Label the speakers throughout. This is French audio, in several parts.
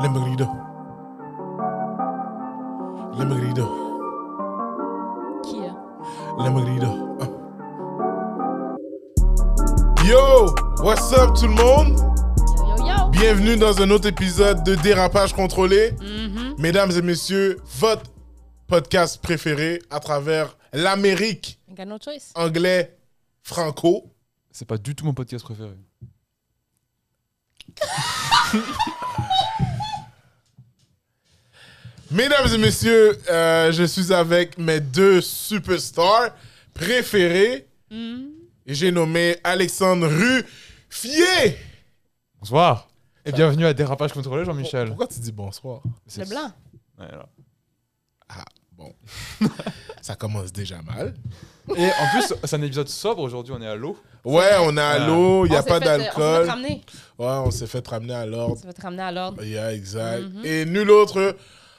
Speaker 1: Lamborghini. Lamborghini.
Speaker 2: Kia.
Speaker 1: Lamborghini. Ah. Uh. Yo, what's up tout le monde
Speaker 2: Yo, yo, yo.
Speaker 1: Bienvenue dans un autre épisode de Dérapage contrôlé.
Speaker 2: Mhm.
Speaker 1: Mesdames et messieurs, votre podcast préféré à travers l'Amérique
Speaker 2: I Got no choice.
Speaker 1: anglais franco.
Speaker 3: C'est pas du tout mon podcast préféré.
Speaker 1: Mesdames et messieurs, euh, je suis avec mes deux superstars préférés. Et J'ai nommé Alexandre Ruffier.
Speaker 3: Bonsoir et bienvenue à Dérapage contrôlé, Jean-Michel.
Speaker 1: Pourquoi tu dis bonsoir
Speaker 3: C'est-
Speaker 2: Le blanc.
Speaker 3: Ouais, voilà.
Speaker 1: Ah, bon. ça commence déjà mal.
Speaker 3: Et en plus, c'est un épisode sobre aujourd'hui, on est à l'eau.
Speaker 1: Ouais, on est à
Speaker 3: Ah.
Speaker 1: l'eau, il n'y a
Speaker 2: On s'est
Speaker 1: pas
Speaker 2: fait, euh, On s'est
Speaker 1: d'alcool.
Speaker 2: fait
Speaker 1: Ouais,
Speaker 2: ramener.
Speaker 1: on s'est fait ramener à
Speaker 2: On
Speaker 1: l'ordre.
Speaker 2: s'est fait ramener à l'ordre.
Speaker 1: Yeah, exact.
Speaker 2: Mhm.
Speaker 1: Et nul autre,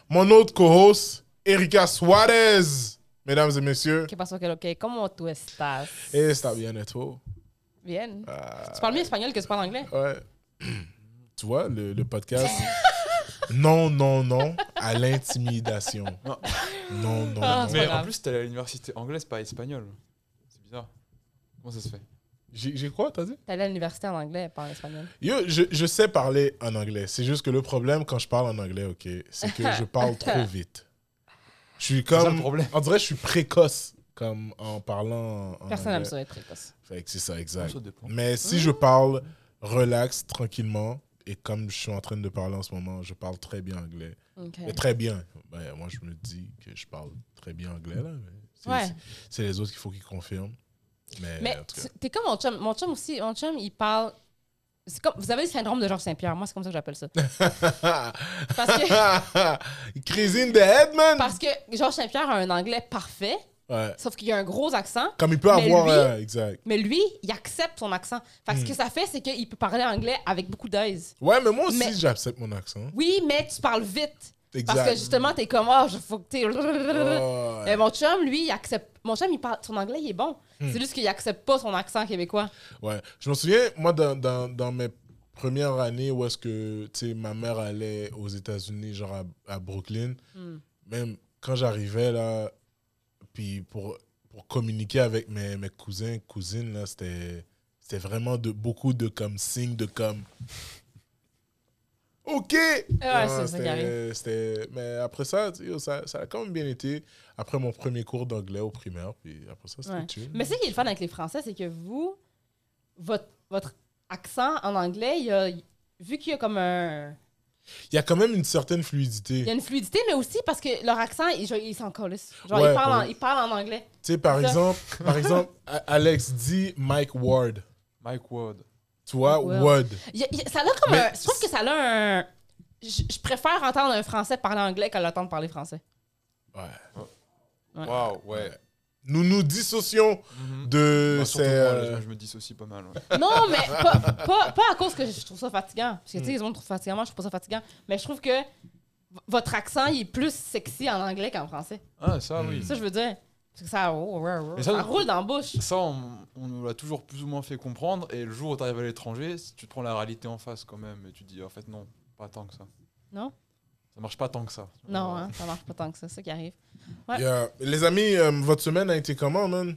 Speaker 1: mon autre co-host, Erika Suarez. Mesdames et messieurs,
Speaker 2: ¿Qué pasó? ¿Qué lo que? ¿Cómo tú estás?
Speaker 1: et está bien et tout.
Speaker 2: Bien.
Speaker 1: Ah,
Speaker 2: Tu parles mieux espagnol que tu parles anglais.
Speaker 1: ouais. Tu vois, le, le podcast. non, non, non, à l'intimidation.
Speaker 3: Non.
Speaker 1: Non, non,
Speaker 2: Ah,
Speaker 1: non.
Speaker 2: c'est pas
Speaker 3: Mais en
Speaker 2: grave.
Speaker 3: plus, t'es allé à l'université anglaise, pas espagnole. C'est bizarre. Comment ça se fait
Speaker 1: J'ai j'ai quoi, t'as dit?
Speaker 2: T'es allé à l'université en anglais, pas en espagnol.
Speaker 1: Yo, je, je sais parler en anglais. C'est juste que le problème quand je parle en anglais, ok, c'est que je parle trop vite. Je suis
Speaker 3: C'est ça
Speaker 1: comme.
Speaker 3: le problème.
Speaker 1: On dirait que je suis précoce comme en parlant en
Speaker 2: Personne n'aime
Speaker 1: anglais.
Speaker 2: ça être précoce.
Speaker 1: Fait que c'est ça, exact.
Speaker 3: Ça dépend.
Speaker 1: Mais si je parle relax, tranquillement, et comme je suis en train de parler en ce moment, je parle très bien anglais.
Speaker 2: Ok.
Speaker 1: Mais très bien. Ben, moi, je me dis que je parle très bien anglais, là. mais c'est-
Speaker 2: Ouais.
Speaker 1: c'est- C'est les autres qu'il faut qu'ils confirment. Mais,
Speaker 2: Mais
Speaker 1: en tout cas,
Speaker 2: tu- t'es comme mon chum. Mon chum aussi, mon chum, il parle. C'est comme, vous avez le syndrome de Georges Saint-Pierre. Moi, c'est comme ça que j'appelle ça. Parce que,
Speaker 1: Crazy in the head, man!
Speaker 2: parce que Georges Saint-Pierre a un anglais parfait,
Speaker 1: Ouais.
Speaker 2: sauf qu'il a un gros accent.
Speaker 1: Comme il peut
Speaker 2: Mais
Speaker 1: avoir.
Speaker 2: lui-
Speaker 1: euh, exact.
Speaker 2: Mais lui, il accepte son accent. Fait
Speaker 1: Hmm.
Speaker 2: que ce que ça fait, c'est qu'il peut parler anglais avec beaucoup d'aise.
Speaker 1: Ouais, mais moi aussi,
Speaker 2: Mais-
Speaker 1: j'accepte mon accent.
Speaker 2: Oui, mais tu parles vite.
Speaker 1: Exact.
Speaker 2: Parce que justement, t'es comme, oh, je faut que t'es.
Speaker 1: Ouais.
Speaker 2: Mais mon chum, lui, il accepte. Mon chum, il parle. Son anglais, il est bon. C'est juste qu'il accepte pas son accent québécois.
Speaker 1: Ouais. Je me souviens, moi, dans, dans, dans mes premières années où est-ce que tu sais, ma mère allait aux États-Unis, genre à, à Brooklyn,
Speaker 2: Hmm.
Speaker 1: même quand j'arrivais là, puis pour, pour communiquer avec mes, mes cousins, cousines, là, c'était c'était vraiment de beaucoup de comme signes, de comme. OK!
Speaker 2: Ah, c'est
Speaker 1: Non,
Speaker 2: ça qui arrive.
Speaker 1: Ah, c'était- c'était- Mais après ça, tu sais, ça, ça a quand même bien été. Après mon premier cours d'anglais au primaire, puis après ça, c'était
Speaker 2: Ouais.
Speaker 1: chill.
Speaker 2: Mais ce qui est le fun avec les Français, c'est que vous, votre, votre accent en anglais, il y a- vu qu'il y a comme un.
Speaker 1: Il y a quand même une certaine fluidité.
Speaker 2: Il y a une fluidité, mais aussi parce que leur accent, ils, genre, ils s'en collissent. Genre,
Speaker 1: Ouais,
Speaker 2: ils, parlent en,
Speaker 1: ouais.
Speaker 2: ils parlent en anglais.
Speaker 1: Tu sais, par
Speaker 2: Ça.
Speaker 1: exemple, par exemple, A- Alex dit Mike Ward.
Speaker 3: Mike Ward.
Speaker 1: Tu vois,
Speaker 2: Mike Ward.
Speaker 1: Ward.
Speaker 2: Il y a- il y a- ça a comme
Speaker 1: Mais
Speaker 2: un. Je trouve que ça a un. Je je préfère entendre un Français parler anglais qu'à l'entendre parler français.
Speaker 1: Ouais.
Speaker 2: Ouais.
Speaker 3: Waouh, ouais.
Speaker 1: Nous nous dissocions de
Speaker 3: Bah,
Speaker 1: ces.
Speaker 3: surtout moi,
Speaker 1: euh,
Speaker 3: je, je me dissocie pas mal. ouais.
Speaker 2: Non, mais pas, pas, pas à cause que je trouve ça fatigant. Parce que, tu
Speaker 1: Mm.
Speaker 2: sais, les gens trouvent fatigant, moi, je trouve pas ça fatigant. Mais je trouve que v- votre accent, il est plus sexy en anglais qu'en français.
Speaker 3: Ah, ça,
Speaker 1: Hmm.
Speaker 3: oui.
Speaker 2: Ça, je veux dire. Parce que ça, oh, oh, oh,
Speaker 3: Mais ça,
Speaker 2: ça
Speaker 3: on-
Speaker 2: roule dans la bouche.
Speaker 3: Ça, on, on nous l'a toujours plus ou moins fait comprendre. Et le jour où t'arrives à l'étranger, si tu te prends la réalité en face quand même. Et tu te dis, en fait, non, pas tant que ça.
Speaker 2: Non?
Speaker 3: Ça marche pas tant que ça.
Speaker 2: Non, hein, ça marche pas tant que ça, c'est ça qui arrive. Ouais.
Speaker 1: yeah. Les amis, euh, votre semaine a été comment, man?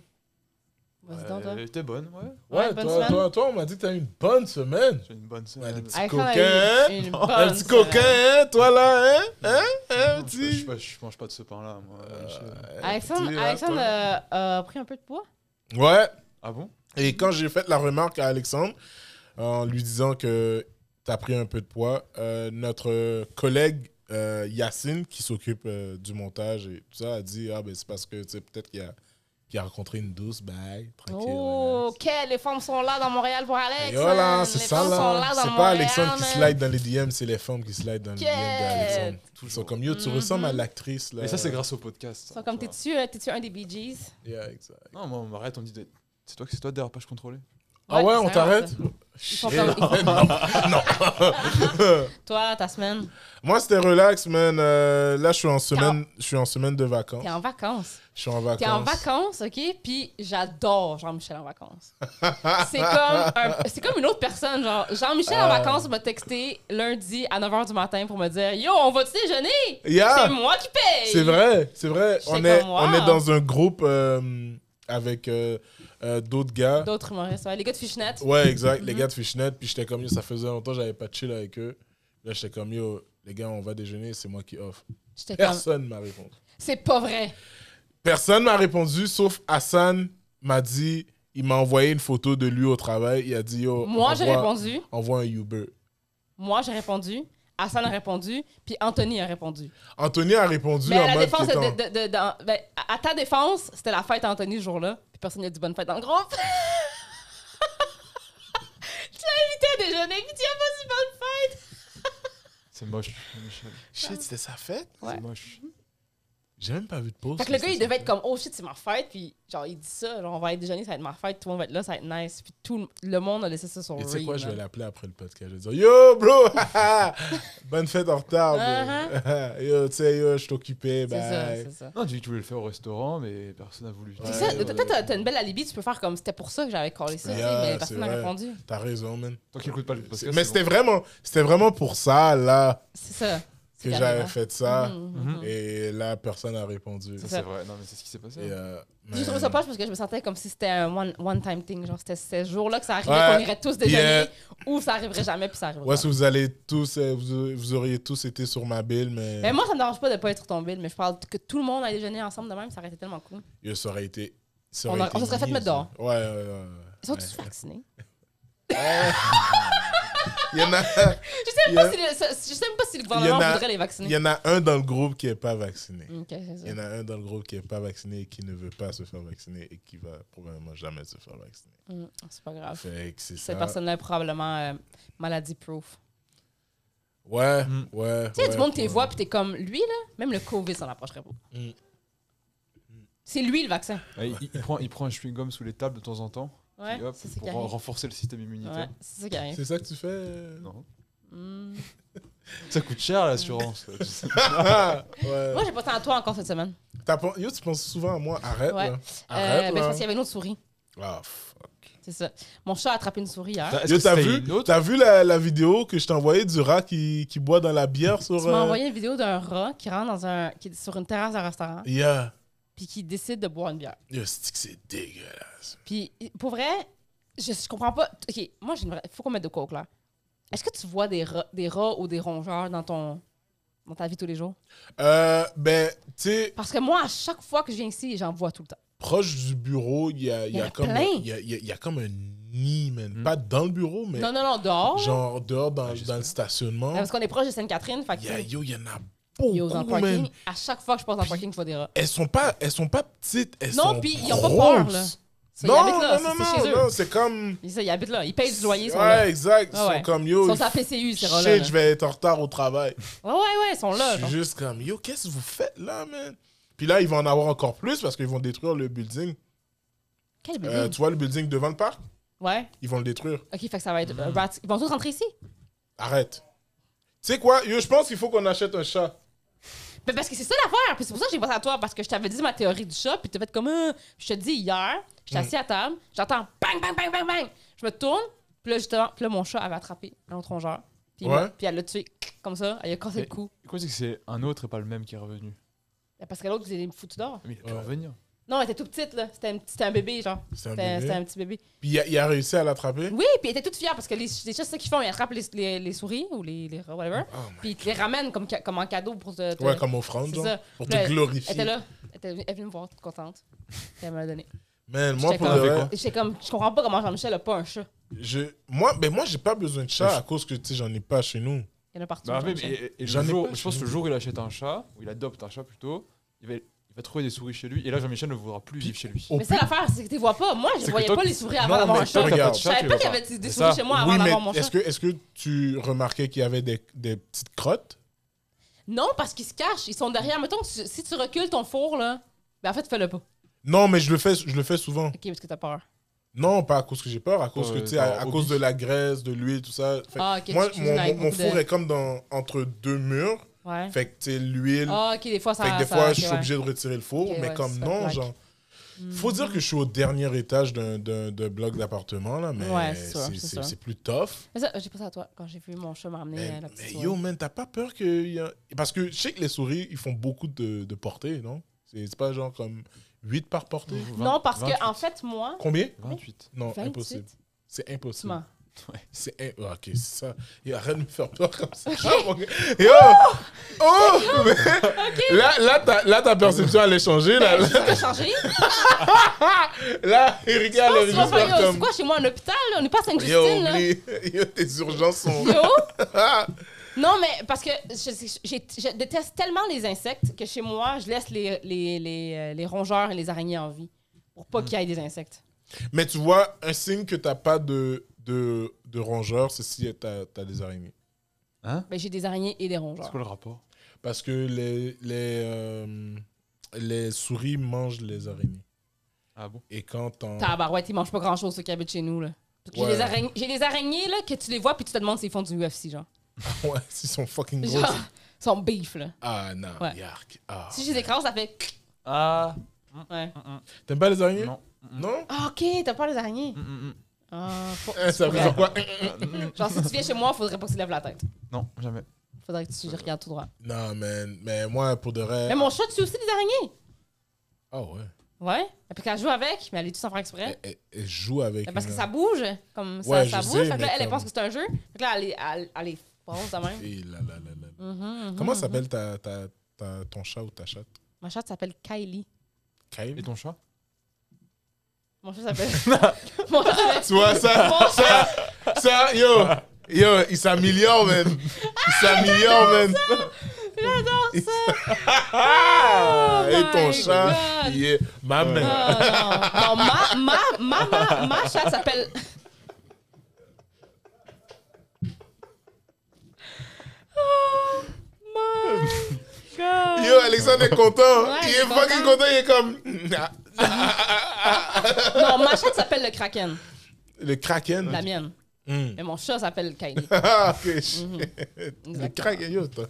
Speaker 2: Vas-y donc, toi.
Speaker 1: Euh,
Speaker 3: Elle était Euh, bonne, ouais.
Speaker 2: Ouais, bonne
Speaker 1: toi,
Speaker 2: semaine.
Speaker 1: toi, toi, on m'a dit que t'as eu une bonne semaine.
Speaker 3: J'ai une
Speaker 1: Ouais,
Speaker 3: bonne
Speaker 1: le
Speaker 3: semaine.
Speaker 1: petit
Speaker 2: Alexandre a eu
Speaker 1: coquin, hein?
Speaker 2: Ah, une
Speaker 1: Un
Speaker 2: bonne
Speaker 1: petit
Speaker 2: semaine.
Speaker 1: coquin, hein? Toi là, hein? Hein? Hein,
Speaker 3: Non, Ah, je,
Speaker 1: petit?
Speaker 3: je- je- je mange pas de ce pain-là, moi. Michel.
Speaker 1: Euh, Ouais, petit,
Speaker 2: Alexandre,
Speaker 1: là,
Speaker 2: Alexandre euh, a pris un peu de poids.
Speaker 1: toi. Ouais.
Speaker 3: Ah bon
Speaker 1: Et quand j'ai fait la remarque à Alexandre, en lui disant que tu as pris un peu de poids, euh, notre collègue euh, Yacine, qui s'occupe euh, du montage et tout ça, a dit Ah, ben c'est parce que tu sais, peut-être qu'il a, qu'il a rencontré une douce, bye, tranquille.
Speaker 2: oh,
Speaker 1: relax.
Speaker 2: ok, les femmes sont là dans Montréal pour Alex.
Speaker 1: Et voilà,
Speaker 2: man.
Speaker 1: c'est
Speaker 2: les
Speaker 1: ça
Speaker 2: femmes sont
Speaker 1: là.
Speaker 2: là dans
Speaker 1: C'est
Speaker 2: Montréal,
Speaker 1: pas Alexandre qui
Speaker 2: man.
Speaker 1: slide dans les DM, c'est les femmes qui slide dans les DM d'Alexandre. Ils sont comme Yo, tu
Speaker 2: Mhm.
Speaker 1: ressembles à l'actrice là.
Speaker 3: Mais ça, c'est grâce au podcast. ça,
Speaker 2: Sont comme,
Speaker 3: tu vois.
Speaker 2: t'es-tu euh, t'es-tu un des Bee Gees?
Speaker 1: Yeah, exact.
Speaker 3: Non, moi, on m'arrête, on dit. de- C'est toi, c'est toi, dérapage contrôlé.
Speaker 1: Ah ouais, on
Speaker 2: c'est vraiment
Speaker 1: t'arrête
Speaker 2: ça. Ils sont
Speaker 1: Et
Speaker 2: comme-
Speaker 1: non, non.
Speaker 2: Toi, ta semaine,
Speaker 1: Moi, c'était relax, man. Euh, là, je suis en semaine, je suis en semaine de vacances.
Speaker 2: t'es en vacances.
Speaker 1: Je suis en vacances.
Speaker 2: T'es en vacances, OK? Puis j'adore Jean-Michel en vacances. c'est comme, un- c'est comme une autre personne. Genre, Jean-Michel en
Speaker 1: Ah.
Speaker 2: vacances m'a texté lundi à 9h du matin pour me dire Yo, on va-tu déjeuner?
Speaker 1: Yeah,
Speaker 2: C'est moi qui paye!
Speaker 1: Ah. c'est vrai, c'est vrai.
Speaker 2: J'étais
Speaker 1: On est,
Speaker 2: comme,
Speaker 1: on
Speaker 2: wow.
Speaker 1: est dans un groupe euh, avec euh, euh, d'autres gars.
Speaker 2: D'autres humoristes, ouais. les gars de Fishnet.
Speaker 1: Ouais, exact. Les
Speaker 2: Mhm.
Speaker 1: gars de Fishnet. Puis j'étais comme, yo, ça faisait longtemps, j'avais pas de chill avec eux. Là, j'étais comme, yo, les gars, on va déjeuner, c'est moi qui offre.
Speaker 2: J'étais comme,
Speaker 1: Personne m'a répondu.
Speaker 2: c'est pas vrai.
Speaker 1: Personne m'a répondu, sauf Hassan m'a dit, il m'a envoyé une photo de lui au travail. Il a dit, yo,
Speaker 2: Moi, j'ai
Speaker 1: envoie,
Speaker 2: répondu.
Speaker 1: envoie un Uber.
Speaker 2: Moi, j'ai répondu. Hassan a répondu. Puis Anthony a répondu.
Speaker 1: Anthony a répondu
Speaker 2: Mais
Speaker 1: en
Speaker 2: à la
Speaker 1: mode
Speaker 2: défense,
Speaker 1: qu'il est
Speaker 2: de- de- de- dans- ben, à à ta défense, c'était la fête à Anthony ce jour-là. Puis personne n'a dit bonne fête dans le groupe. tu l'as invité à déjeuner, puis tu as pas dit bonne fête.
Speaker 3: C'est moche, Michel.
Speaker 1: en- Shit, c'était sa fête?
Speaker 2: Ouais.
Speaker 3: C'est moche.
Speaker 1: J'ai même pas vu de pause.
Speaker 2: Fait que le gars, il devait être comme, oh shit, c'est ma fête. Puis genre, il dit ça, genre, on va aller déjeuner, ça va être ma fête, tout le monde va être là, ça va être nice. Puis tout le monde a laissé ça sur
Speaker 1: Et
Speaker 2: le
Speaker 1: tu sais quoi, je vais l'appeler après le podcast. Je vais dire Yo, bro, haha, bonne fête en retard. bro. yo, tu sais, yo, je t'occupais.
Speaker 2: Uh-huh. C'est ça,
Speaker 1: Bye.
Speaker 2: c'est ça.
Speaker 3: Non, tu dis que tu voulais le faire au restaurant, mais personne n'a voulu. Euh,
Speaker 1: Ouais,
Speaker 2: C'est ça,
Speaker 1: ouais,
Speaker 2: toi, t'as-
Speaker 1: ouais.
Speaker 2: t'as une belle alibi, tu peux faire comme c'était pour ça que j'avais collé ça, tu sais,
Speaker 1: Yeah,
Speaker 2: mais
Speaker 1: c'est
Speaker 2: personne n'a
Speaker 1: vrai.
Speaker 2: répondu.
Speaker 1: T'as raison, man.
Speaker 3: Tant qu'il écoute pas le
Speaker 1: C'est-
Speaker 3: podcast.
Speaker 1: Mais
Speaker 3: c'est
Speaker 1: c'était vraiment, c'était vraiment pour ça là
Speaker 2: C'est ça. C'est
Speaker 1: que
Speaker 2: carrément.
Speaker 1: j'avais fait ça. Mm-hmm.
Speaker 2: Mhm,
Speaker 3: Mhm.
Speaker 2: mhm.
Speaker 1: Et là, personne n'a répondu.
Speaker 3: bon. Ça, c'est vrai. Non, mais c'est ce qui s'est passé.
Speaker 1: Et, euh,
Speaker 2: J'ai trouvé
Speaker 1: man.
Speaker 2: ça poche parce que je me sentais comme si c'était un one- one-time thing. Genre, c'était ce jour-là que ça arrivait,
Speaker 1: Ouais.
Speaker 2: qu'on irait tous déjeuner,
Speaker 1: Yeah.
Speaker 2: ou ça arriverait jamais, puis ça arriverait.
Speaker 1: Ouais, si vous allez tous, euh, vous, vous auriez tous été sur ma bille, mais,
Speaker 2: Mais Eh, moi, ça me dérange pas de pas être tombé, mais je parle que tout le monde allait déjeuner ensemble de même, ça aurait été tellement cool.
Speaker 1: yo, ça aurait été. ça
Speaker 2: On
Speaker 1: aurait
Speaker 2: a-
Speaker 1: été
Speaker 2: on se serait fait
Speaker 1: nice,
Speaker 2: mettre dehors.
Speaker 1: Ouais, ouais, ouais. ouais.
Speaker 2: Ils sont
Speaker 1: Ouais.
Speaker 2: tous vaccinés.
Speaker 1: Il y en a,
Speaker 2: Je sais, même
Speaker 1: Yeah.
Speaker 2: pas si le, ce- je sais même pas si le
Speaker 1: Il y
Speaker 2: gouvernement
Speaker 1: en a-
Speaker 2: voudrait les
Speaker 1: il
Speaker 2: vacciner.
Speaker 1: y en a un dans le groupe qui est pas vacciné.
Speaker 2: Ok, c'est ça.
Speaker 1: Il y en a un dans le groupe qui est pas vacciné et qui ne veut pas se faire vacciner et qui va probablement jamais se faire vacciner.
Speaker 2: Mm, C'est pas grave.
Speaker 1: Fait que c'est ça.
Speaker 2: Cette personne-là est probablement euh, maladie-proof.
Speaker 1: Ouais,
Speaker 3: Mm.
Speaker 1: ouais.
Speaker 2: Tu sais,
Speaker 1: ouais,
Speaker 2: du monde,
Speaker 1: ouais.
Speaker 2: t'es voix, puis t'es comme lui, là, même le COVID s'en approcherait pas.
Speaker 1: Mm.
Speaker 2: C'est lui le vaccin.
Speaker 3: Ouais, Ah, il, il prend, il prend un chewing-gum sous les tables de temps en temps.
Speaker 2: Ouais,
Speaker 3: puis hop,
Speaker 2: c'est ça qui
Speaker 3: pour
Speaker 2: arrive.
Speaker 3: renforcer le système immunitaire.
Speaker 2: Ouais, c'est ça qui arrive.
Speaker 1: C'est ça que tu fais euh?
Speaker 3: Non.
Speaker 2: Mm.
Speaker 3: Ça coûte cher l'assurance. là, tu sais.
Speaker 1: Ah, ouais.
Speaker 2: Moi, j'ai pensé à toi encore cette semaine.
Speaker 1: T'as pen- Yo, tu penses souvent à moi. Arrête.
Speaker 2: Ouais.
Speaker 1: là.
Speaker 2: Euh,
Speaker 1: Arrête.
Speaker 2: ben, c'est
Speaker 1: là.
Speaker 2: parce qu'il y avait une autre souris.
Speaker 1: Ah, fuck.
Speaker 2: C'est ça. Mon chat a attrapé une souris hier.
Speaker 3: Est-ce
Speaker 1: Yo,
Speaker 3: que
Speaker 1: t'as
Speaker 3: c'était
Speaker 1: vu,
Speaker 3: une autre
Speaker 1: t'as vu la, la vidéo que je t'ai envoyée du rat qui, qui boit dans la bière sur.
Speaker 2: Tu m'as
Speaker 1: euh,
Speaker 2: envoyé une vidéo d'un rat qui rentre dans un, qui est sur une terrasse d'un restaurant,
Speaker 1: Yeah.
Speaker 2: puis qui décide de boire une bière.
Speaker 1: Yo, c'est que c'est dégueulasse.
Speaker 2: Puis, pour vrai, je, je comprends pas. OK, moi, j'ai une vraie- faut qu'on mette de quoi au clair. Est-ce que tu vois des rats, des rats ou des rongeurs dans ton dans ta vie tous les jours?
Speaker 1: Euh, ben, tu sais,
Speaker 2: Parce que moi, à chaque fois que je viens ici, j'en vois tout le temps.
Speaker 1: proche du bureau, il y a, il y
Speaker 2: Il y en
Speaker 1: a
Speaker 2: a
Speaker 1: comme
Speaker 2: plein.
Speaker 1: il y a, il y a- il y a comme un nid, man.
Speaker 3: Mm.
Speaker 1: Pas dans le bureau, mais
Speaker 2: non, non, non, dehors. là.
Speaker 1: genre dehors dans,
Speaker 3: Ah, j'espère.
Speaker 1: dans le
Speaker 2: Ouais,
Speaker 1: stationnement.
Speaker 2: Parce qu'on est proche de Sainte-Catherine, fait que
Speaker 1: Il y a- yo, il y en a
Speaker 2: il y a dans le
Speaker 1: beaucoup, man.
Speaker 2: parking. À chaque fois que je passe dans
Speaker 1: Puis-
Speaker 2: le parking, je vois des rats.
Speaker 1: Elles sont pas, elles sont pas petites, elles
Speaker 2: Non,
Speaker 1: sont
Speaker 2: puis ils ont pas peur,
Speaker 1: grosses.
Speaker 2: là. Ça, ils
Speaker 1: Non,
Speaker 2: habitent là,
Speaker 1: non, non,
Speaker 2: c'est- c'est
Speaker 1: non,
Speaker 2: chez eux.
Speaker 1: non, c'est comme...
Speaker 2: Ils, ça, ils habitent là, ils payent du loyer, ils sont
Speaker 1: ouais,
Speaker 2: là.
Speaker 1: exact. Ils
Speaker 2: Ah ouais.
Speaker 1: sont comme,
Speaker 2: Ils
Speaker 1: yo,
Speaker 2: sont à PCU, ces rats-là.
Speaker 1: shit,
Speaker 2: là.
Speaker 1: je vais être en retard au travail.
Speaker 2: Ouais, ouais, ouais, ils sont là.
Speaker 1: je
Speaker 2: genre.
Speaker 1: suis juste comme, yo, qu'est-ce que vous faites là, man? Puis là, ils vont en avoir encore plus parce qu'ils vont détruire le building.
Speaker 2: Quel bébé.
Speaker 1: Euh, tu vois le building devant le parc?
Speaker 2: Ouais.
Speaker 1: Ils vont le détruire.
Speaker 2: Ok, fait que ça va être.
Speaker 1: Hmm.
Speaker 2: euh, rats- Ils vont tous rentrer ici.
Speaker 1: Arrête. Tu sais quoi? Yo, je pense qu'il faut qu'on achète un chat.
Speaker 2: Mais parce que c'est ça l'affaire. Puis c'est pour ça que j'ai pensé à toi. Parce que je t'avais dit ma théorie du chat. Puis t'as fait comme. euh, je te dis hier, j'étais assis
Speaker 1: Hmm.
Speaker 2: à table. J'entends bang, bang, bang, bang, bang. Je me tourne. Puis là, justement, puis là, mon chat avait attrapé un autre rongeur. Puis, il
Speaker 1: Ouais.
Speaker 2: m'a- puis elle l'a tué. Comme ça, elle a cassé le
Speaker 3: Mais-
Speaker 2: cou.
Speaker 3: Quoi, c'est que c'est un autre et pas le même qui est revenu. Ah,
Speaker 2: Parce que l'autre, il est foutu d'or.
Speaker 3: Mais il a pu
Speaker 1: Ouais.
Speaker 3: revenir.
Speaker 2: Non, elle était toute petite, là. C'était un, petit- c'était un bébé, genre.
Speaker 1: C'est un
Speaker 2: C'était un,
Speaker 1: bébé.
Speaker 2: c'était un petit bébé.
Speaker 1: Puis il a, il a réussi à l'attraper?
Speaker 2: Oui, puis elle était toute fière parce que les, les chats, c'est ça qu'ils font. Ils attrapent les, les, les souris ou les, les rats, whatever.
Speaker 1: Oh my-
Speaker 2: Puis ils te les ramènent comme, ca- comme en cadeau pour te. te-
Speaker 1: Ouais, comme offrande,
Speaker 2: C'est
Speaker 1: genre,
Speaker 2: ça.
Speaker 1: pour
Speaker 2: Puis là,
Speaker 1: te glorifier.
Speaker 2: Elle était là. Elle, était, elle est venue me voir toute contente. Puis elle me l'a donné.
Speaker 1: Man, moi,
Speaker 2: J'étais
Speaker 1: pour
Speaker 2: comme-
Speaker 1: le
Speaker 3: Avec
Speaker 1: vrai,
Speaker 3: quoi?
Speaker 2: Et J'étais comme, je comprends pas comment Jean-Michel a pas un chat.
Speaker 1: je, moi, ben, moi j'ai pas besoin de chat
Speaker 3: Je-
Speaker 1: à cause que, tu sais, j'en ai pas chez nous.
Speaker 2: Il y en a partout.
Speaker 3: Bah, mais,
Speaker 2: Jean-Michel.
Speaker 3: et- et le
Speaker 1: J'en ai
Speaker 3: jour-
Speaker 1: pas,
Speaker 3: je pense que
Speaker 1: j'en ai
Speaker 3: le jour où il achète un chat, ou il adopte un chat plutôt, il va, il va trouver des souris chez lui. Et là, Jean-Michel ne voudra plus vivre chez lui.
Speaker 1: Au
Speaker 2: mais ça,
Speaker 1: pire-
Speaker 2: l'affaire, c'est que tu les vois pas. Moi,
Speaker 3: C'est
Speaker 2: je
Speaker 3: que
Speaker 2: voyais
Speaker 3: toi,
Speaker 2: pas
Speaker 3: tu-
Speaker 2: les souris avant
Speaker 1: Non,
Speaker 2: d'avoir
Speaker 1: mais
Speaker 2: un
Speaker 1: toi,
Speaker 2: chat.
Speaker 1: regarde.
Speaker 2: Ah, Je savais pas qu'il y avait des, des
Speaker 3: C'est
Speaker 2: souris
Speaker 3: ça.
Speaker 2: chez moi
Speaker 1: oui,
Speaker 2: avant d'avoir mon
Speaker 1: mais
Speaker 2: chat.
Speaker 1: est-ce que, est que tu remarquais qu'il y avait des, des petites crottes
Speaker 2: Non, parce qu'ils se cachent. Ils sont derrière. Mettons, que tu- si tu recules ton four, là. Ben, en fait, fais-le pas.
Speaker 1: Non, mais je le fais, je le fais souvent.
Speaker 2: Ok, parce que t'as peur.
Speaker 1: Non, pas à cause que j'ai peur, à cause que,
Speaker 3: Euh,
Speaker 1: tu sais, à,
Speaker 3: genre
Speaker 1: à
Speaker 3: hobby.
Speaker 1: cause de la graisse, de l'huile, tout ça. Fait que
Speaker 2: Ah, ok.
Speaker 1: moi,
Speaker 2: tu cuisines
Speaker 1: mon,
Speaker 2: avec
Speaker 1: mon- mon
Speaker 2: beaucoup de-
Speaker 1: four est comme dans, entre deux murs.
Speaker 2: Ouais.
Speaker 1: Fait que, tu sais, l'huile.
Speaker 2: Ah, ok, des fois, ça.
Speaker 1: fait que des
Speaker 2: ça-
Speaker 1: fois, je
Speaker 2: ok,
Speaker 1: suis
Speaker 2: ouais. Hmm.
Speaker 1: obligé de retirer le four,
Speaker 2: Ok,
Speaker 1: mais
Speaker 2: ouais, Mm.
Speaker 1: comme
Speaker 2: c'est pas
Speaker 1: non,
Speaker 2: correct.
Speaker 1: genre. Faut dire que je suis au dernier étage d'un d'un- d'un bloc d'appartement, là, mais
Speaker 2: Ouais, c'est sûr,
Speaker 1: c'est-
Speaker 2: c'est
Speaker 1: c'est
Speaker 2: sûr.
Speaker 1: c'est plus tough.
Speaker 2: Mais ça, j'ai pensé à toi quand j'ai vu mon chat m'emmener
Speaker 1: Mais,
Speaker 2: euh, la
Speaker 1: mais
Speaker 2: petite
Speaker 1: yo,
Speaker 2: souris.
Speaker 1: man, t'as pas peur que. y a- Parce que je sais que les souris, ils font beaucoup de, de portées, non C'est c'est pas genre comme 8 par portée
Speaker 2: Non, parce que, en fait, moi.
Speaker 1: Combien
Speaker 3: 28.
Speaker 1: Non,
Speaker 2: 28,
Speaker 1: Oh, impossible. C'est
Speaker 2: tu
Speaker 1: impossible.
Speaker 2: m'as-
Speaker 1: C'est in- ah, ok, c'est ça. Et arrête de me faire peur comme ça. Ah, mon gars. Et oh! Oh! Mais Là, là, ta, là, ta perception, elle est changée. Là,
Speaker 2: Ben,
Speaker 1: là,
Speaker 2: J'ai tout changé.
Speaker 1: là Erika, elle est
Speaker 2: Tu vas
Speaker 1: juste
Speaker 2: faire,
Speaker 1: faire
Speaker 2: yo, C'est
Speaker 1: comme.
Speaker 2: quoi chez moi, un hôpital? là? On n'est pas à
Speaker 1: Yo,
Speaker 2: Sainte-Justine, là.
Speaker 1: oublie. Yo, tes urgences sont.
Speaker 2: Yo! Non, mais parce que je, j'ai- je déteste tellement les insectes que chez moi, je laisse les, les, les, euh, les rongeurs et les araignées en vie pour
Speaker 1: Mm.
Speaker 2: pas qu'il y ait des insectes.
Speaker 1: Mais tu vois, un signe que t'as pas de, de, de rongeur, c'est si t'as as des araignées.
Speaker 3: Hein
Speaker 2: Ben, j'ai des araignées et des
Speaker 3: C'est
Speaker 2: rongeurs.
Speaker 3: quoi le rapport
Speaker 1: Parce que les, les, euh, les souris mangent les araignées.
Speaker 3: Ah bon
Speaker 1: Et quand t'en.
Speaker 2: Tabarouette, ils mangent pas grand-chose, ceux qui habitent chez nous, là. Parce que J'ai
Speaker 1: Ouais.
Speaker 2: des, araign- j'ai des araignées, là, que tu les vois puis tu te demandes s'ils font du UFC, genre.
Speaker 1: Ouais, ils sont fucking gros.
Speaker 2: Genre, ils sont beef, là.
Speaker 1: Ah, non,
Speaker 2: Ouais.
Speaker 1: yark. Ah.
Speaker 2: Si je les écrase, ça fait...
Speaker 3: Ah
Speaker 2: Ouais.
Speaker 1: T'aimes pas les araignées?
Speaker 3: Non.
Speaker 1: Non?
Speaker 2: Ah, OK, t'as peur des araignées.
Speaker 3: Mm, mm, mm.
Speaker 2: Ah, faut-
Speaker 1: Hein, Ça veut
Speaker 2: Ouais.
Speaker 1: dire quoi?
Speaker 2: Genre, si tu viens chez moi, faudrait pas que tu lèves la tête.
Speaker 3: Non, jamais.
Speaker 2: Faudrait que tu regardes tout droit.
Speaker 1: Non, man. Mais moi, pour de vrai.
Speaker 2: Mais mon chat tue aussi des araignées.
Speaker 1: Ah ouais.
Speaker 2: Ouais. Et puis quand je joue avec, mais elle est tout sans faire exprès.
Speaker 1: Elle, elle- elle joue avec.
Speaker 2: Parce que
Speaker 1: une-
Speaker 2: ça bouge, comme ça,
Speaker 1: Ouais,
Speaker 2: ça
Speaker 1: je
Speaker 2: bouge.
Speaker 1: sais,
Speaker 2: fait que
Speaker 1: mais
Speaker 2: là, elle, elle
Speaker 1: comme-
Speaker 2: pense que c'est un jeu. Fait que là, elle est, elle, elle est pose de même.
Speaker 1: Eh là là là là là.
Speaker 2: hein. Mhm, mhm,
Speaker 1: Comment
Speaker 2: mhm.
Speaker 1: s'appelle ta, ta, ta- ton chat ou ta chatte?
Speaker 2: Ma chatte s'appelle Kylie.
Speaker 3: Et
Speaker 1: Kyle?
Speaker 3: ton chat
Speaker 2: Mon chat s'appelle. mon chat s'appelle.
Speaker 1: Tu vois ça?
Speaker 2: Mon chat-
Speaker 1: ça, ça, yo! Yo, il s'améliore, man! Il s'améliore, man!
Speaker 2: J'adore ça!
Speaker 1: Ah!
Speaker 2: Oh
Speaker 1: Et ton
Speaker 2: my
Speaker 1: chat,
Speaker 2: God.
Speaker 1: il est ma
Speaker 2: Oh,
Speaker 1: mère.
Speaker 2: non. non, ma, ma, ma, ma, ma chatte s'appelle. Oh my god!
Speaker 1: Yo, Alexandre est content!
Speaker 2: Ouais,
Speaker 1: il
Speaker 2: il
Speaker 1: est
Speaker 2: est
Speaker 1: fucking
Speaker 2: content.
Speaker 1: content, il est comme. Ah,
Speaker 2: Non, ma chatte s'appelle le Kraken,
Speaker 1: Le kraken.
Speaker 2: la mienne.
Speaker 1: Hmm.
Speaker 2: Mais mon chat s'appelle Kylie.
Speaker 1: Ah, ok, shit. Le
Speaker 2: Exactement.
Speaker 1: kraken, yo, toi.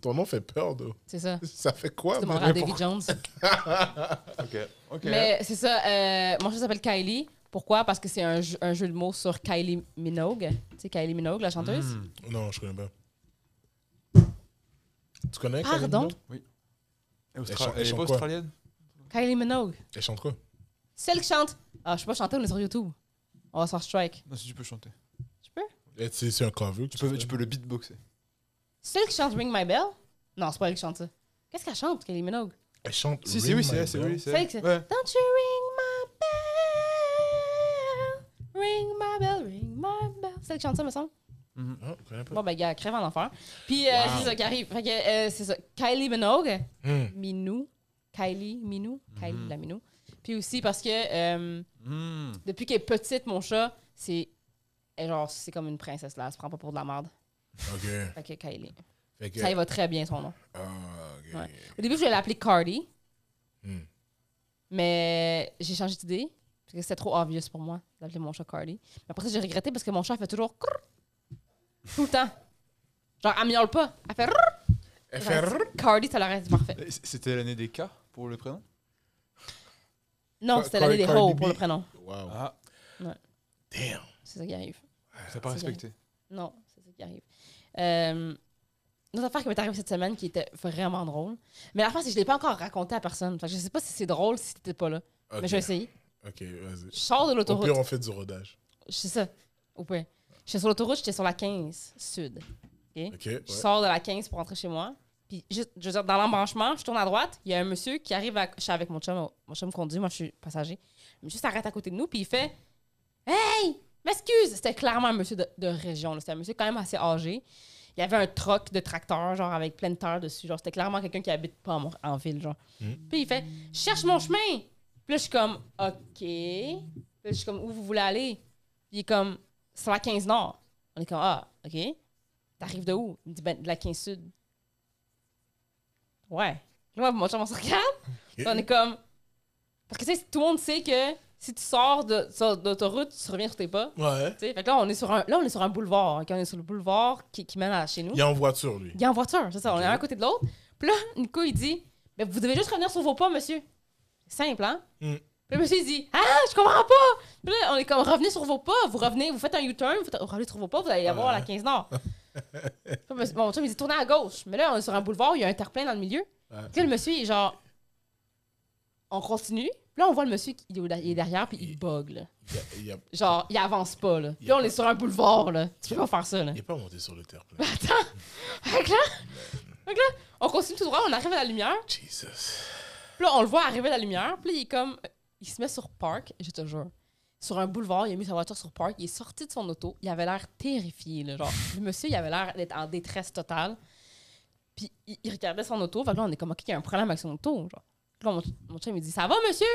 Speaker 1: ton nom fait peur, though.
Speaker 2: C'est ça.
Speaker 1: Ça fait quoi,
Speaker 2: C'est
Speaker 1: man?
Speaker 2: mon à Davy Jones.
Speaker 3: Ok. Ok.
Speaker 2: Mais c'est ça. euh, mon chat s'appelle Kylie. Pourquoi? Parce que c'est un, jeu- un jeu de mots sur Kylie Minogue. Tu sais, Kylie Minogue, la chanteuse.
Speaker 3: Mm.
Speaker 1: Non, je connais pas. Tu connais Kylie
Speaker 2: Pardon?
Speaker 1: Minogue
Speaker 3: Et Austra-
Speaker 1: Elles sont-
Speaker 3: Elle
Speaker 1: elles
Speaker 3: est
Speaker 1: sont
Speaker 3: pas
Speaker 1: quoi
Speaker 3: australienne
Speaker 2: Kylie Minogue.
Speaker 1: Elle chante quoi
Speaker 2: Celle qui chante. Ah, je sais pas chanter, on est sur YouTube. On va se faire strike.
Speaker 3: Non, si tu peux chanter.
Speaker 2: Tu peux?
Speaker 1: Eh, C'est c'est un cover. que
Speaker 3: Tu peux,
Speaker 1: fais.
Speaker 3: tu peux le beatboxer.
Speaker 2: Celle qui chante Ring My Bell? Non, c'est pas elle qui chante ça. Qu'est-ce qu'elle chante, Kylie Minogue?
Speaker 1: Elle chante.
Speaker 3: Si, si,
Speaker 1: Ring My
Speaker 3: oui, c'est elle, c'est
Speaker 1: Bell.
Speaker 3: oui,
Speaker 2: C'est vrai que
Speaker 3: c'est
Speaker 2: c'est-
Speaker 3: elle. Ouais.
Speaker 2: Don't you ring my bell? Ring my bell, ring my bell. Celle qui chante ça, me semble.
Speaker 3: Mhm.
Speaker 1: Ah, je connais pas.
Speaker 2: Bon, ben, gars, crève en enfer. Puis, euh,
Speaker 3: Wow.
Speaker 2: c'est ça qui arrive. Fait que, euh, c'est ça. Kylie Minogue,
Speaker 1: Hmm.
Speaker 2: Minou. Kylie, Minou. Kylie,
Speaker 3: Mhm.
Speaker 2: la Minou. Puis aussi parce que euh,
Speaker 3: Mm.
Speaker 2: depuis qu'elle est petite, mon chat, c'est. elle, Genre, c'est comme une princesse là, elle se prend pas pour de la merde.
Speaker 1: Ok.
Speaker 2: Fait que Kylie.
Speaker 1: Fait que-
Speaker 2: Ça y va très bien son nom.
Speaker 1: Ah, ok.
Speaker 2: Ouais. Au début, je voulais l'appeler Cardi,
Speaker 1: Hmm.
Speaker 2: mais j'ai changé d'idée parce que c'était trop obvious pour moi d'appeler mon chat Cardi. Mais après ça, j'ai regretté parce que mon chat fait toujours crrr tout le temps. Genre, elle miaule pas. Elle fait rrr.
Speaker 1: Elle fait
Speaker 2: Genre,
Speaker 1: rrr.
Speaker 2: Cardi, ça leur reste parfait.
Speaker 3: Et c- C'était l'année des cas pour le prénom
Speaker 2: Non,
Speaker 1: Car-
Speaker 2: c'était l'année des
Speaker 1: Cardi
Speaker 2: hoes
Speaker 1: B.
Speaker 2: pour le prénom.
Speaker 1: Wow.
Speaker 3: Ah,
Speaker 1: Damn.
Speaker 2: C'est ça qui arrive.
Speaker 3: t'as pas
Speaker 2: Ah, C'est
Speaker 3: respecté.
Speaker 2: Non, c'est ça qui arrive. Euh, une autre affaire qui m'est arrivée cette semaine qui était vraiment drôle. Mais l'affaire, c'est que je l'ai pas encore raconté à personne. Fait que je sais pas si c'est drôle si t'étais pas là.
Speaker 1: Ok,
Speaker 2: Mais je vais essayer.
Speaker 1: Ok, vas-y.
Speaker 2: Je sors de
Speaker 1: Au
Speaker 2: l'autoroute.
Speaker 1: pire, on fait du rodage.
Speaker 2: C'est ça. Au pire. J'étais sur l'autoroute, j'étais sur la 15 sud.
Speaker 1: Ok. ouais.
Speaker 2: Je sors de la 15 pour rentrer chez moi. Puis, juste, je veux dire, dans l'embranchement, je tourne à droite. Il y a un monsieur qui arrive à. Je suis avec mon chum. Mon chum conduit, moi, je suis passager. Le monsieur s'arrête à côté de nous, puis il fait Hey, m'excuse. C'était clairement un monsieur de, de région. là. C'était un monsieur quand même assez âgé. Il y avait un troc de tracteur, genre, avec plein de terre dessus. Genre, c'était clairement quelqu'un qui habite pas en, Mont- en ville, genre.
Speaker 1: Mhm.
Speaker 2: Puis, il fait Je cherche mon chemin. Puis là, je suis comme OK. Puis là, je suis comme Où vous voulez aller Puis il est comme Sur la 15 Nord. On est comme Ah, OK. T'arrives de où? Il me dit, ben, de la 15 Sud. Ouais. Là, moi, mon chum, on se regarde.
Speaker 1: Ok.
Speaker 2: Puis on est comme. Parce que, tu sais, tout le monde sait que si tu sors de sur- d'autoroute, tu reviens sur tes pas.
Speaker 1: Ouais.
Speaker 2: Tu sais, fait que là, on est sur un, là, on est sur un boulevard. ok? On est sur le boulevard qui, qui mène à chez nous.
Speaker 1: Il est en voiture, lui.
Speaker 2: Il est en voiture, c'est ça. On est à un côté de l'autre. Puis là, Nico, il dit Mais vous devez juste revenir sur vos pas, monsieur. C'est Simple, hein?
Speaker 1: Mm.
Speaker 2: Puis le monsieur, il dit Ah, je comprends pas! Puis là, on est comme Revenez sur vos pas, vous revenez, vous faites un U-turn, vous faites- revenez sur vos pas, vous allez avoir la 15 Nord. Puis le monsieur- Mon chum, il dit Tournez à gauche. Mais là, on est sur un boulevard, il y a un terre-plein dans le milieu.
Speaker 1: Ouais.
Speaker 2: Puis là, le monsieur, il est genre On continue. Puis là, on voit le monsieur qui il est au- il est derrière, puis il bug, là.
Speaker 1: Il a- Il a-
Speaker 2: Genre, il avance pas, là. Puis
Speaker 1: Il a
Speaker 2: là, on
Speaker 1: pas-
Speaker 2: est sur un boulevard, là. Tu peux pas faire ça, là.
Speaker 1: il est pas monté sur le terre-plein.
Speaker 2: Fait que là, fait que là, on continue tout droit, on arrive à la lumière.
Speaker 1: Jesus.
Speaker 2: Puis là, on le voit arriver à la lumière. Puis là, il est comme. Il se met sur park, je te jure. Sur un boulevard, il a mis sa voiture sur park. Il est sorti de son auto. Il avait l'air terrifié. Là, genre, le monsieur, il avait l'air d'être en détresse totale. Puis il, il regardait son auto. Fait que là, on est comme, OK, il y a un problème avec son auto. Genre. Puis là, mon, mon chum, il dit, Ça va, monsieur?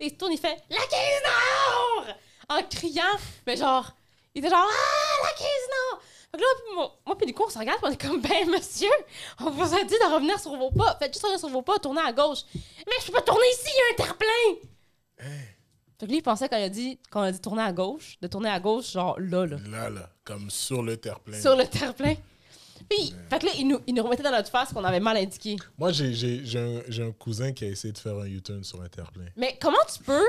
Speaker 2: Et il se tourne, il fait La crise nord! En criant. Mais genre, il était genre, Ah, la crise nord! Fait que là, puis moi, moi puis Nico, on se regarde, puis on est comme, Ben, monsieur, on vous a dit de revenir sur vos pas. Faites juste revenir sur vos pas, tournez à gauche. Mais je peux pas tourner ici, il y a un terre-plein! Fait que lui, il pensait quand il a dit, quand on a dit tourner à gauche, de tourner à gauche, genre là, là,
Speaker 1: Là, là, comme sur le terre-plein.
Speaker 2: sur le terre-plein. Puis, fait que là, il nous, il nous remettait dans notre face qu'on avait mal indiqué.
Speaker 1: Moi, j'ai- j'ai j'ai un, j'ai un cousin qui a essayé de faire un U-turn sur un terre-plein.
Speaker 2: Mais comment tu peux?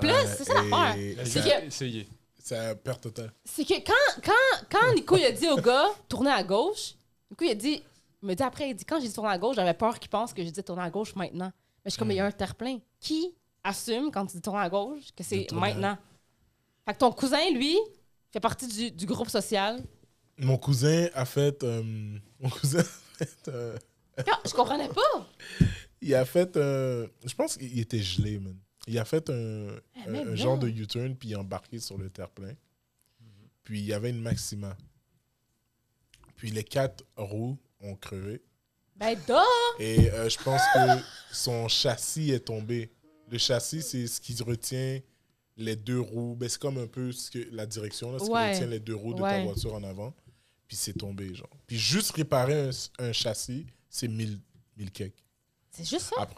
Speaker 2: Puis là,
Speaker 1: Euh,
Speaker 2: c'est ça l'affaire.
Speaker 1: et
Speaker 3: Là,
Speaker 2: C'est
Speaker 1: ça-
Speaker 3: j'ai
Speaker 2: que-
Speaker 3: essayé.
Speaker 1: Ça perd total.
Speaker 2: C'est que quand, quand, quand Nico il a dit au gars, tournez à gauche, Nico il a dit, il me dit après, il dit, quand j'ai dit tourner à gauche, j'avais peur qu'il pense que j'ai dit tourner à gauche maintenant. Mais je suis comme, il y a un terre-plein. Qui assume quand tu dis tourner à gauche que
Speaker 1: De
Speaker 2: c'est
Speaker 1: tourner à-
Speaker 2: maintenant? Fait que ton cousin, lui, fait partie du, du groupe social.
Speaker 1: Mon cousin a fait. euh, mon cousin a fait. euh,
Speaker 2: Ah, je comprenais pas.
Speaker 1: il a fait. euh, je pense qu'il était gelé, man. Il a fait un,
Speaker 2: Ah,
Speaker 1: un-
Speaker 2: mais
Speaker 1: un
Speaker 2: non.
Speaker 1: genre de U-turn, puis il est embarqué sur le terre-plein. Puis il y avait une Maxima. Puis les quatre roues ont crevé.
Speaker 2: Ben, da!
Speaker 1: Et euh, je pense que son châssis est tombé. Le châssis, c'est ce qui retient les deux roues. Ben, c'est comme un peu ce que, la direction, là, ce
Speaker 2: Ouais.
Speaker 1: qui retient les deux roues de ta
Speaker 2: Ouais.
Speaker 1: voiture en avant. Puis c'est tombé, genre. Puis juste réparer un, un châssis, c'est 1000 1000 cakes.
Speaker 2: C'est juste ça.
Speaker 1: Après.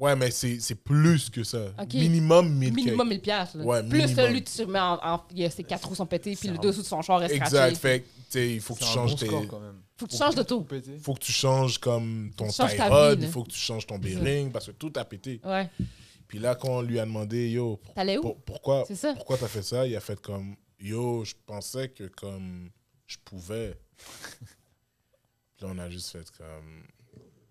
Speaker 1: Ouais, mais c'est c'est plus que ça.
Speaker 2: Ok.
Speaker 1: Minimum 1000 cakes.
Speaker 2: Minimum 1000 piastres. là.
Speaker 1: Ouais,
Speaker 2: Plus
Speaker 1: minimum.
Speaker 2: là, lui, tu mets en, en- il y a ses quatre roues sont pétées, puis
Speaker 3: C'est
Speaker 2: le
Speaker 3: un-
Speaker 2: dessous de son char est
Speaker 1: Exact.
Speaker 2: scratché.
Speaker 1: Fait que, tu sais, il faut que
Speaker 3: C'est
Speaker 1: tu
Speaker 3: un
Speaker 1: changes
Speaker 3: bon
Speaker 1: tes-
Speaker 3: score, quand même.
Speaker 2: Faut que tu changes de
Speaker 3: Tout
Speaker 2: tout.
Speaker 3: pété.
Speaker 1: faut que tu changes comme ton
Speaker 2: Tu changes
Speaker 1: tie
Speaker 2: ta
Speaker 1: rod,
Speaker 2: vie,
Speaker 1: il
Speaker 2: là.
Speaker 1: faut que tu changes ton
Speaker 2: C'est ça.
Speaker 1: bearing parce que tout a pété.
Speaker 2: Ouais.
Speaker 1: Puis là, quand on lui a demandé, yo, pour-
Speaker 2: T'allais où?
Speaker 1: pour- pourquoi,
Speaker 2: C'est ça.
Speaker 1: pourquoi t'as fait ça, il a fait comme, yo, je pensais que comme je pouvais. Puis là, on a juste fait comme.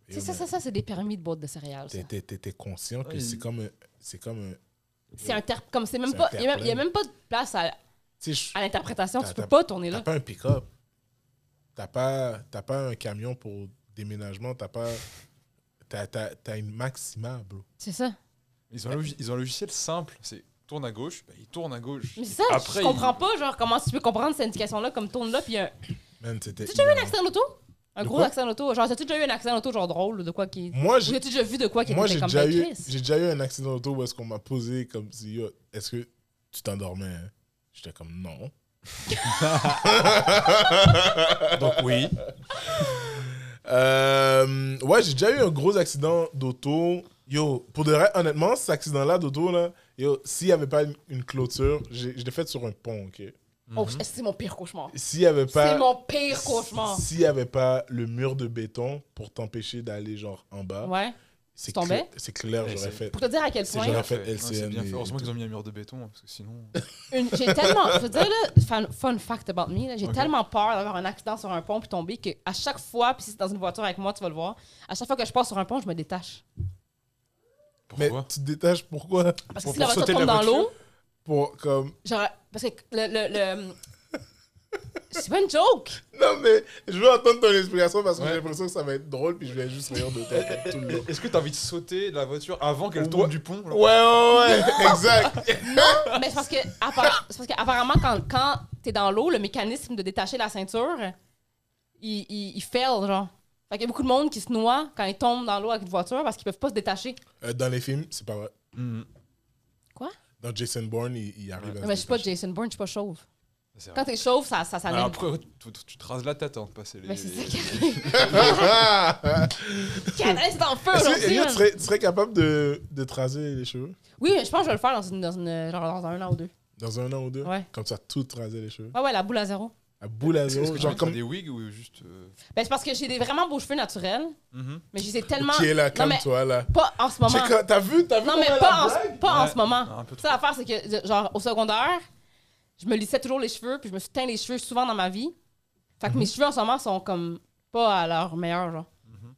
Speaker 1: Yo,
Speaker 2: C'est ça,
Speaker 1: mais
Speaker 2: ça, ça, c'est des permis de boîte de céréales. ça.
Speaker 1: t'es- t'es- T'étais conscient que
Speaker 3: Ouais,
Speaker 1: c'est
Speaker 3: il-
Speaker 1: comme un. C'est comme un.
Speaker 2: C'est un terre. Comme c'est même
Speaker 1: C'est
Speaker 2: pas.
Speaker 1: un
Speaker 2: Il n'y a,
Speaker 1: terre-plein.
Speaker 2: y a même pas de place à,
Speaker 1: Tu sais, je-
Speaker 2: à l'interprétation.
Speaker 1: T'as-
Speaker 2: Tu peux
Speaker 1: t'as-
Speaker 2: pas tourner
Speaker 1: t'as
Speaker 2: là.
Speaker 1: pas un pick-up. T'as pas, t'as pas un camion pour déménagement. T'as pas. T'as t'as- t'as une Maxima, bro.
Speaker 2: C'est ça.
Speaker 3: Ils ont, un logi- ils ont un logiciel simple, c'est tourne à gauche, bah, il tourne à gauche.
Speaker 2: Mais c'est ça,
Speaker 3: Après,
Speaker 2: je comprends
Speaker 3: il-
Speaker 2: pas, genre, comment tu peux comprendre cette indication-là comme tourne là, puis un.
Speaker 1: Man, c'était.
Speaker 2: T'as déjà eu un
Speaker 1: hilarant.
Speaker 2: accident d'auto Un
Speaker 1: De
Speaker 2: gros
Speaker 1: quoi?
Speaker 2: accident d'auto. Genre, t'as-tu déjà eu un accident d'auto, genre drôle, ou de quoi qui.
Speaker 1: Moi,
Speaker 2: Ou
Speaker 1: j'ai.
Speaker 2: as-tu déjà vu de quoi qui
Speaker 1: Moi,
Speaker 2: était
Speaker 1: j'ai
Speaker 2: comme
Speaker 1: déjà,
Speaker 2: ben,
Speaker 1: eu,
Speaker 2: Chris?
Speaker 1: j'ai déjà eu un accident d'auto où est-ce qu'on m'a posé comme si, Yo, est-ce que tu t'endormais? hein? J'étais comme, non.
Speaker 3: Donc oui,
Speaker 1: Euh, ouais, j'ai déjà eu un gros accident d'auto. Yo, pour de vrai, honnêtement, cet accident-là d'auto, là, yo, s'il n'y avait pas une, une clôture, j'ai- je l'ai fait sur un pont, ok?
Speaker 3: Mhm.
Speaker 2: Oh,
Speaker 1: Mhm.
Speaker 2: c'est mon pire cauchemar.
Speaker 1: S'il n'y avait pas...
Speaker 2: C'est mon pire cauchemar.
Speaker 1: S'il n'y avait pas le mur de béton pour t'empêcher d'aller, genre, en bas,
Speaker 2: Ouais.
Speaker 1: c'est,
Speaker 2: Tu tombais
Speaker 1: clair, c'est clair,
Speaker 3: Ouais,
Speaker 1: j'aurais
Speaker 3: c'est-
Speaker 1: fait...
Speaker 2: Pour te dire à quel point.
Speaker 1: J'aurais
Speaker 3: Bien
Speaker 1: fait
Speaker 3: Non, c'est
Speaker 1: LCN
Speaker 3: bien
Speaker 1: et
Speaker 3: fait. Heureusement
Speaker 1: tout.
Speaker 3: qu'ils ont mis un mur de béton, hein, parce que sinon.
Speaker 2: Une- J'ai tellement, je veux dire là, fun, fun fact about me, là, j'ai
Speaker 3: Ok.
Speaker 2: tellement peur d'avoir un accident sur un pont puis tomber que à chaque fois, puis si c'est dans une voiture avec moi, tu vas le voir, à chaque fois que je passe sur un pont, je me détache.
Speaker 1: Mais
Speaker 3: Pourquoi
Speaker 1: tu te détaches, pourquoi?
Speaker 2: Parce que
Speaker 3: Pour-
Speaker 2: si la
Speaker 3: pour
Speaker 2: voiture
Speaker 3: sauter de
Speaker 2: tombe
Speaker 3: la
Speaker 2: dans l'eau,
Speaker 1: Pour, comme...
Speaker 2: genre, parce que le, le, le- c'est pas une joke.
Speaker 1: Non, mais je veux entendre ton explication parce que
Speaker 3: Ouais.
Speaker 1: j'ai l'impression que ça va être drôle, puis je vais juste rire de toi tout le long.
Speaker 3: Est-ce que t'as envie de sauter de la voiture avant qu'elle
Speaker 1: Ouais.
Speaker 3: tombe du pont là
Speaker 1: Ouais, ouais, ouais, exact.
Speaker 2: Mais c'est parce que appara- c'est parce qu'apparemment quand quand t'es dans l'eau, le mécanisme de détacher la ceinture, il il, il fail genre. Fait qu'il y a beaucoup de monde qui se noie quand ils tombent dans l'eau avec une voiture parce qu'ils peuvent pas se détacher.
Speaker 1: Euh, dans les films, c'est pas vrai.
Speaker 3: Mhm.
Speaker 1: Dans Jason Bourne, il, il arrive à
Speaker 2: Mais je
Speaker 1: se
Speaker 2: suis pas
Speaker 1: détacher.
Speaker 2: Jason Bourne, je suis pas chauve.
Speaker 3: C'est vrai.
Speaker 2: Quand t'es chauve, ça, ça, ça
Speaker 3: Alors
Speaker 2: l'aime.
Speaker 3: après, tu, tu- tu te rases la tête avant de passer les.
Speaker 2: Mais c'est ça
Speaker 3: les-
Speaker 2: qui
Speaker 3: les-
Speaker 2: Canal, c'est en feu
Speaker 1: Ah! Est-ce que
Speaker 2: aujourd'hui.
Speaker 1: Elliot,
Speaker 2: hein.
Speaker 1: tu serais, tu serais capable de, de traser les cheveux
Speaker 2: Oui, je pense que je vais le faire dans, une, dans, une, genre dans un an ou deux.
Speaker 1: dans un an ou deux
Speaker 2: Ouais.
Speaker 1: Comme ça, tout traser les cheveux.
Speaker 2: Ouais, ouais, la boule à zéro.
Speaker 1: À boule à
Speaker 3: Est-ce que
Speaker 1: zéro,
Speaker 3: tu
Speaker 1: genre
Speaker 3: mets
Speaker 1: comme
Speaker 3: des wigs ou juste. euh,
Speaker 2: Ben, c'est parce que j'ai des vraiment beaux cheveux naturels,
Speaker 3: mhm.
Speaker 2: mais j'ai tellement.
Speaker 1: qui est là,
Speaker 2: Non, mais-
Speaker 1: calme-toi là.
Speaker 2: Pas en ce moment.
Speaker 1: Check- euh, T'as vu, t'as vu
Speaker 2: Non,
Speaker 1: comment
Speaker 2: mais
Speaker 1: elle
Speaker 2: pas, en,
Speaker 1: a-
Speaker 2: ce- pas en
Speaker 3: Ouais,
Speaker 2: ce moment.
Speaker 3: Un peu trop.
Speaker 2: Ça, l'affaire, c'est que, genre, au secondaire, je me lissais toujours les cheveux, puis je me suis teint les cheveux souvent dans ma vie. Fait que mes cheveux en ce moment sont comme pas à leur meilleur, genre.
Speaker 3: Mhm.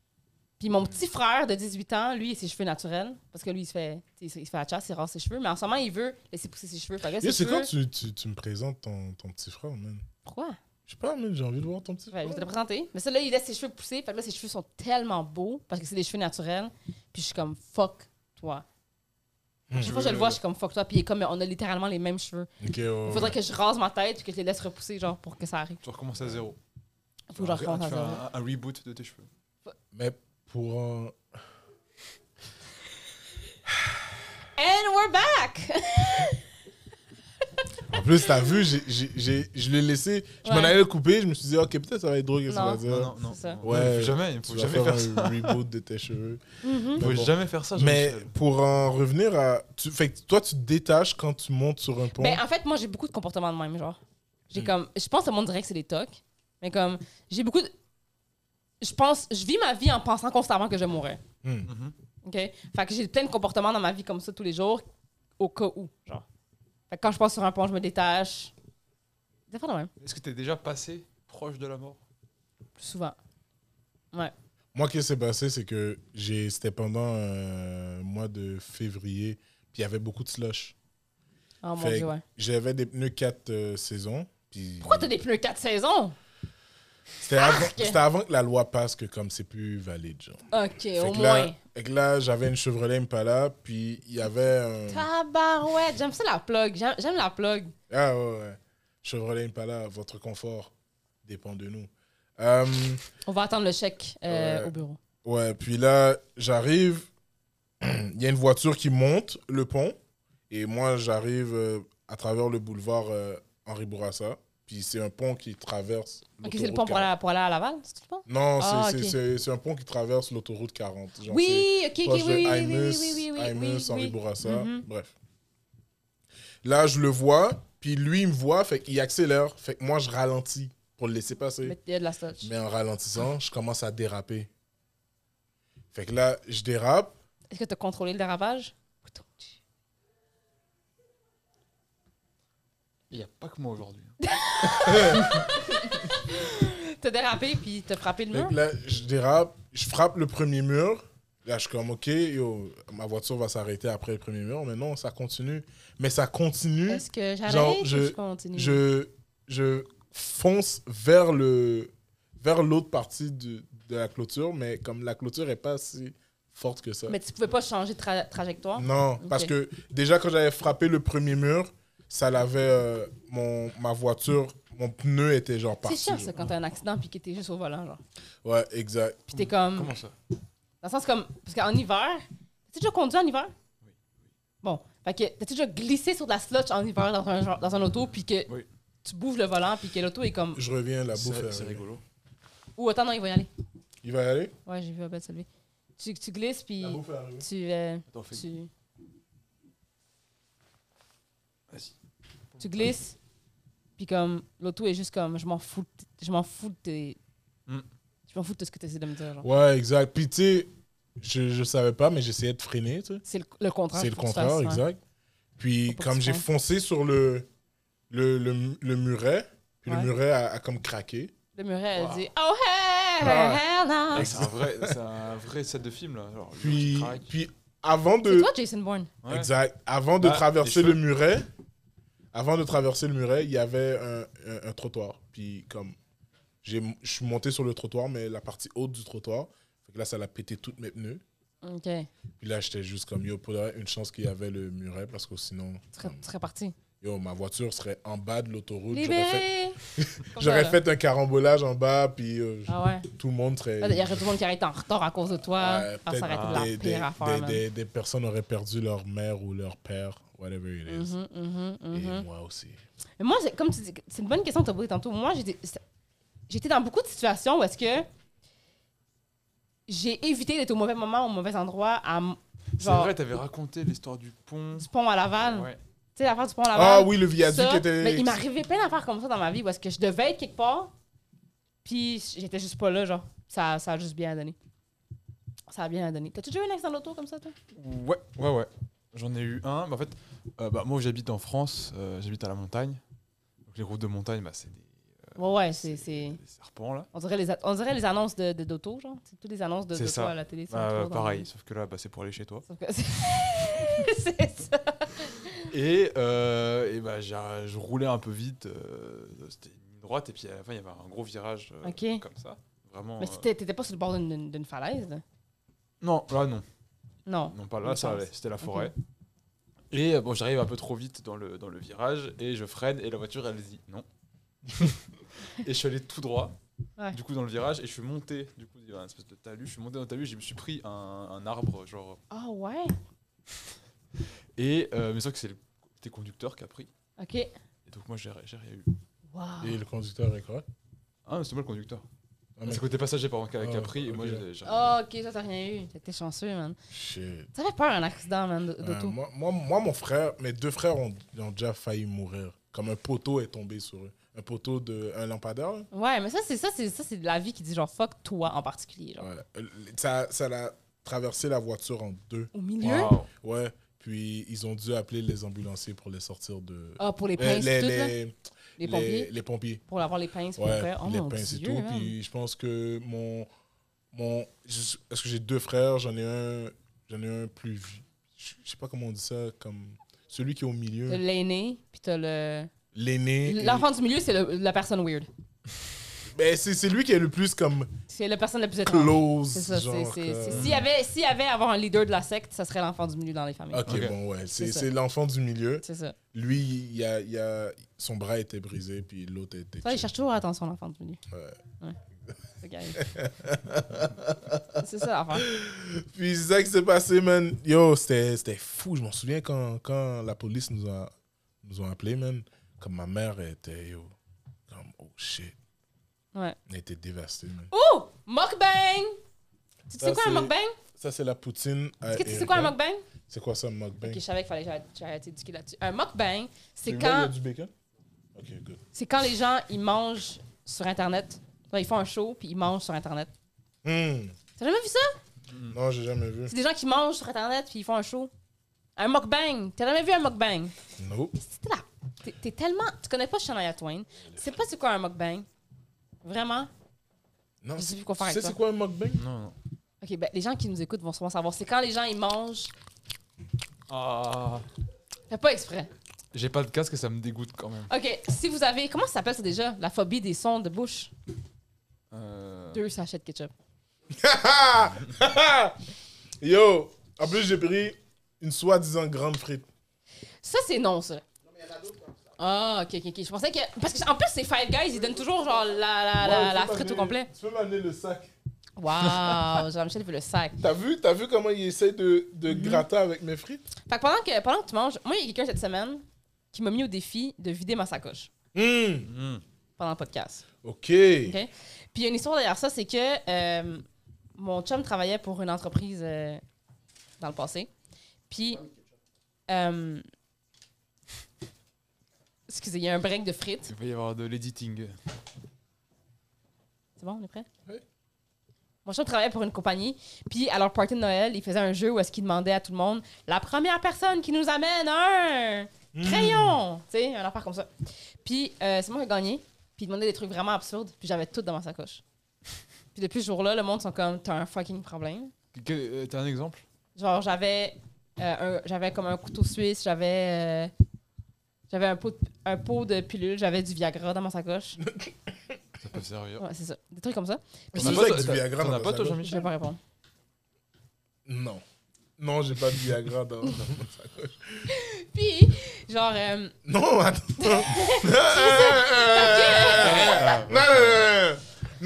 Speaker 2: Puis mon petit frère de 18 ans, lui, il a ses cheveux naturels, parce que lui, il se fait, il se il se fait la chasse, il rase ses cheveux, mais en ce moment, il veut laisser pousser ses cheveux. Fait que là,
Speaker 1: Yo,
Speaker 2: ses
Speaker 1: C'est
Speaker 2: cheveux...
Speaker 1: quand tu, tu, tu me présentes ton, ton petit frère, man
Speaker 2: Pourquoi?
Speaker 1: Je sais pas, man, j'ai envie de voir ton petit
Speaker 2: Ouais,
Speaker 1: frère.
Speaker 2: je vais te le présenter. Mais ça, là, il laisse ses cheveux pousser. Fait que là, ses cheveux sont tellement beaux parce que c'est des cheveux naturels. Puis je suis comme, fuck toi.
Speaker 1: Hmm.
Speaker 2: Chaque fois que je le vois, je suis comme, fuck toi. Puis il est comme, on a littéralement les mêmes cheveux.
Speaker 1: Ok, ouais,
Speaker 2: Il
Speaker 1: ouais.
Speaker 2: faudrait que je rase ma tête puis que je les laisse repousser, genre, pour que ça arrive.
Speaker 3: Tu recommences à zéro.
Speaker 2: Faut que je
Speaker 3: Tu fais
Speaker 2: recommence
Speaker 3: un-
Speaker 2: à
Speaker 3: tu fais
Speaker 2: zéro.
Speaker 3: un- un reboot de tes cheveux.
Speaker 1: Mais pour un.
Speaker 2: And we're back!
Speaker 1: En plus, t'as vu, j'ai- j'ai- j'ai- je l'ai laissé. Je m'en
Speaker 2: Ouais.
Speaker 1: allais le couper. Je me suis dit, ok, peut-être ça va être drôle. qu'est-ce que ça
Speaker 2: Non.
Speaker 1: va dire.
Speaker 3: Non, non, non.
Speaker 2: c'est ça.
Speaker 3: non,
Speaker 1: Ouais.
Speaker 3: il faut jamais, il
Speaker 1: Tu
Speaker 3: faut
Speaker 1: vas
Speaker 3: jamais
Speaker 1: faire
Speaker 3: faire ça.
Speaker 1: un reboot de tes cheveux.
Speaker 2: Mhm.
Speaker 3: Il faut
Speaker 1: Mais bon.
Speaker 3: jamais faire ça.
Speaker 1: Mais
Speaker 3: Jean-Michel.
Speaker 1: pour en revenir à. Tu, fait que toi, tu te détaches quand tu montes sur un pont.
Speaker 2: Ben, en fait, moi, j'ai beaucoup de comportements de même, genre. J'ai
Speaker 1: Hmm.
Speaker 2: comme, je pense que le monde dirait que c'est des tocs. Mais comme, j'ai beaucoup de. Je pense, je vis ma vie en pensant constamment que je mourrais.
Speaker 1: Hmm.
Speaker 3: Mhm.
Speaker 2: OK? Fait que j'ai plein de comportements dans ma vie comme ça tous les jours, au cas où, genre. Fait que quand je passe sur un pont, je me détache. Des fois, de même,
Speaker 3: Est-ce que t'es déjà passé proche de la mort
Speaker 2: plus souvent.
Speaker 1: Moi, qu'est-ce qui s'est passé, c'est que j'ai c'était pendant euh, mois de février, puis il y avait beaucoup de slush.
Speaker 2: Oh mon
Speaker 1: Fait
Speaker 2: dieu,
Speaker 1: que-
Speaker 2: ouais.
Speaker 1: J'avais des pneus 4 saisons. Puis
Speaker 2: Pourquoi t'as des pneus 4 saisons?
Speaker 1: C'était avant, c'était avant que la loi passe que comme c'est plus valide, genre.
Speaker 2: OK,
Speaker 1: Fait
Speaker 2: au
Speaker 1: que là-
Speaker 2: moins.
Speaker 1: Fait que là, j'avais une Chevrolet Impala, puis il y avait un...
Speaker 2: Tabarouette, j'aime ça la plug. J'aime j'aime la plug.
Speaker 1: Ah ouais, ouais. Chevrolet Impala, votre confort dépend de nous. Euh,
Speaker 2: On va attendre le chèque euh,
Speaker 1: Ouais.
Speaker 2: au bureau.
Speaker 1: ouais, puis là, j'arrive, il y a une voiture qui monte le pont, et moi, j'arrive euh, à travers le boulevard euh, Henri Bourassa, puis c'est un pont qui traverse
Speaker 2: OK, c'est le
Speaker 1: l'autoroute
Speaker 2: pont pour
Speaker 1: 40.
Speaker 2: aller, pour aller à Laval, c'est le pont?
Speaker 1: Non, c'est,
Speaker 2: Ah,
Speaker 1: c'est-
Speaker 2: ok.
Speaker 1: c'est- c'est un pont qui traverse l'autoroute 40. genre, c'est-
Speaker 2: Oui, OK, OK, oui,
Speaker 1: proche de
Speaker 2: oui, oui,
Speaker 1: Imus,
Speaker 2: oui, oui, oui, oui,
Speaker 1: Imus,
Speaker 2: oui,
Speaker 1: Henri
Speaker 2: oui.
Speaker 1: Bourassa,
Speaker 2: Mhm.
Speaker 1: bref. Là, je le vois, puis lui, il me voit, fait qu'il accélère, fait que moi, je ralentis pour le laisser passer.
Speaker 2: Mais Il y a de la stoche.
Speaker 1: Mais en ralentissant, je commence à déraper. Fait que là, je dérape,
Speaker 2: Est-ce que t'as contrôlé le dérapage?
Speaker 3: Il n'y a pas que moi aujourd'hui. hein.
Speaker 2: T'as dérapé puis t'as frappé le
Speaker 1: fait
Speaker 2: mur?
Speaker 1: que là, je dérape, je frappe le premier mur. Là, je suis comme, OK, yo, ma voiture va s'arrêter après le premier mur, mais non, ça continue. Mais ça continue.
Speaker 2: Est-ce que j'arrête
Speaker 1: Genre,
Speaker 2: ou
Speaker 1: je-
Speaker 2: je continue?
Speaker 1: je, je fonce vers le vers l'autre partie du- de la clôture, mais comme la clôture est pas si forte que ça.
Speaker 2: Mais tu pouvais pas changer de tra- trajectoire?
Speaker 1: Non, parce
Speaker 2: Ok.
Speaker 1: que déjà quand j'avais frappé le premier mur, ça l'avait euh, mon ma voiture, mon pneu était genre
Speaker 2: C'est
Speaker 1: parti.
Speaker 2: chiant ça
Speaker 1: genre.
Speaker 2: quand t'as un accident puis que t'es juste au volant genre.
Speaker 1: Ouais, exact.
Speaker 2: Puis t'es comme
Speaker 3: Comment ça
Speaker 2: dans le sens comme parce qu'en hiver, t'as déjà conduit en hiver
Speaker 3: Oui.
Speaker 2: Bon, fait que t'as déjà glissé sur de la slotch en hiver dans un genre- dans un auto puis que
Speaker 3: Oui.
Speaker 2: tu bouges le volant puis que l'auto est comme
Speaker 1: Je reviens la bouffe.
Speaker 3: C'est
Speaker 1: est
Speaker 3: c'est
Speaker 1: arrivée.
Speaker 3: rigolo.
Speaker 2: ou attends non, il va y aller.
Speaker 1: Il va y aller
Speaker 2: Ouais, j'ai vu Abed se lever. Tu, tu glisses puis
Speaker 1: La bouffe est arrivée.
Speaker 2: tu euh,
Speaker 3: Attends, fais-
Speaker 2: tu
Speaker 3: Vas-y.
Speaker 2: tu glisses puis comme l'auto est juste comme je m'en fous de t- je m'en fous de tes-
Speaker 3: Mm.
Speaker 2: je m'en fous de tout ce que t'essaies de me dire genre.
Speaker 1: Ouais, exact. Puis tu sais, je, je savais pas, mais j'essayais de freiner, tu sais.
Speaker 2: C'est le, le contraire.
Speaker 1: C'est le
Speaker 2: faut que tu
Speaker 1: contraire,
Speaker 2: fasses, ouais.
Speaker 1: exact.
Speaker 2: Faut
Speaker 1: Puis
Speaker 2: pas que
Speaker 1: comme
Speaker 2: tu
Speaker 1: j'ai
Speaker 2: fasses.
Speaker 1: foncé sur le, le, le, le muret, puis
Speaker 2: Ouais.
Speaker 1: le muret a, a comme craqué.
Speaker 2: Le muret,
Speaker 3: Wow.
Speaker 2: elle dit Oh, hey,
Speaker 1: Ah ouais.
Speaker 2: hell no.
Speaker 3: Eh, C'est un vrai, c'est un vrai set de film là. Genre,
Speaker 1: Puis,
Speaker 3: je craque.
Speaker 1: puis avant
Speaker 2: C'est
Speaker 1: de...
Speaker 2: toi, Jason Bourne.
Speaker 3: Ouais.
Speaker 1: Exact. Avant de
Speaker 3: Bah,
Speaker 1: traverser le
Speaker 3: les cheveux.
Speaker 1: muret, avant de traverser le muret, il y avait un, un- un trottoir. Puis comme j'ai- je suis monté sur le trottoir, mais la partie haute du trottoir, fait que là, ça l'a pété toutes mes pneus.
Speaker 2: Ok, tu
Speaker 1: Puis là, j'étais juste comme, yo, pour de vrai, une chance qu'il y avait le muret, parce que sinon,
Speaker 2: serais, tu serais parti.
Speaker 1: yo, ma voiture serait en bas de l'autoroute. J'aurais fait-
Speaker 2: Libéré Comme
Speaker 1: J'aurais
Speaker 2: ça, là.
Speaker 1: fait un carambolage en bas, puis euh,
Speaker 2: Ah ouais.
Speaker 1: tout le monde serait.
Speaker 2: Il y aurait tout le monde qui aurait été en retard à cause de toi.
Speaker 1: Euh. Ouais,
Speaker 2: Ah, ça aurait été
Speaker 1: peut-être
Speaker 2: la
Speaker 1: des,
Speaker 2: pire
Speaker 1: des-
Speaker 2: affaire.
Speaker 1: des-
Speaker 2: man.
Speaker 1: des-
Speaker 2: Mm-hmm,
Speaker 1: des personnes auraient perdu leur mère ou leur père, whatever it is.
Speaker 2: Mhm, mhm, mhm.
Speaker 1: Et moi aussi.
Speaker 2: Mais moi, c'est- comme tu dis, c'est une bonne question que tu as posée tantôt. Moi, j'étais- c'est- j'étais dans beaucoup de situations où est-ce que j'ai évité d'être au mauvais moment, au mauvais endroit, à, m-
Speaker 3: C'est
Speaker 2: genre, Ah.
Speaker 3: vrai, t'avais raconté l'histoire du pont.
Speaker 2: du pont à Laval.
Speaker 3: Ouais.
Speaker 2: Tu sais, l'affaire du pont à Laval.
Speaker 1: Ah oui, le viaduc
Speaker 2: Ça,
Speaker 1: était.
Speaker 2: Mais il m'arrivait plein d'affaires comme ça dans ma vie où est-ce que je devais être quelque part, puis j'étais juste pas là, genre. Ça, ça a juste bien donné. Ça a bien donné. T'as-tu déjà eu un accident d'auto comme ça, toi?
Speaker 3: Ouais, ouais, ouais. J'en ai eu un. Mais en fait, euh, bah, moi, j'habite en France, euh, j'habite à la montagne. Donc, les routes de montagne, bah, c'est des,
Speaker 2: Ouais, ouais, Ah, c'est. c'est-
Speaker 3: des serpents, là.
Speaker 2: On dirait, les, a- on dirait les annonces de, de- d'auto, genre. C'est Ah, euh, toutes les annonces de,
Speaker 3: C'est
Speaker 2: d'auto
Speaker 3: ça.
Speaker 2: à la télé. c'est
Speaker 3: Bah,
Speaker 2: trop dans-
Speaker 3: pareil, sauf que là, bah, c'est pour aller chez toi.
Speaker 2: Sauf que c'est c'est ça.
Speaker 3: Et, euh, et bah, j'ai- je roulais un peu vite. euh, C'était une ligne droite, et puis à la fin, il y avait un gros virage euh,
Speaker 2: Ok.
Speaker 3: comme ça. Vraiment.
Speaker 2: Mais
Speaker 3: euh,
Speaker 2: si t'étais t'étais pas sur le bord d'une- d'une d'une falaise, là.
Speaker 3: Non, là, non.
Speaker 2: Non.
Speaker 3: Non, pas
Speaker 2: Dans le
Speaker 3: là, ça
Speaker 2: sens.
Speaker 3: allait, c'était la forêt. Et euh, bon, j'arrive un peu trop vite dans le, dans le virage et je freine et la voiture elle dit non. et je suis allé tout droit,
Speaker 2: Ouais.
Speaker 3: du coup dans le virage et je suis monté, du coup il y avait un espèce de talus, je suis monté dans le talus, je me suis pris un, un arbre genre.
Speaker 2: Ah ouais?
Speaker 3: Et euh, mais sauf que c'est le côté conducteur qui a pris.
Speaker 2: Ok.
Speaker 3: Et donc moi j'ai j'ai rien eu.
Speaker 2: Wow.
Speaker 1: Et le conducteur est correct.
Speaker 3: Ah, mais c'est moi le conducteur.
Speaker 1: Ah, mais-
Speaker 3: C'est le côté passager par exemple qui a- qui a
Speaker 1: Ah,
Speaker 3: pris et moi
Speaker 1: ok.
Speaker 3: j'ai j'ai rien eu.
Speaker 2: Ah, ok, toi t'as rien eu. T'étais chanceux, man.
Speaker 1: Shit.
Speaker 2: Ça fait peur un accident, man, d-
Speaker 1: Euh,
Speaker 2: d'auto.
Speaker 1: moi, moi, moi, mon frère, mes deux frères ont, ont déjà failli mourir. Comme un poteau est tombé sur eux. Un poteau de un lampadaire. là.
Speaker 2: Ouais, mais ça, c'est ça, c'est ça, c'est de la vie qui dit genre fuck toi en particulier. Genre.
Speaker 1: Ouais. Euh, Ça, ça l'a traversé la voiture en deux.
Speaker 2: Au milieu?
Speaker 3: Waouh.
Speaker 1: Ouais. Puis ils ont dû appeler les ambulanciers pour les sortir de.
Speaker 2: Ah, pour les
Speaker 1: Euh,
Speaker 2: pinces,
Speaker 1: les,
Speaker 2: tout, là.
Speaker 1: les,
Speaker 2: Les
Speaker 1: les-
Speaker 2: pompiers.
Speaker 1: les pompiers.
Speaker 2: Pour avoir les pinces, pour
Speaker 1: Ouais,
Speaker 2: faire. Oh
Speaker 1: les
Speaker 2: mon
Speaker 1: pinces et
Speaker 2: Dieu,
Speaker 1: tout.
Speaker 2: man.
Speaker 1: Puis je pense que mon. mon je- parce que j'ai deux frères, j'en ai un. J'en ai un plus. vi- Je je sais pas comment on dit ça, comme. Celui qui est au
Speaker 2: T'as
Speaker 1: milieu,
Speaker 2: l'aîné, puis t'as le.
Speaker 1: l'aîné. euh, et-
Speaker 2: L'enfant du milieu, c'est le- la personne weird.
Speaker 1: Ben, c'est c'est lui qui est le plus comme
Speaker 2: C'est la personne la plus étrange.
Speaker 1: close.
Speaker 2: C'est ça, c'est.
Speaker 1: genre
Speaker 2: c'est-
Speaker 1: que-
Speaker 2: c'est- S'il y, avait, s'il y avait à avoir un leader de la secte, ça serait l'enfant du milieu dans les familles.
Speaker 1: Ok,
Speaker 3: Ok.
Speaker 1: bon, ouais.
Speaker 2: C'est
Speaker 1: C'est
Speaker 2: ça.
Speaker 1: c'est l'enfant du milieu.
Speaker 2: C'est ça.
Speaker 1: Lui, il y a, il y a- son bras était brisé, puis l'autre était.
Speaker 2: Ça, il
Speaker 1: chill.
Speaker 2: cherche toujours attention, l'enfant du milieu. Ouais. C'est carré. c'est ça l'enfant.
Speaker 1: Puis c'est ça qui s'est passé, man. Yo, c'était c'était fou. Je m'en souviens quand, quand la police nous a, nous ont appelé, man. Comme ma mère était, yo. Comme, oh shit.
Speaker 2: Ouais.
Speaker 1: Elle était dévastée, man.
Speaker 2: Ouh! Oh! Mukbang! Tu sais
Speaker 1: Ça,
Speaker 2: quoi un
Speaker 1: c'est-
Speaker 2: mukbang?
Speaker 1: Ça, c'est la poutine. à
Speaker 2: Est-ce que tu sais
Speaker 1: Erika.
Speaker 2: quoi un mukbang?
Speaker 1: C'est quoi ça, un mukbang?
Speaker 2: Ok, je savais qu'il fallait que j'arrête- j'arrête d'éduquer là-dessus. Un mukbang, c'est
Speaker 1: Celui-là, il y a
Speaker 2: quand,
Speaker 1: du bacon? Ok, good.
Speaker 2: c'est quand les gens ils mangent sur Internet. Genre, ils font un show puis ils mangent sur Internet.
Speaker 1: Hmm.
Speaker 2: T'as jamais vu ça?
Speaker 1: Non, j'ai jamais vu.
Speaker 2: C'est des gens qui mangent sur Internet puis ils font un show. Un mukbang. T'as jamais vu un mukbang?
Speaker 1: Nope.
Speaker 2: C'était là. T'es, t'es tellement. Tu connais pas Shania Twain. Tu sais pas c'est quoi un mukbang. Vraiment?
Speaker 1: Non,
Speaker 2: Je sais
Speaker 1: c'est-
Speaker 2: plus quoi faire
Speaker 1: Tu sais,
Speaker 2: avec
Speaker 1: c'est
Speaker 2: ça.
Speaker 1: quoi un mukbang?
Speaker 3: Non, non.
Speaker 2: Ok, ben les gens qui nous écoutent vont sûrement savoir. C'est quand les gens ils mangent.
Speaker 3: Ah,
Speaker 2: Fais pas exprès.
Speaker 3: j'ai pas de casque et ça me dégoûte quand même.
Speaker 2: Ok, si vous avez. Comment ça s'appelle ça déjà? La phobie des sons de bouche.
Speaker 3: Euh,
Speaker 2: Deux sachets de ketchup.
Speaker 1: Yo, en plus, j'ai pris une soi-disant grande frite.
Speaker 2: Ça, c'est non, ça. Ah, ok, ok, ok. Je pensais que. Parce que, en plus, c'est Five Guys, ils donnent toujours genre la, Ah, la, la,
Speaker 1: Ouais,
Speaker 2: la
Speaker 1: tu peux
Speaker 2: frite au
Speaker 1: m'amener-
Speaker 2: complet.
Speaker 1: Tu peux m'amener le sac.
Speaker 2: Waouh, Jean-Michel veut le sac.
Speaker 1: T'as vu, t'as vu comment il essaie de, de
Speaker 2: Mhm.
Speaker 1: gratter avec mes frites?
Speaker 2: Fait que pendant que, pendant que tu manges, moi, il y a quelqu'un cette semaine qui m'a mis au défi de vider ma sacoche
Speaker 1: Hum,
Speaker 3: hmm.
Speaker 2: pendant le podcast.
Speaker 1: Ok.
Speaker 2: OK? Puis il y a une histoire derrière ça, c'est que euh, mon chum travaillait pour une entreprise euh, dans le passé. Puis. euh, excusez, il y a un break de frites.
Speaker 3: Il va y avoir de l'editing.
Speaker 2: C'est bon, on est prêt?
Speaker 1: Oui.
Speaker 2: Mon chum travaillait pour une compagnie, puis à leur party de Noël, il faisait un jeu où est-ce qu'il demandait à tout le monde la première personne qui nous amène un
Speaker 1: Hmm.
Speaker 2: crayon, tu sais, un affaire comme ça. Puis euh, c'est moi qui ai gagné, puis il demandait des trucs vraiment absurdes, puis j'avais tout dans ma sacoche. puis depuis ce jour-là, le monde sont comme t'as un fucking problème.
Speaker 3: Que- euh, T'as un exemple
Speaker 2: Genre j'avais euh, un- j'avais comme un couteau suisse, j'avais euh, j'avais un pot de, un pot de pilule, j'avais du Viagra dans ma sacoche.
Speaker 3: Ça peut servir.
Speaker 2: Ouais, c'est ça, des trucs comme ça.
Speaker 1: C'est
Speaker 3: T'en as
Speaker 1: ça
Speaker 3: pas,
Speaker 1: avec du
Speaker 3: t'as-
Speaker 1: Viagra
Speaker 3: T'en
Speaker 1: dans
Speaker 3: as
Speaker 1: ta
Speaker 3: pas, toi,
Speaker 1: sacoche
Speaker 2: Je vais
Speaker 3: Jean-Michel
Speaker 2: pas répondre.
Speaker 1: Non. Non, j'ai pas de Viagra dans, dans mon sacoche.
Speaker 2: Puis genre euh,
Speaker 1: Non, attends. non, non, non, non.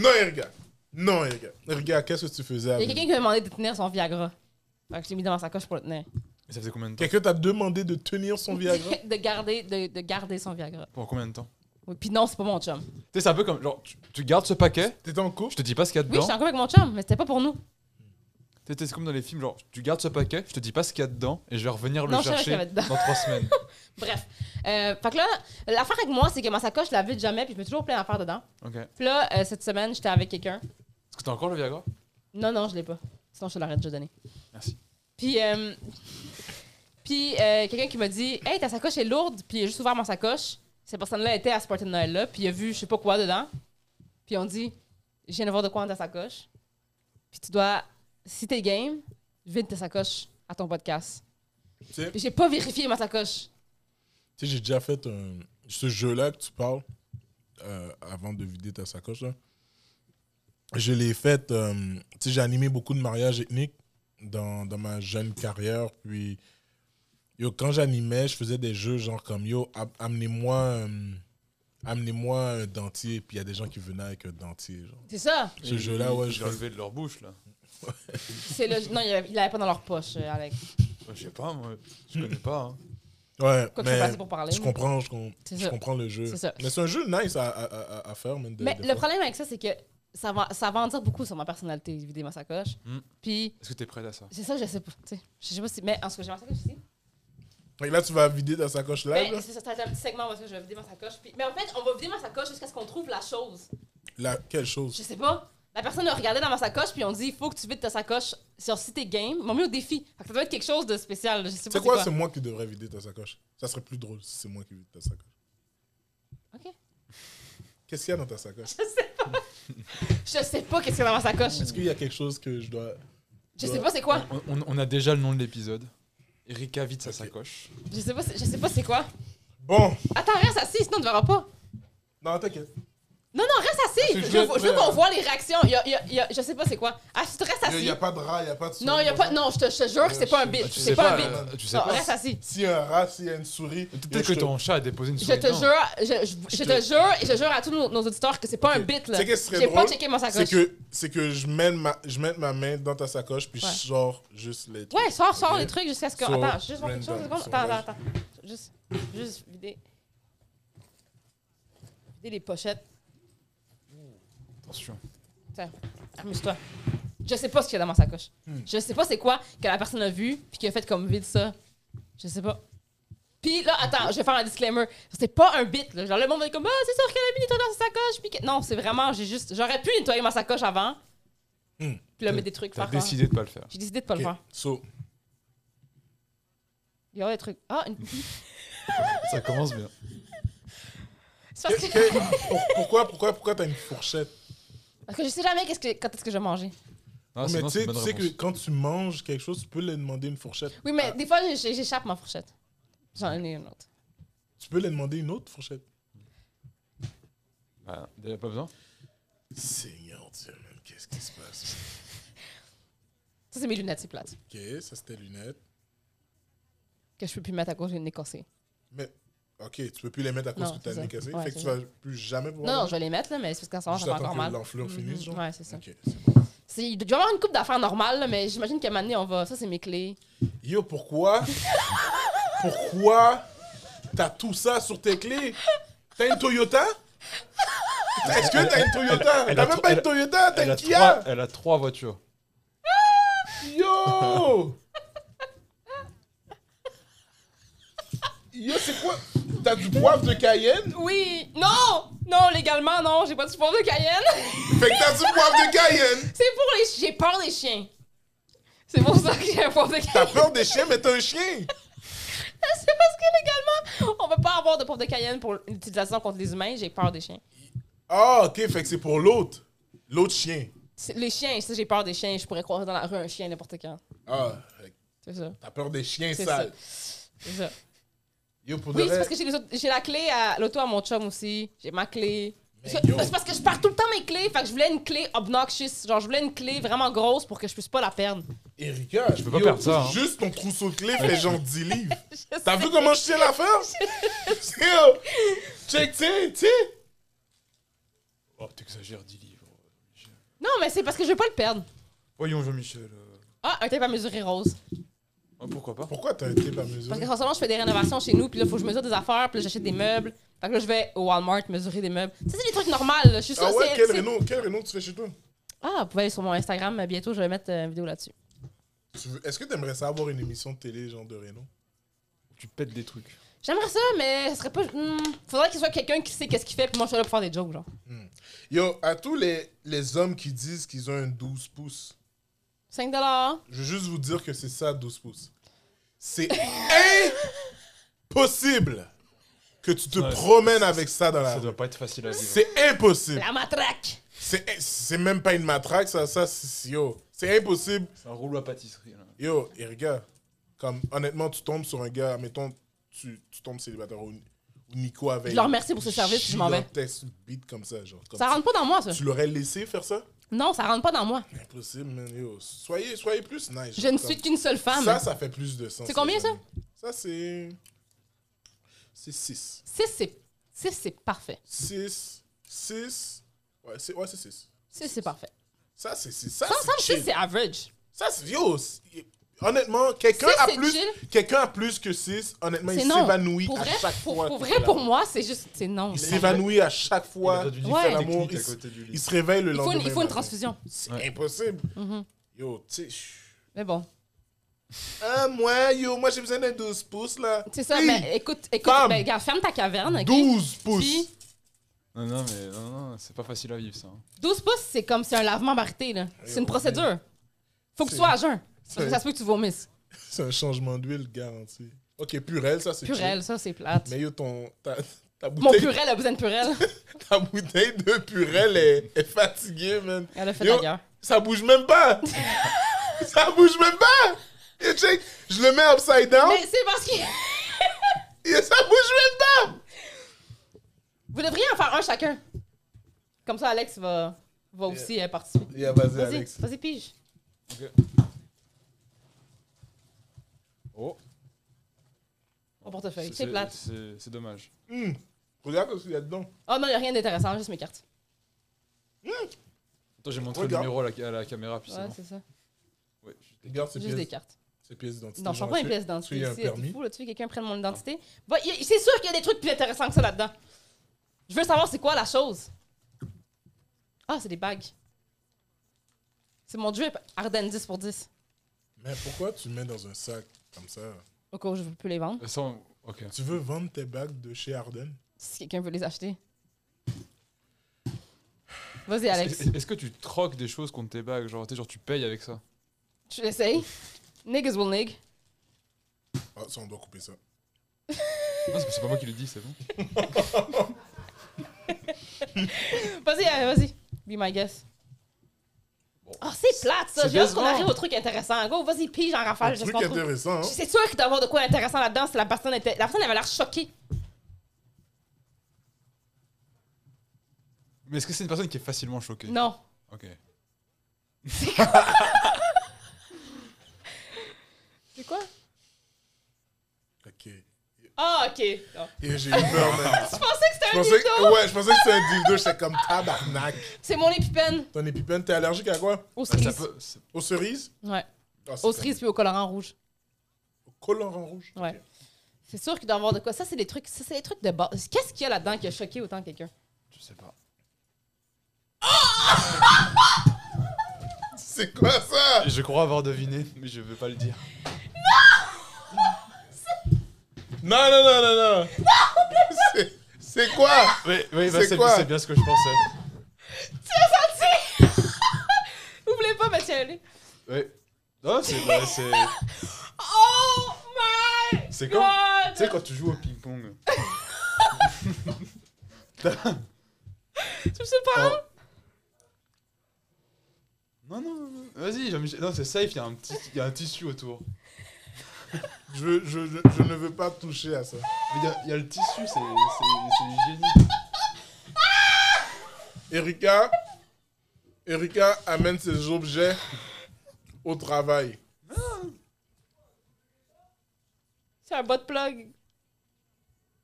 Speaker 1: Non, Erika. Non, Erika. Erika, qu'est-ce que tu faisais
Speaker 2: Il y a
Speaker 1: avec
Speaker 2: quelqu'un qui m'a demandé de tenir son Viagra. Fait que je l'ai mis dans ma sacoche pour le tenir.
Speaker 3: Mais ça faisait combien de temps
Speaker 1: Quelqu'un t'a demandé de tenir son Viagra
Speaker 2: de, garder, de, de garder son Viagra.
Speaker 3: Pour combien de temps
Speaker 2: Oui, Puis non, c'est pas mon chum.
Speaker 3: Tu sais, c'est un peu comme genre, tu, tu gardes ce paquet,
Speaker 1: T'étais en couple
Speaker 3: je te dis pas ce qu'il y a
Speaker 2: Oui,
Speaker 3: dedans.
Speaker 2: j'étais encore avec mon chum, mais c'était pas pour nous.
Speaker 3: Tu sais, c'est comme dans les films, genre, tu gardes ce paquet, je te dis pas ce qu'il y a dedans, et je vais revenir le
Speaker 2: Non, je savais qu'il y
Speaker 3: chercher
Speaker 2: avait dedans.
Speaker 3: dans trois semaines.
Speaker 2: Bref. Euh, fait que là, l'affaire avec moi, c'est que ma sacoche, je la vide jamais, puis je mets toujours plein d'affaires dedans.
Speaker 3: Ok. Est-ce
Speaker 2: Puis là, euh, cette semaine, j'étais avec quelqu'un.
Speaker 3: que t'as encore le Viagra
Speaker 2: Non, non, je l'ai pas. Sinon, je te l'aurais déjà donné.
Speaker 3: Merci.
Speaker 2: Puis, euh, puis euh, quelqu'un qui m'a dit Hey, ta sacoche est lourde, puis il a juste ouvert ma sacoche. Cette personne-là était à ce party de Noël-là, puis il a vu je sais pas quoi dedans. Puis on dit Je viens de voir de quoi dans ta sacoche. Puis tu dois, si t'es game, vide ta sacoche à ton podcast.
Speaker 1: Tu sais,
Speaker 2: Puis j'ai pas vérifié ma sacoche.
Speaker 1: Tu sais, j'ai déjà fait un- ce jeu-là que tu parles euh, avant de vider ta sacoche. Là. Je l'ai fait. euh, tu sais, j'ai animé beaucoup de mariages ethniques dans, dans ma jeune carrière. Puis, yo, quand j'animais, je faisais des jeux genre comme yo, am- amenez-moi. euh, Amenez-moi un dentier, puis il y a des gens qui venaient avec un dentier. Genre.
Speaker 2: C'est ça.
Speaker 1: Ce
Speaker 3: Et
Speaker 1: jeu-là, ouais,
Speaker 3: ils-
Speaker 1: je
Speaker 3: Ils ont levé de leur bouche, là.
Speaker 2: C'est le... Non, il avait- il l'avait pas dans leur poche, euh, Alex.
Speaker 3: Ouais, Je sais pas, moi, je connais pas. hein.
Speaker 1: Ouais,
Speaker 2: Quoi que je
Speaker 1: mais
Speaker 2: sois passé pour parler.
Speaker 1: je comprends, je, com-
Speaker 2: C'est
Speaker 1: je
Speaker 2: ça.
Speaker 1: comprends le jeu.
Speaker 2: C'est ça.
Speaker 1: Mais c'est un jeu nice à, à- à- à faire, même. de-
Speaker 2: Mais
Speaker 1: de
Speaker 2: le
Speaker 1: faire.
Speaker 2: problème avec ça, c'est que ça va, ça va en dire beaucoup sur ma personnalité, vider ma sacoche.
Speaker 3: Mm.
Speaker 2: Puis,
Speaker 3: Est-ce que t'es prête à ça
Speaker 2: c'est ça, je sais pas. tu sais. Je sais pas si. Mais en ce que j'ai ma sacoche ici.
Speaker 1: Fait que là, tu vas vider ta sacoche là.
Speaker 2: Ben,
Speaker 1: là.
Speaker 2: c'est ça, c'est un petit segment parce que je vais vider ma sacoche. Puis... Mais en fait, on va vider ma sacoche jusqu'à ce qu'on trouve la chose.
Speaker 1: La, quelle chose
Speaker 2: Je sais pas. La personne a regardé dans ma sacoche, puis on dit il faut que tu vides ta sacoche sur si t'es game. Ils m'ont mis au défi. Fait que ça doit être quelque chose de spécial. Je sais pas
Speaker 1: C'est
Speaker 2: c'est
Speaker 1: quoi, c'est moi qui devrais vider ta sacoche Ça serait plus drôle si c'est moi qui vide ta sacoche.
Speaker 2: Ok.
Speaker 1: Qu'est-ce qu'il y a dans ta sacoche
Speaker 2: Je sais pas. je sais pas qu'est-ce qu'il y a dans ma sacoche.
Speaker 1: Est-ce qu'il y a quelque chose que je dois.
Speaker 2: Je sais pas c'est quoi.
Speaker 3: on, on- on a déjà le nom de l'épisode. Erika vide sa
Speaker 1: Ok.
Speaker 3: sacoche.
Speaker 2: Je sais pas, c'est- je sais pas c'est quoi.
Speaker 1: Bon,
Speaker 2: Attends, reste assis, sinon on ne verra pas.
Speaker 1: non, t'inquiète.
Speaker 2: Non, non, reste assis.
Speaker 1: Ah,
Speaker 2: Je,
Speaker 1: c'est
Speaker 2: je veux,
Speaker 1: juste,
Speaker 2: je veux
Speaker 1: euh,
Speaker 2: qu'on voit les réactions. Il y a- il y a- il y a- je sais pas c'est quoi. Ah, tu te restes
Speaker 1: Il n'y
Speaker 2: assis.
Speaker 1: a pas de rat, il n'y a pas de souris.
Speaker 2: Non, il y a pas. Non, je te, je te jure que c'est pas un bitch.
Speaker 3: Ah, tu
Speaker 2: c'est
Speaker 3: sais
Speaker 2: pas, un
Speaker 3: pas,
Speaker 2: bitch.
Speaker 3: euh, tu sais
Speaker 2: non,
Speaker 3: pas.
Speaker 2: reste assis.
Speaker 1: S'il y a un rat, s'il y a une souris. yo,
Speaker 3: Peut-être que
Speaker 1: Ah. je te-
Speaker 3: ton chat a déposé une
Speaker 2: Je
Speaker 3: souris.
Speaker 2: te
Speaker 3: dedans.
Speaker 2: jure, je, je- je
Speaker 1: Je
Speaker 2: te
Speaker 1: te-
Speaker 2: jure et je jure à tous nos, nos auditeurs que c'est pas un
Speaker 1: Ok.
Speaker 2: bit
Speaker 1: Tu
Speaker 2: là.
Speaker 1: sais qu'est-ce qui serait
Speaker 2: J'ai pas
Speaker 1: drôle?
Speaker 2: checké mon
Speaker 1: C'est
Speaker 2: sacoche.
Speaker 1: que, c'est que je, mène ma, je mets ma main dans ta sacoche, puis
Speaker 2: Ouais.
Speaker 1: je sors juste les. trucs.
Speaker 2: Ouais, sors, sors
Speaker 1: Ok.
Speaker 2: les trucs jusqu'à ce que.
Speaker 1: So,
Speaker 2: Attends, juste voir quelque chose.
Speaker 1: random,
Speaker 2: une seconde. Attends, attends, attends. Juste, juste vider. Vider les pochettes.
Speaker 3: Attention.
Speaker 2: Tiens, amuse-toi. Je sais pas ce qu'il y a dans ma sacoche. Je sais pas c'est quoi que la personne a vu puis qui a fait comme vide ça. Je sais pas. Puis là, attends, je vais faire un disclaimer. C'est pas un bit. Là. Genre, le monde va être comme, ah, c'est sûr qu'elle a mis nettoyé dans sa sacoche. Puis que- Non, c'est vraiment, j'ai juste. J'aurais pu nettoyer ma sacoche avant.
Speaker 1: Hmm.
Speaker 2: Puis là, mettre des trucs
Speaker 3: T'as
Speaker 2: par contre.
Speaker 3: décidé de pas le faire.
Speaker 2: J'ai décidé de pas le
Speaker 1: Ok,
Speaker 2: faire.
Speaker 1: So,
Speaker 2: Il y aura des trucs. Ah, une...
Speaker 3: Ça commence bien.
Speaker 2: c'est parce que...
Speaker 1: que- pour- pourquoi, pourquoi, pourquoi t'as une fourchette
Speaker 2: parce que je sais jamais qu'est-ce que... quand est-ce que je vais manger.
Speaker 3: Non,
Speaker 1: Mais
Speaker 3: sinon,
Speaker 1: tu
Speaker 3: Ah, c'est
Speaker 1: sais
Speaker 3: une
Speaker 1: tu
Speaker 3: bonne
Speaker 1: sais que
Speaker 3: réponse.
Speaker 1: quand tu manges quelque chose, tu peux lui demander une fourchette.
Speaker 2: Oui, mais des fois, j'ai- j'ai- j'échappe ma fourchette. J'en ai une autre.
Speaker 1: Tu peux lui demander une autre fourchette.
Speaker 3: Bah, Déjà pas besoin.
Speaker 1: Seigneur Dieu, man, qu'est-ce qui se passe?
Speaker 2: Ça, c'est mes lunettes, c'est plate.
Speaker 1: Ok, ça c'était lunettes.
Speaker 2: Que je peux plus mettre à cause d'une écorcée.
Speaker 1: Mais, ok, tu peux plus les mettre à cause
Speaker 2: Non,
Speaker 1: que t'as
Speaker 2: c'est
Speaker 1: le nez
Speaker 2: ça.
Speaker 1: cassé.
Speaker 2: Ouais,
Speaker 1: fait que
Speaker 2: c'est
Speaker 1: tu
Speaker 2: ça.
Speaker 1: vas plus jamais
Speaker 2: Non, non,
Speaker 1: pouvoir.
Speaker 2: je vais les mettre, là, mais c'est parce qu'en ce moment,
Speaker 1: Juste
Speaker 2: ça va
Speaker 1: attends
Speaker 2: encore
Speaker 1: que
Speaker 2: mal.
Speaker 1: l'enflure
Speaker 2: Mhm.
Speaker 1: finisse, genre.
Speaker 2: Ouais, c'est ça.
Speaker 1: Ok.
Speaker 2: C'est- Il doit y avoir une coupe d'affaires normale, là, mais j'imagine qu'à un moment donné, on va. Ça, c'est mes clés.
Speaker 1: Yo, pourquoi? pourquoi t'as tout ça sur tes clés? T'as une Toyota? Est-ce que t'as une Toyota?
Speaker 3: elle
Speaker 1: T'as
Speaker 3: a
Speaker 1: même
Speaker 3: tro-
Speaker 1: pas
Speaker 3: elle
Speaker 1: une
Speaker 3: a-
Speaker 1: Toyota,
Speaker 3: Elle
Speaker 1: t'as une
Speaker 3: a, trois,
Speaker 1: Kia!
Speaker 3: elle a trois voitures.
Speaker 1: Yo! Yo, c'est quoi? T'as du poivre de Cayenne?
Speaker 2: Oui! Non! Non, légalement, non, j'ai pas de support de Cayenne.
Speaker 1: Fait que t'as du poivre de Cayenne!
Speaker 2: C'est pour les chiens. J'ai peur des chiens. C'est pour ça que j'ai un poivre de
Speaker 1: T'as
Speaker 2: Cayenne.
Speaker 1: peur des chiens, mais t'es un chien!
Speaker 2: C'est parce que légalement, on peut pas avoir de poivre de Cayenne pour l'utilisation contre les humains. J'ai peur des chiens.
Speaker 1: Ah, ok, fait que c'est pour l'autre. L'autre chien.
Speaker 2: C'est- Les chiens, ça, j'ai peur des chiens. Je pourrais croiser dans la rue un chien n'importe quand.
Speaker 1: Ah, fait que
Speaker 2: C'est ça.
Speaker 1: t'as peur des chiens
Speaker 2: C'est
Speaker 1: sales.
Speaker 2: C'est ça.
Speaker 1: Yo, pour
Speaker 2: Oui,
Speaker 1: de
Speaker 2: c'est
Speaker 1: vrai,
Speaker 2: parce que j'ai, les autres- j'ai la clé à l'auto à mon chum aussi. J'ai ma clé.
Speaker 1: Mais
Speaker 2: Parce que-
Speaker 1: yo.
Speaker 2: C'est parce que je perds tout le temps mes clés. Fait que je voulais une clé obnoxious. Genre, je voulais une clé vraiment grosse pour que je puisse pas la perdre.
Speaker 1: Erika, je
Speaker 3: peux pas perdre ça, hein.
Speaker 1: Juste ton trousseau de clés fait genre 10 livres.
Speaker 2: Je
Speaker 1: T'as
Speaker 2: sais.
Speaker 1: vu comment je tiens l'affaire? Yo, check, tiens, tiens.
Speaker 3: Oh, t'exagères 10 livres.
Speaker 2: Non, mais c'est parce que je veux pas le perdre.
Speaker 3: Voyons, Jean-Michel. euh.
Speaker 2: Ah, un tape à mesurer rose.
Speaker 3: Oh, pourquoi pas
Speaker 1: Pourquoi t'as un type à Ah mesurer
Speaker 2: Parce que forcément, je fais des rénovations chez nous, puis là, faut que je mesure des affaires, puis là, j'achète des meubles. Fait que là, je vais au Walmart mesurer des meubles. Ça, c'est des trucs normaux. là. Je suis sûre
Speaker 1: Ah ouais,
Speaker 2: c'est-
Speaker 1: quel
Speaker 2: c'est-
Speaker 1: réno, quel réno tu fais chez toi
Speaker 2: Ah, vous pouvez aller sur mon Instagram euh, bientôt, je vais mettre euh, une vidéo là-dessus.
Speaker 1: Tu veux- Est-ce que t'aimerais ça avoir une émission de télé, genre de réno
Speaker 3: Tu pètes des trucs.
Speaker 2: J'aimerais ça, mais ça serait pas. hmm, faudrait qu'il soit quelqu'un qui sait qu'est-ce qu'il fait, puis moi, je suis là pour faire des jokes, genre.
Speaker 1: Yo, à tous les, les hommes qui disent qu'ils ont un 12 pouces,
Speaker 2: 5 dollars.
Speaker 1: je veux juste vous dire que c'est ça, 12 pouces. C'est impossible que tu te
Speaker 3: Ouais.
Speaker 1: promènes avec ça dans la
Speaker 3: Ça
Speaker 1: rue.
Speaker 3: doit pas être facile à vivre.
Speaker 1: Ah, C'est impossible.
Speaker 2: La matraque.
Speaker 1: C'est c'est même pas une matraque, ça, ça c'est- yo. C'est impossible.
Speaker 3: C'est un rouleau à pâtisserie. là.
Speaker 1: Yo, et regarde, comme honnêtement, tu tombes sur un gars, mettons, tu, tu tombes célibataire ou, ou Nico avec.
Speaker 2: Je leur remercie pour ce service, je m'en vais.
Speaker 1: Gigantesque beat comme ça, genre. comme
Speaker 2: Ça rentre pas dans moi, ça.
Speaker 1: tu- Tu l'aurais laissé faire ça?
Speaker 2: Non, ça rentre pas dans moi.
Speaker 1: Impossible, man. Yo, soyez, soyez plus nice.
Speaker 2: Je
Speaker 1: genre,
Speaker 2: ne
Speaker 1: comme-
Speaker 2: suis qu'une seule femme.
Speaker 1: Ça, ça fait plus de sens.
Speaker 2: C'est combien, ça?
Speaker 1: genre. Ça, c'est. C'est 6.
Speaker 2: 6, c'est. six, c'est parfait.
Speaker 1: 6. 6. Ouais, c'est ouais, 6.
Speaker 2: 6, c'est parfait.
Speaker 1: Ça, c'est 6. Ça,
Speaker 2: Ça, ça,
Speaker 1: Ah, c'est
Speaker 2: 6,
Speaker 1: chill.
Speaker 2: c'est average.
Speaker 1: Ça, c'est. Yo, c'est- honnêtement, quelqu'un
Speaker 2: Six,
Speaker 1: a,
Speaker 2: c'est
Speaker 1: plus...
Speaker 2: chill.
Speaker 1: quelqu'un a plus que 6. Honnêtement, il
Speaker 2: C'est non.
Speaker 1: ben, s'évanouit
Speaker 2: Pour
Speaker 1: à
Speaker 2: vrai,
Speaker 1: chaque
Speaker 2: pour,
Speaker 1: fois.
Speaker 2: pour
Speaker 1: qu'il
Speaker 2: vrai,
Speaker 1: est
Speaker 2: pour
Speaker 1: là.
Speaker 2: moi, c'est juste. C'est non.
Speaker 1: Il s'évanouit à chaque fois.
Speaker 3: Il y a du
Speaker 2: Ouais.
Speaker 3: différent
Speaker 1: L'amour,
Speaker 3: technique à
Speaker 1: il-
Speaker 3: côté du lit.
Speaker 1: Il se réveille le
Speaker 2: Il faut,
Speaker 1: lendemain.
Speaker 2: une, il faut une
Speaker 1: matin.
Speaker 2: transfusion.
Speaker 1: C'est
Speaker 3: Ouais.
Speaker 1: impossible.
Speaker 2: Mhm.
Speaker 1: Yo, tu sais.
Speaker 2: Mais bon,
Speaker 1: Ah, moi, yo, moi, j'ai besoin d'un 12 pouces, là.
Speaker 2: c'est ça.
Speaker 1: Hey,
Speaker 2: Mais écoute, écoute,
Speaker 1: Femme.
Speaker 2: ben, regarde, ferme ta caverne. ok?
Speaker 1: 12 pouces.
Speaker 2: Puis,
Speaker 3: Non, non, mais non, non, c'est pas facile à vivre ça. hein.
Speaker 2: 12 pouces, c'est comme c'est un lavement barité, là. C'est une procédure. Faut que
Speaker 1: oh, C'est-
Speaker 2: tu sois à jeun. Parce
Speaker 1: c'est-
Speaker 2: que ça se peut que tu vomisses.
Speaker 1: C'est un changement d'huile garanti. Ok, Purel, ça c'est
Speaker 2: Purel, ça, c'est plate.
Speaker 1: chill. Mais yo, ton, ta, ta,
Speaker 2: Mon
Speaker 1: bouteille,
Speaker 2: purel a besoin de purel.
Speaker 1: ta bouteille de Purel est, est fatiguée, man.
Speaker 2: Elle a fait
Speaker 1: Yo.
Speaker 2: la guerre.
Speaker 1: Ça bouge même pas. ça bouge même pas. Et check, je le mets upside down
Speaker 2: Mais c'est parce que
Speaker 1: et ça bouge même pas.
Speaker 2: vous devriez en faire un chacun. Comme ça, Alex va, va aussi euh, participer.
Speaker 1: Yeah, vas-y,
Speaker 2: Vas-y,
Speaker 1: Alex.
Speaker 2: vas-y, pige.
Speaker 3: Oh,
Speaker 2: Mon portefeuille, c'est plate.
Speaker 3: C'est c'est dommage.
Speaker 1: Hmm. Regarde ce qu'il y a dedans.
Speaker 2: Oh non, il a rien d'intéressant, juste mes cartes.
Speaker 3: Attends, j'ai montré
Speaker 1: Regarde.
Speaker 3: le numéro à la, à la caméra, puis
Speaker 2: Ouais,
Speaker 3: c'est
Speaker 2: c'est ça.
Speaker 3: bon. Ouais, je-
Speaker 1: Regarde ces
Speaker 2: Juste des
Speaker 1: pièces,
Speaker 2: cartes.
Speaker 1: ces pièces d'identité.
Speaker 2: Non, je prends
Speaker 1: Genre,
Speaker 2: pas une
Speaker 1: tu-
Speaker 2: pièces d'identité.
Speaker 1: tu y as un
Speaker 2: ici, t'es
Speaker 1: permis?
Speaker 2: fou, là, tu veux que quelqu'un prenne mon identité? Va- il- C'est sûr qu'il y a des trucs plus intéressants que ça là-dedans. Je veux savoir c'est quoi la chose. Ah, c'est des bagues. C'est mon drip Arden 10 pour 10.
Speaker 1: Mais pourquoi tu le mets dans un sac comme ça
Speaker 2: Au cas où je peux les vendre,
Speaker 3: Ça, on- Euh, ok.
Speaker 1: Tu veux vendre tes bagues de chez Arden
Speaker 2: si quelqu'un veut les acheter. Vas-y, Alex.
Speaker 3: Est-ce est-ce que tu troques des choses contre tes bagues genre, t'sais, genre, tu payes avec ça
Speaker 2: Tu l'essayes? Niggas will nig.
Speaker 1: Ah, ça, on doit couper ça.
Speaker 3: Non, c'est c'est pas moi qui le dis, c'est bon.
Speaker 2: Vas-y, euh, vas-y. Be my guest. Oh, c'est plate, ça.
Speaker 3: C'est
Speaker 2: J'ai hâte qu'on
Speaker 3: décevant.
Speaker 2: arrive au truc intéressant. Go, vas-y, pige en
Speaker 1: Un
Speaker 2: rafale.
Speaker 1: truc
Speaker 2: jusqu'au trou.
Speaker 1: intéressant, hein
Speaker 2: C'est sûr qu'il doit y avoir de quoi d'intéressant là-dedans si la personne était. La personne avait l'air choquée.
Speaker 3: Mais est-ce que c'est une personne qui est facilement choquée
Speaker 2: Non.
Speaker 3: Ok.
Speaker 2: C'est quoi?
Speaker 1: Ok.
Speaker 2: Ah, ok. Non.
Speaker 1: Et j'ai eu peur, man.
Speaker 2: Je pensais que c'était
Speaker 1: Je
Speaker 2: un
Speaker 1: Ah. pensais,
Speaker 2: dildo.
Speaker 1: que, ouais, je pensais que c'était un dildo, j'étais comme tabarnak.
Speaker 2: C'est mon épipène
Speaker 1: Ton épipène, t'es allergique à quoi
Speaker 2: aux
Speaker 3: Ah, ça
Speaker 2: cerises.
Speaker 3: peut- c'est-
Speaker 1: Aux cerises
Speaker 2: Ouais.
Speaker 1: Ah, c'est
Speaker 2: Aux
Speaker 1: ça.
Speaker 2: cerises puis au colorant rouge.
Speaker 1: Au colorant rouge.
Speaker 2: Ouais.
Speaker 1: Ok.
Speaker 2: C'est sûr qu'il doit y avoir de quoi. Ça, c'est des trucs. Ça, c'est des trucs de base. Qu'est-ce qu'il y a là-dedans qui a choqué autant quelqu'un?
Speaker 3: Je sais pas.
Speaker 1: C'est quoi ça
Speaker 3: Je crois avoir deviné, mais je veux pas le dire.
Speaker 1: Non, non, non, non, non. C'est- C'est quoi
Speaker 3: Oui, oui bah,
Speaker 1: C'est quoi
Speaker 3: bien ce que je pensais.
Speaker 2: Oubliez pas, Mathieu. allez.
Speaker 3: Oui. Non, c'est. bah, c'est- tu
Speaker 2: Oh my
Speaker 3: C'est
Speaker 2: god!
Speaker 3: comme- sais, quand tu joues au ping-pong.
Speaker 2: Tu me sépares?
Speaker 3: Non, non, non, non. Vas-y, Jean-Michel. Non, c'est safe, il y, a un petit- il y a un tissu autour.
Speaker 1: je, veux- je, je, je ne veux pas toucher à ça.
Speaker 3: Mais il y a- il y, a le tissu, c'est c'est- c'est hygiénique.
Speaker 1: Erika, Erika amène ses objets au travail.
Speaker 2: C'est un bot plug.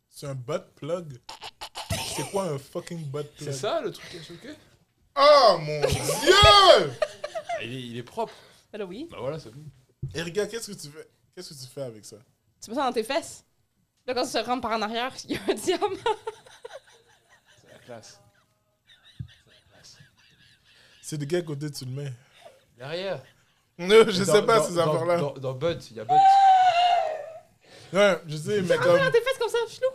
Speaker 1: C'est un butt plug C'est quoi un fucking butt plug
Speaker 3: C'est ça le truc qui a choqué
Speaker 1: Oh mon dieu
Speaker 3: Ah, il, est, il est propre.
Speaker 2: Ben là, oui.
Speaker 3: Bah voilà, c'est bon.
Speaker 1: Erika, qu'est-ce que tu fais Qu'est-ce que tu fais avec ça?
Speaker 2: Tu mets ça dans tes fesses. Là, quand tu te rentres par en arrière, il y a un diamant.
Speaker 3: C'est la classe. C'est la classe.
Speaker 1: C'est de quel côté tu le mets?
Speaker 3: Derrière.
Speaker 1: Je sais
Speaker 3: Dans-
Speaker 1: pas
Speaker 3: dans-
Speaker 1: ces
Speaker 3: dans-
Speaker 1: affaires-là.
Speaker 3: Dans, dans Bud, il y a Bud.
Speaker 1: Ouais, je sais, mais
Speaker 2: Rentre dans
Speaker 1: comme.
Speaker 2: tes fesses comme ça, chelou.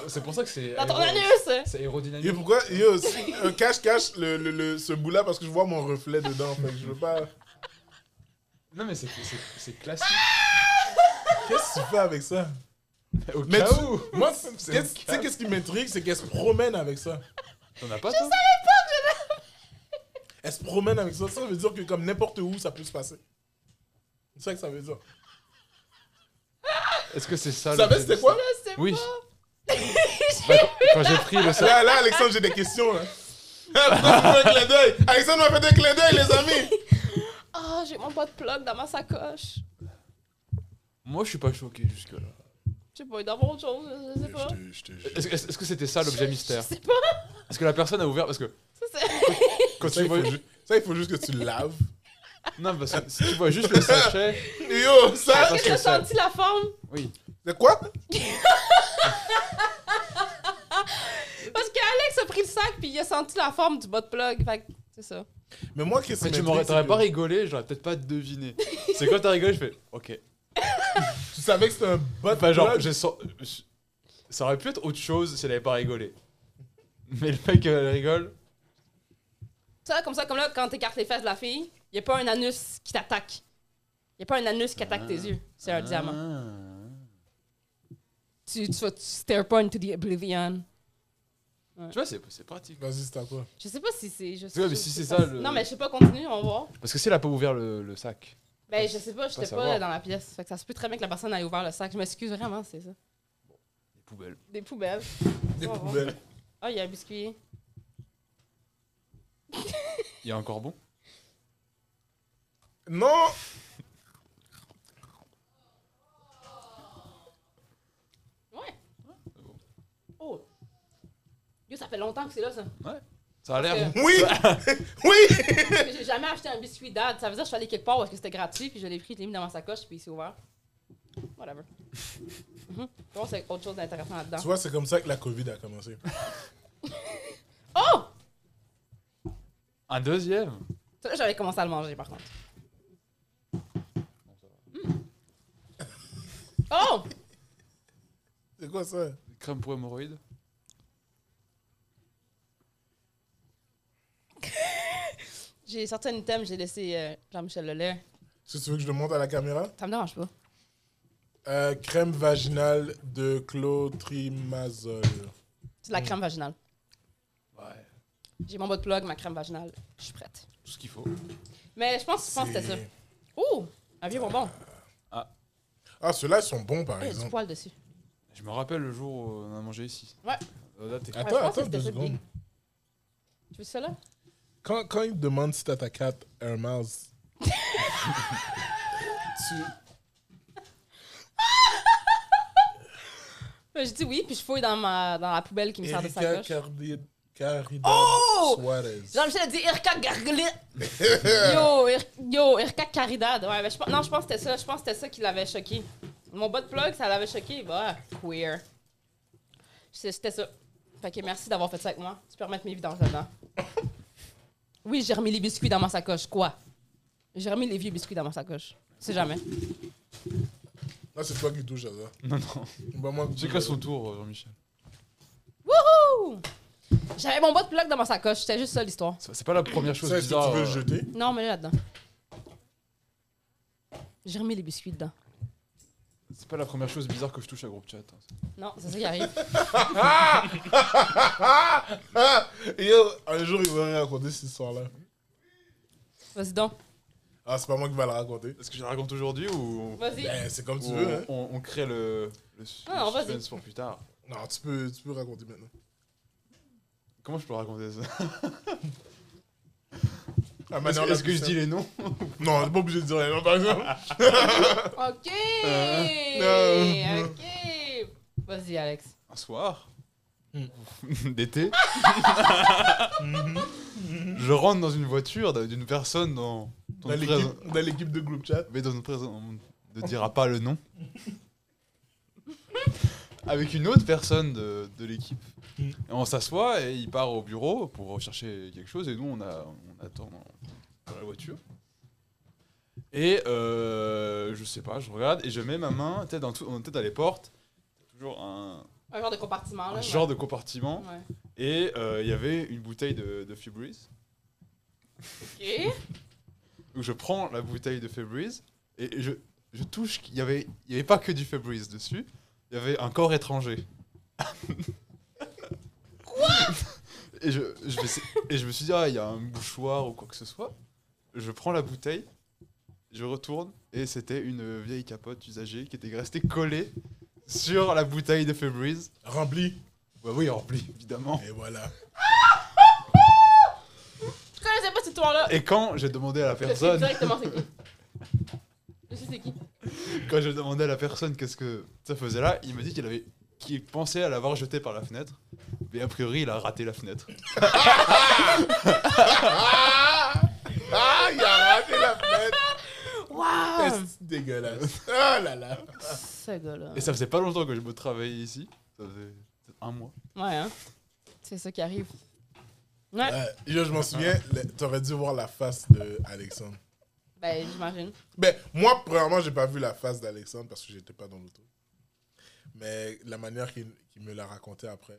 Speaker 3: C'est- C'est pour ça que c'est.
Speaker 2: Dans ton
Speaker 3: aéro-
Speaker 2: anus.
Speaker 3: C'est aérodynamique.
Speaker 1: Et pourquoi yo, c'est- euh, cache cache le, le- le- ce bout là parce que je vois mon reflet dedans fait que je veux pas
Speaker 3: Non, mais c'est c'est- c'est classique.
Speaker 1: qu'est-ce que tu fais avec ça
Speaker 3: Au
Speaker 1: Mais
Speaker 3: cas
Speaker 1: tu-
Speaker 3: où.
Speaker 1: moi c'est-
Speaker 3: C'est
Speaker 1: qu'est-ce-
Speaker 3: le
Speaker 1: tu
Speaker 3: cas.
Speaker 1: sais qu'est-ce qui m'intrigue c'est qu'elle se promène avec ça
Speaker 3: T'en as pas, toi
Speaker 1: elle se promène avec ça ça veut dire que comme n'importe où ça peut se passer c'est ça que ça veut dire
Speaker 3: Est-ce que c'est ça
Speaker 1: tu
Speaker 3: Ah, le
Speaker 1: savais
Speaker 3: fait
Speaker 1: c'était
Speaker 3: de-
Speaker 1: quoi
Speaker 2: Je sais
Speaker 3: Oui.
Speaker 2: pas.
Speaker 3: Bah, quand j'ai pris le
Speaker 1: là là Alexandre j'ai des questions là Alexandre m'a fait un clin d'œil Alexandre m'a fait un clin d'œil les amis
Speaker 2: Ah, j'ai mon pas de plug dans ma sacoche.
Speaker 3: Moi, je suis pas choqué jusque-là.
Speaker 2: Je sais pas, il doit y avoir autre chose, je sais pas.
Speaker 3: Est-ce est-ce- est-ce que c'était ça l'objet
Speaker 2: Je
Speaker 3: mystère
Speaker 2: sais pas.
Speaker 3: Est-ce que la personne a ouvert Parce que.
Speaker 2: Ça, c'est-
Speaker 1: Quand ça,
Speaker 3: tu
Speaker 1: il faut
Speaker 3: vois-
Speaker 1: ju- ça il faut juste que tu laves
Speaker 3: Non, parce que si tu vois juste le sachet.
Speaker 1: yo
Speaker 3: Ah,
Speaker 1: ça
Speaker 3: parce
Speaker 2: Est-ce que
Speaker 3: que
Speaker 2: t'as
Speaker 3: ça-
Speaker 2: senti la forme?
Speaker 3: Oui.
Speaker 1: c'est quoi
Speaker 2: Parce qu'Alex a pris le sac puis il a senti la forme du bas de plug. Fait que c'est ça.
Speaker 1: mais moi qu'est-ce
Speaker 3: Mais
Speaker 1: qui
Speaker 3: tu
Speaker 1: m'intrigue,
Speaker 3: m'aurais t'aurais
Speaker 1: c'est
Speaker 3: pas
Speaker 1: que-
Speaker 3: rigolé, j'aurais peut-être pas deviné. C'est quand t'as rigolé, je fais OK.
Speaker 1: tu savais que c'était un bot
Speaker 3: Enfin, genre,
Speaker 1: plug?
Speaker 3: je sens- je- Ça aurait pu être autre chose si elle avait pas rigolé. Mais le fait qu'elle rigole.
Speaker 2: Ça, comme ça, comme là, quand t'écartes les fesses de la fille, il a pas un anus qui t'attaque. Il a pas un anus qui attaque tes
Speaker 3: Ah.
Speaker 2: yeux. C'est un diamant. Tu, tu vas tu stare pas into the oblivion.
Speaker 3: Tu vois, c'est c'est pratique.
Speaker 1: vas-y c'était à quoi
Speaker 2: Je sais pas si c'est juste.
Speaker 3: Ouais, mais si c'est ça, le-
Speaker 2: Non, mais je sais pas, continue, on va voir.
Speaker 3: Parce que si elle a pas ouvert le, le sac.
Speaker 2: Ben, je sais pas, j'étais pas,
Speaker 3: savoir.
Speaker 2: dans la pièce. Fait que ça se peut très bien que la personne ait ouvert le sac. Je m'excuse vraiment, c'est ça.
Speaker 3: Les poubelles.
Speaker 2: Des poubelles.
Speaker 1: des
Speaker 2: On va voir.
Speaker 1: poubelles
Speaker 2: Ah, il y a un biscuit.
Speaker 3: Il y a encore bon
Speaker 1: non
Speaker 2: Ouais. Oh. Yo, ça fait longtemps que c'est là, ça.
Speaker 3: Ça a l'air.
Speaker 2: Parce
Speaker 1: Oui Oui
Speaker 2: Parce que j'ai jamais acheté un biscuit d'ad. Ça veut dire que je suis allée quelque part où est-ce que c'était gratuit, puis je l'ai pris, je l'ai mis dans ma sacoche, puis il s'est ouvert. Whatever. Mhm. Je pense qu'il y a autre chose d'intéressant là-dedans.
Speaker 1: Tu vois, c'est comme ça que la COVID a commencé.
Speaker 2: Oh!
Speaker 3: Un deuxième
Speaker 2: Ça, là, j'avais commencé à le manger, par contre. Mm. Oh!
Speaker 1: C'est quoi ça
Speaker 3: Crème pour hémorroïdes
Speaker 2: J'ai sorti un item, j'ai laissé euh, Jean-Michel Lelay.
Speaker 1: Si tu veux que je le montre à la caméra
Speaker 2: Ça me dérange pas.
Speaker 1: Euh, Crème vaginale de clotrimazole.
Speaker 2: C'est
Speaker 1: Mm.
Speaker 2: de la crème vaginale.
Speaker 3: Ouais.
Speaker 2: J'ai mon bas de plug, ma crème vaginale. Je suis prête.
Speaker 3: Tout ce qu'il faut.
Speaker 2: Mais je pense, je pense que c'était ça.
Speaker 1: C'est-
Speaker 2: Oh! Un vieux bonbon.
Speaker 1: Ah, ceux-là, ils sont bons, par
Speaker 2: Il y a du
Speaker 1: exemple.
Speaker 2: poil dessus.
Speaker 3: Je me rappelle le jour où on a mangé ici.
Speaker 2: Ouais.
Speaker 3: Euh, là, t'es-
Speaker 1: Attends,
Speaker 2: Ouais, je pense
Speaker 1: attends
Speaker 2: que
Speaker 1: deux
Speaker 2: c'était ça,
Speaker 1: secondes.
Speaker 2: Big. Tu veux ça là?
Speaker 1: Quand, quand ils te demandent si t'as ta carte Air Miles, tu...
Speaker 2: Ben, Je dis oui, puis je fouille dans, ma, dans la poubelle qui me sert de
Speaker 1: Erika
Speaker 2: sacoche.
Speaker 1: Cardi... Caridad
Speaker 2: Oh
Speaker 1: Suarez.
Speaker 2: Jean-Michel a dit Irka Garglit. yo, Ir- yo, Irka Caridad. Ouais, ben, je, pense- non, je pense que c'était ça. Je pense que c'était ça qui l'avait choqué. Mon bas de plug, ça l'avait choqué. Bah, queer. C'est- C'était ça. Fait que merci d'avoir fait ça avec moi. Tu peux remettre mes vidanges dedans. Oui, j'ai remis les biscuits dans ma sacoche. Quoi? J'ai remis les vieux biscuits dans ma sacoche. Tu sais jamais.
Speaker 1: Là, c'est toi qui touches à ça.
Speaker 3: Non, non.
Speaker 1: Bah, moi,
Speaker 3: Chacun son tour, euh, Jean-Michel.
Speaker 2: Wouhou! J'avais mon bas de plug dans ma sacoche. C'était juste ça l'histoire.
Speaker 3: C'est c'est pas la première chose
Speaker 1: Ça, est-ce que
Speaker 3: bizarre.
Speaker 1: tu veux le
Speaker 3: euh,
Speaker 1: jeter
Speaker 2: Non, mais là-dedans. J'ai remis les biscuits dedans.
Speaker 3: C'est pas la première chose bizarre que je touche à groupe chat. hein.
Speaker 2: Non, c'est ça qui arrive.
Speaker 1: Ah, Yo, un jour, il va rien raconter cette histoire-là.
Speaker 2: Vas-y donc.
Speaker 1: Ah, c'est pas moi qui va la raconter.
Speaker 3: Est-ce que je la raconte aujourd'hui Oh. ou on,
Speaker 2: Vas-y.
Speaker 1: Ben, c'est comme tu
Speaker 3: ou
Speaker 1: veux, hein.
Speaker 3: on, on- on crée le, le su-
Speaker 2: Ah, non,
Speaker 3: le
Speaker 2: vas-y.
Speaker 3: suspense pour plus tard
Speaker 1: Non, tu peux, tu peux raconter maintenant.
Speaker 3: Comment je peux raconter ça
Speaker 1: Ah,
Speaker 3: Est-ce
Speaker 1: maintenant,
Speaker 3: que-
Speaker 1: la
Speaker 3: est-ce que je
Speaker 1: puissance.
Speaker 3: dis Ah, les noms
Speaker 1: Non, on n'est pas obligé de dire rien, par exemple.
Speaker 2: OK!
Speaker 1: Euh,
Speaker 2: OK! Vas-y, Alex.
Speaker 3: Un soir
Speaker 1: Hmm.
Speaker 3: d'été, je rentre dans une voiture d'un- d'une personne dans, dans
Speaker 1: Dans
Speaker 3: une présent-
Speaker 1: l'équipe- dans l'équipe de groupe chat.
Speaker 3: mais dans une présent- ne dira pas le nom, avec une autre personne de, de l'équipe.
Speaker 1: Mm.
Speaker 3: Et on s'assoit et il part au bureau pour rechercher quelque chose et nous on, a, on attend dans, dans la voiture. Et euh, je sais pas, je regarde et je mets ma main, tu sais, dans tout- on était dans les portes, toujours un,
Speaker 2: Un genre de compartiment,
Speaker 3: un
Speaker 2: là. Ah ouais.
Speaker 3: genre de compartiment.
Speaker 2: Ouais.
Speaker 3: Et euh, il y avait une bouteille de, de Febreze.
Speaker 2: Ok.
Speaker 3: Donc je prends la bouteille de Febreze et et je, je touche. Il y avait, il y avait pas que du Febreze dessus. Il y avait un corps étranger. Quoi et je, je vais essa- et je me suis dit, ah, il y a un mouchoir ou quoi que ce soit. Je prends la bouteille, je retourne et c'était une vieille capote usagée qui était restée collée sur la bouteille de Febreze.
Speaker 1: Rempli.
Speaker 3: Bah oui, remplie, évidemment.
Speaker 1: Et voilà.
Speaker 2: Je connaissais pas cette histoire-là.
Speaker 3: Et quand j'ai demandé à la
Speaker 2: Je sais
Speaker 3: personne.
Speaker 2: directement c'est qui. Je sais c'est qui.
Speaker 3: Quand je demandais à la personne qu'est-ce que ça faisait là, il m'a dit qu'il avait qu'il pensait à l'avoir jeté par la fenêtre, mais a priori il a raté la fenêtre.
Speaker 1: Ah, il a raté la fenêtre.
Speaker 3: Ah.
Speaker 2: Waouh!
Speaker 1: C'est dégueulasse. Ah là là.
Speaker 2: Ce gars-là.
Speaker 3: Et ça faisait pas longtemps que je me travaillais ici, ça faisait peut-être un mois.
Speaker 2: Ouais, hein. C'est ça qui arrive. Ouais.
Speaker 1: Euh, je je m'en souviens, le- t'aurais dû voir la face de Alexandre.
Speaker 2: Ben, j'imagine.
Speaker 1: Ben, moi, premièrement, j'ai pas vu la face d'Alexandre parce que j'étais pas dans l'auto. Mais la manière qu'il qu'il me l'a raconté après,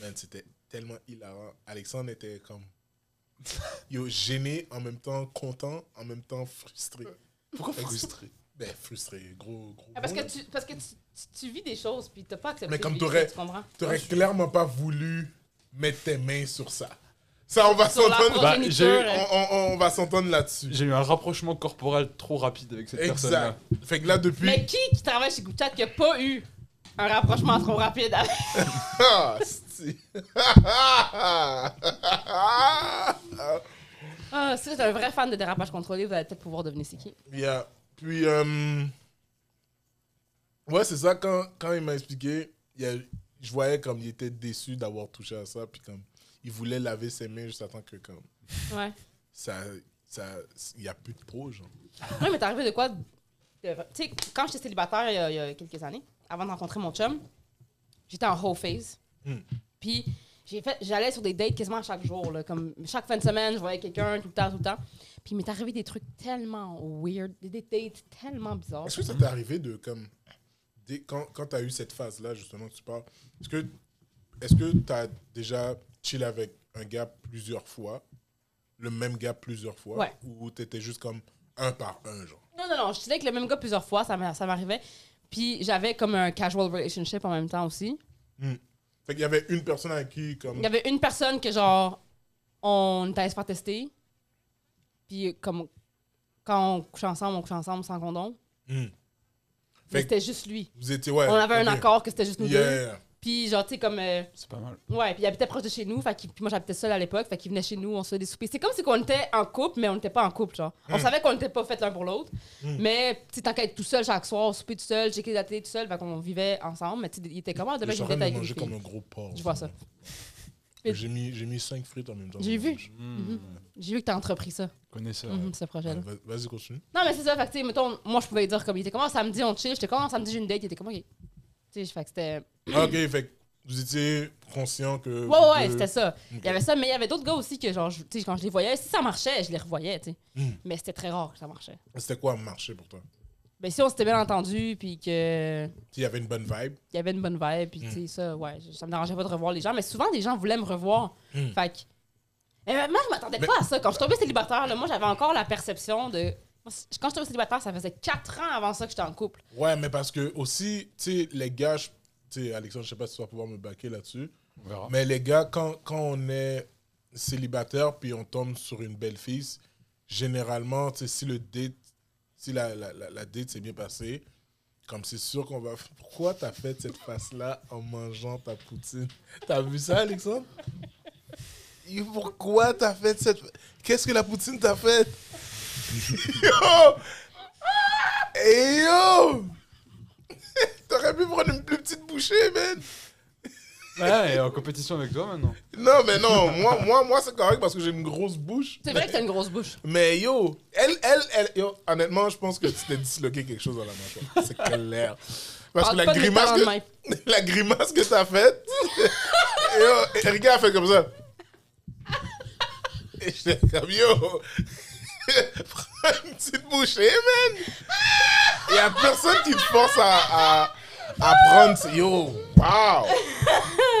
Speaker 1: man, c'était tellement hilarant. Alexandre était comme yo, gêné, en même temps content, en même temps frustré.
Speaker 3: Pourquoi
Speaker 1: Ex-
Speaker 3: frustré
Speaker 1: Ben, frustré, gros, gros.
Speaker 2: Ah, parce
Speaker 1: mot,
Speaker 2: que
Speaker 1: là.
Speaker 2: tu, parce que tu, tu, tu vis des choses, puis t'as pas accepté.
Speaker 1: Mais comme
Speaker 2: de vivre
Speaker 1: t'aurais-
Speaker 2: ça, Tu comprends?
Speaker 1: T'aurais clairement pas voulu mettre tes mains sur ça. Ça, on va
Speaker 2: Sur la
Speaker 1: s'entendre.
Speaker 3: Bah,
Speaker 2: progéniture.
Speaker 1: on,
Speaker 2: euh,
Speaker 1: on- on va s'entendre là-dessus.
Speaker 3: J'ai eu un rapprochement corporel trop rapide avec cette personne-là.
Speaker 1: Exact. Fait que là, depuis.
Speaker 2: Mais qui qui travaille chez Goopchat qui a pas eu un rapprochement trop rapide avec.
Speaker 1: Ah, c'ti. Yeah.
Speaker 2: Ah, si vous êtes un vrai fan de dérapage contrôlé, vous allez peut-être pouvoir deviner c'est qui.
Speaker 1: Puis, euh, ouais, c'est ça. Quand, quand il m'a expliqué, il y a- je voyais comme il était déçu d'avoir touché à ça. Puis, comme il voulait laver ses mains juste à temps que, comme
Speaker 2: Ouais.
Speaker 1: ça, ça, il n'y a plus de pro, genre.
Speaker 2: Ouais, mais t'es arrivé de quoi? de- Tu sais, quand j'étais célibataire il y a- il y, a, quelques années, avant de rencontrer mon chum, j'étais en whole phase.
Speaker 1: Hmm.
Speaker 2: Puis j'ai fait, j'allais sur des dates quasiment à chaque jour, là, comme chaque fin de semaine, je voyais quelqu'un tout le temps, tout le temps. Puis il m'est arrivé des trucs tellement weird, des, des dates tellement bizarres.
Speaker 1: Est-ce que ça t'est arrivé de comme dès, quand, quand t'as eu cette phase là justement que tu parles, est-ce que est-ce que t'as déjà chill avec un gars plusieurs fois, le même gars plusieurs fois,
Speaker 2: Ouais.
Speaker 1: ou t'étais juste comme un par un genre.
Speaker 2: Non, non, non, je suis avec le même gars plusieurs fois, ça m'a- ça m'arrivait. Puis j'avais comme un casual relationship en même temps aussi.
Speaker 1: Fait qu'il y avait une personne avec qui comme
Speaker 2: Il y avait une personne que genre on était allé se faire tester. Puis comme quand on couche ensemble, on couche ensemble sans condom.
Speaker 1: Hmm.
Speaker 2: Mais
Speaker 1: Fait que
Speaker 2: c'était juste lui.
Speaker 1: vous étiez ouais.
Speaker 2: On avait un
Speaker 1: ok.
Speaker 2: accord que c'était juste nous deux.
Speaker 1: Yeah.
Speaker 2: Puis genre tu sais comme euh,
Speaker 3: C'est pas mal.
Speaker 2: ouais, puis il habitait proche de chez nous, fait qu'il- puis moi j'habitais seule à l'époque, fait qu'il venait chez nous, on se faisait des soupers. C'est comme si on était en couple mais on n'était pas en couple genre. On
Speaker 1: Mm.
Speaker 2: savait qu'on n'était pas fait l'un pour l'autre,
Speaker 1: Mm.
Speaker 2: mais tu sais, tant qu'à être tout seul chaque soir, souper tout seul, checker la télé tout seul, fait qu'on vivait ensemble, mais tu sais, il était comment
Speaker 1: Je
Speaker 2: demain
Speaker 1: suis
Speaker 2: je
Speaker 1: en
Speaker 2: vais
Speaker 1: train de
Speaker 2: avec une
Speaker 1: manger
Speaker 2: fille.
Speaker 1: comme un gros porc.
Speaker 2: Je vois ça.
Speaker 1: J'ai mis j'ai mis cinq frites en même temps.
Speaker 2: J'ai vu. J'ai vu que t'as entrepris ça,
Speaker 3: Connaisseur.
Speaker 2: mhm, ce projet là.
Speaker 1: Ouais, vas- Vas-y continue.
Speaker 2: Non, mais c'est ça, fait que, tu sais, mettons, moi, je pouvais lui dire comme, il était comment, samedi, on chill, j'étais comment, samedi, j'ai une date, il était comment, ok. Tu sais, fait que c'était.
Speaker 1: Ah, Ok, fait que vous étiez conscient que.
Speaker 2: Ouais, ouais, ouais,
Speaker 1: vous deux-
Speaker 2: c'était ça. Il
Speaker 1: Ok.
Speaker 2: y avait ça, mais il y avait d'autres gars aussi que, genre, je- tu sais, quand je les voyais, si ça marchait, je les revoyais, tu sais.
Speaker 1: Mm.
Speaker 2: Mais c'était très rare que ça marchait.
Speaker 1: C'était quoi marcher pour toi?
Speaker 2: Mais si on s'était bien entendu, puis que.
Speaker 1: S'il y avait une bonne vibe.
Speaker 2: Il y avait une bonne vibe, puis,
Speaker 1: Mm.
Speaker 2: tu sais, ça, ouais, je- ça me dérangeait pas de revoir les gens, mais souvent, les gens voulaient me revoir.
Speaker 1: Mm.
Speaker 2: Fait que. Et ben, moi, je m'attendais
Speaker 1: Mais-
Speaker 2: pas à ça. Quand je tombais célibataire, là, moi, j'avais encore la perception de. Moi, c- Quand je tombais célibataire, ça faisait 4 ans avant ça que j'étais en couple.
Speaker 1: Ouais, mais parce que aussi, tu sais, les gars, je- tu sais, Alexandre, je sais pas si tu vas pouvoir me baquer là-dessus,
Speaker 3: On verra.
Speaker 1: mais les gars, quand, quand on est célibataire puis on tombe sur une belle fille, généralement, tu sais, si le date, si la, la, la, la date s'est bien passée, comme c'est sûr qu'on va. Pourquoi t'as fait cette face-là en mangeant ta poutine T'as vu ça, Alexandre Et Pourquoi t'as fait cette. Qu'est-ce que la poutine t'a fait Yo Et yo T'aurais pu prendre une plus petite bouchée, man
Speaker 3: Ouais, elle est en compétition avec toi maintenant.
Speaker 1: Non, mais non, moi, moi, moi c'est correct parce que j'ai une grosse bouche.
Speaker 2: C'est vrai que t'as une grosse bouche.
Speaker 1: Mais yo, elle, elle, elle, yo, honnêtement, je pense que tu t'es disloqué quelque chose dans la mâchoire. C'est clair. Parce que
Speaker 2: Parle
Speaker 1: la
Speaker 2: pas de mes
Speaker 1: grimace
Speaker 2: talons de main.
Speaker 1: que, la grimace que t'as faite, yo, Erika a fait comme ça. Et j'étais comme yo, prends une petite bouchée, man. Il n'y a personne qui te force à, à, à prendre. ce- Yo, wow.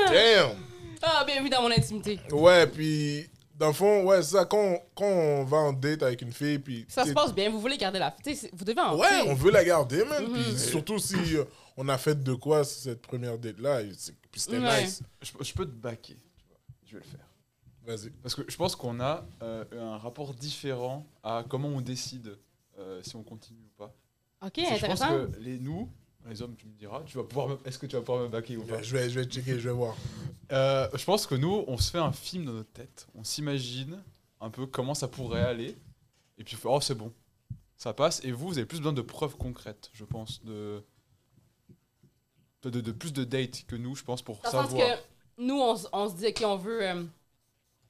Speaker 1: Damn.
Speaker 2: Ah, bienvenue dans mon intimité.
Speaker 1: Ouais, puis dans le fond, ouais, c'est ça. Quand on, quand on va en date avec une fille, puis.
Speaker 2: Ça se
Speaker 1: t'sais,
Speaker 2: passe bien, vous voulez garder la. tu sais, c'est- vous devez en
Speaker 1: Ouais,
Speaker 2: tu sais.
Speaker 1: on veut la garder, man.
Speaker 2: Mhm.
Speaker 1: Puis surtout si euh, on a fait de quoi cette première date-là, et c'est- puis c'était
Speaker 2: Ouais.
Speaker 1: nice.
Speaker 3: Je, je peux te baquer, tu vois. Je vais le faire.
Speaker 1: Vas-y.
Speaker 3: Parce que je pense qu'on a euh, un rapport différent à comment on décide euh, si on continue ou pas.
Speaker 2: Ok,
Speaker 3: C'est- Je pense
Speaker 2: intéressant.
Speaker 3: que les nous, les hommes, tu me diras, tu vas pouvoir me- est-ce que tu vas pouvoir me baquer ou pas
Speaker 1: Je vais, je vais checker, je vais voir.
Speaker 3: Euh, Je pense que nous, on se fait un film dans notre tête. On s'imagine un peu comment ça pourrait
Speaker 1: Mhm.
Speaker 3: aller. Et puis, oh, c'est bon. Ça passe. Et vous, vous avez plus besoin de preuves concrètes, je pense. De, de, de- de plus de dates que nous, je pense, pour
Speaker 2: Dans le
Speaker 3: savoir.
Speaker 2: sens que nous, on, s- on se dit, OK, on veut, euh,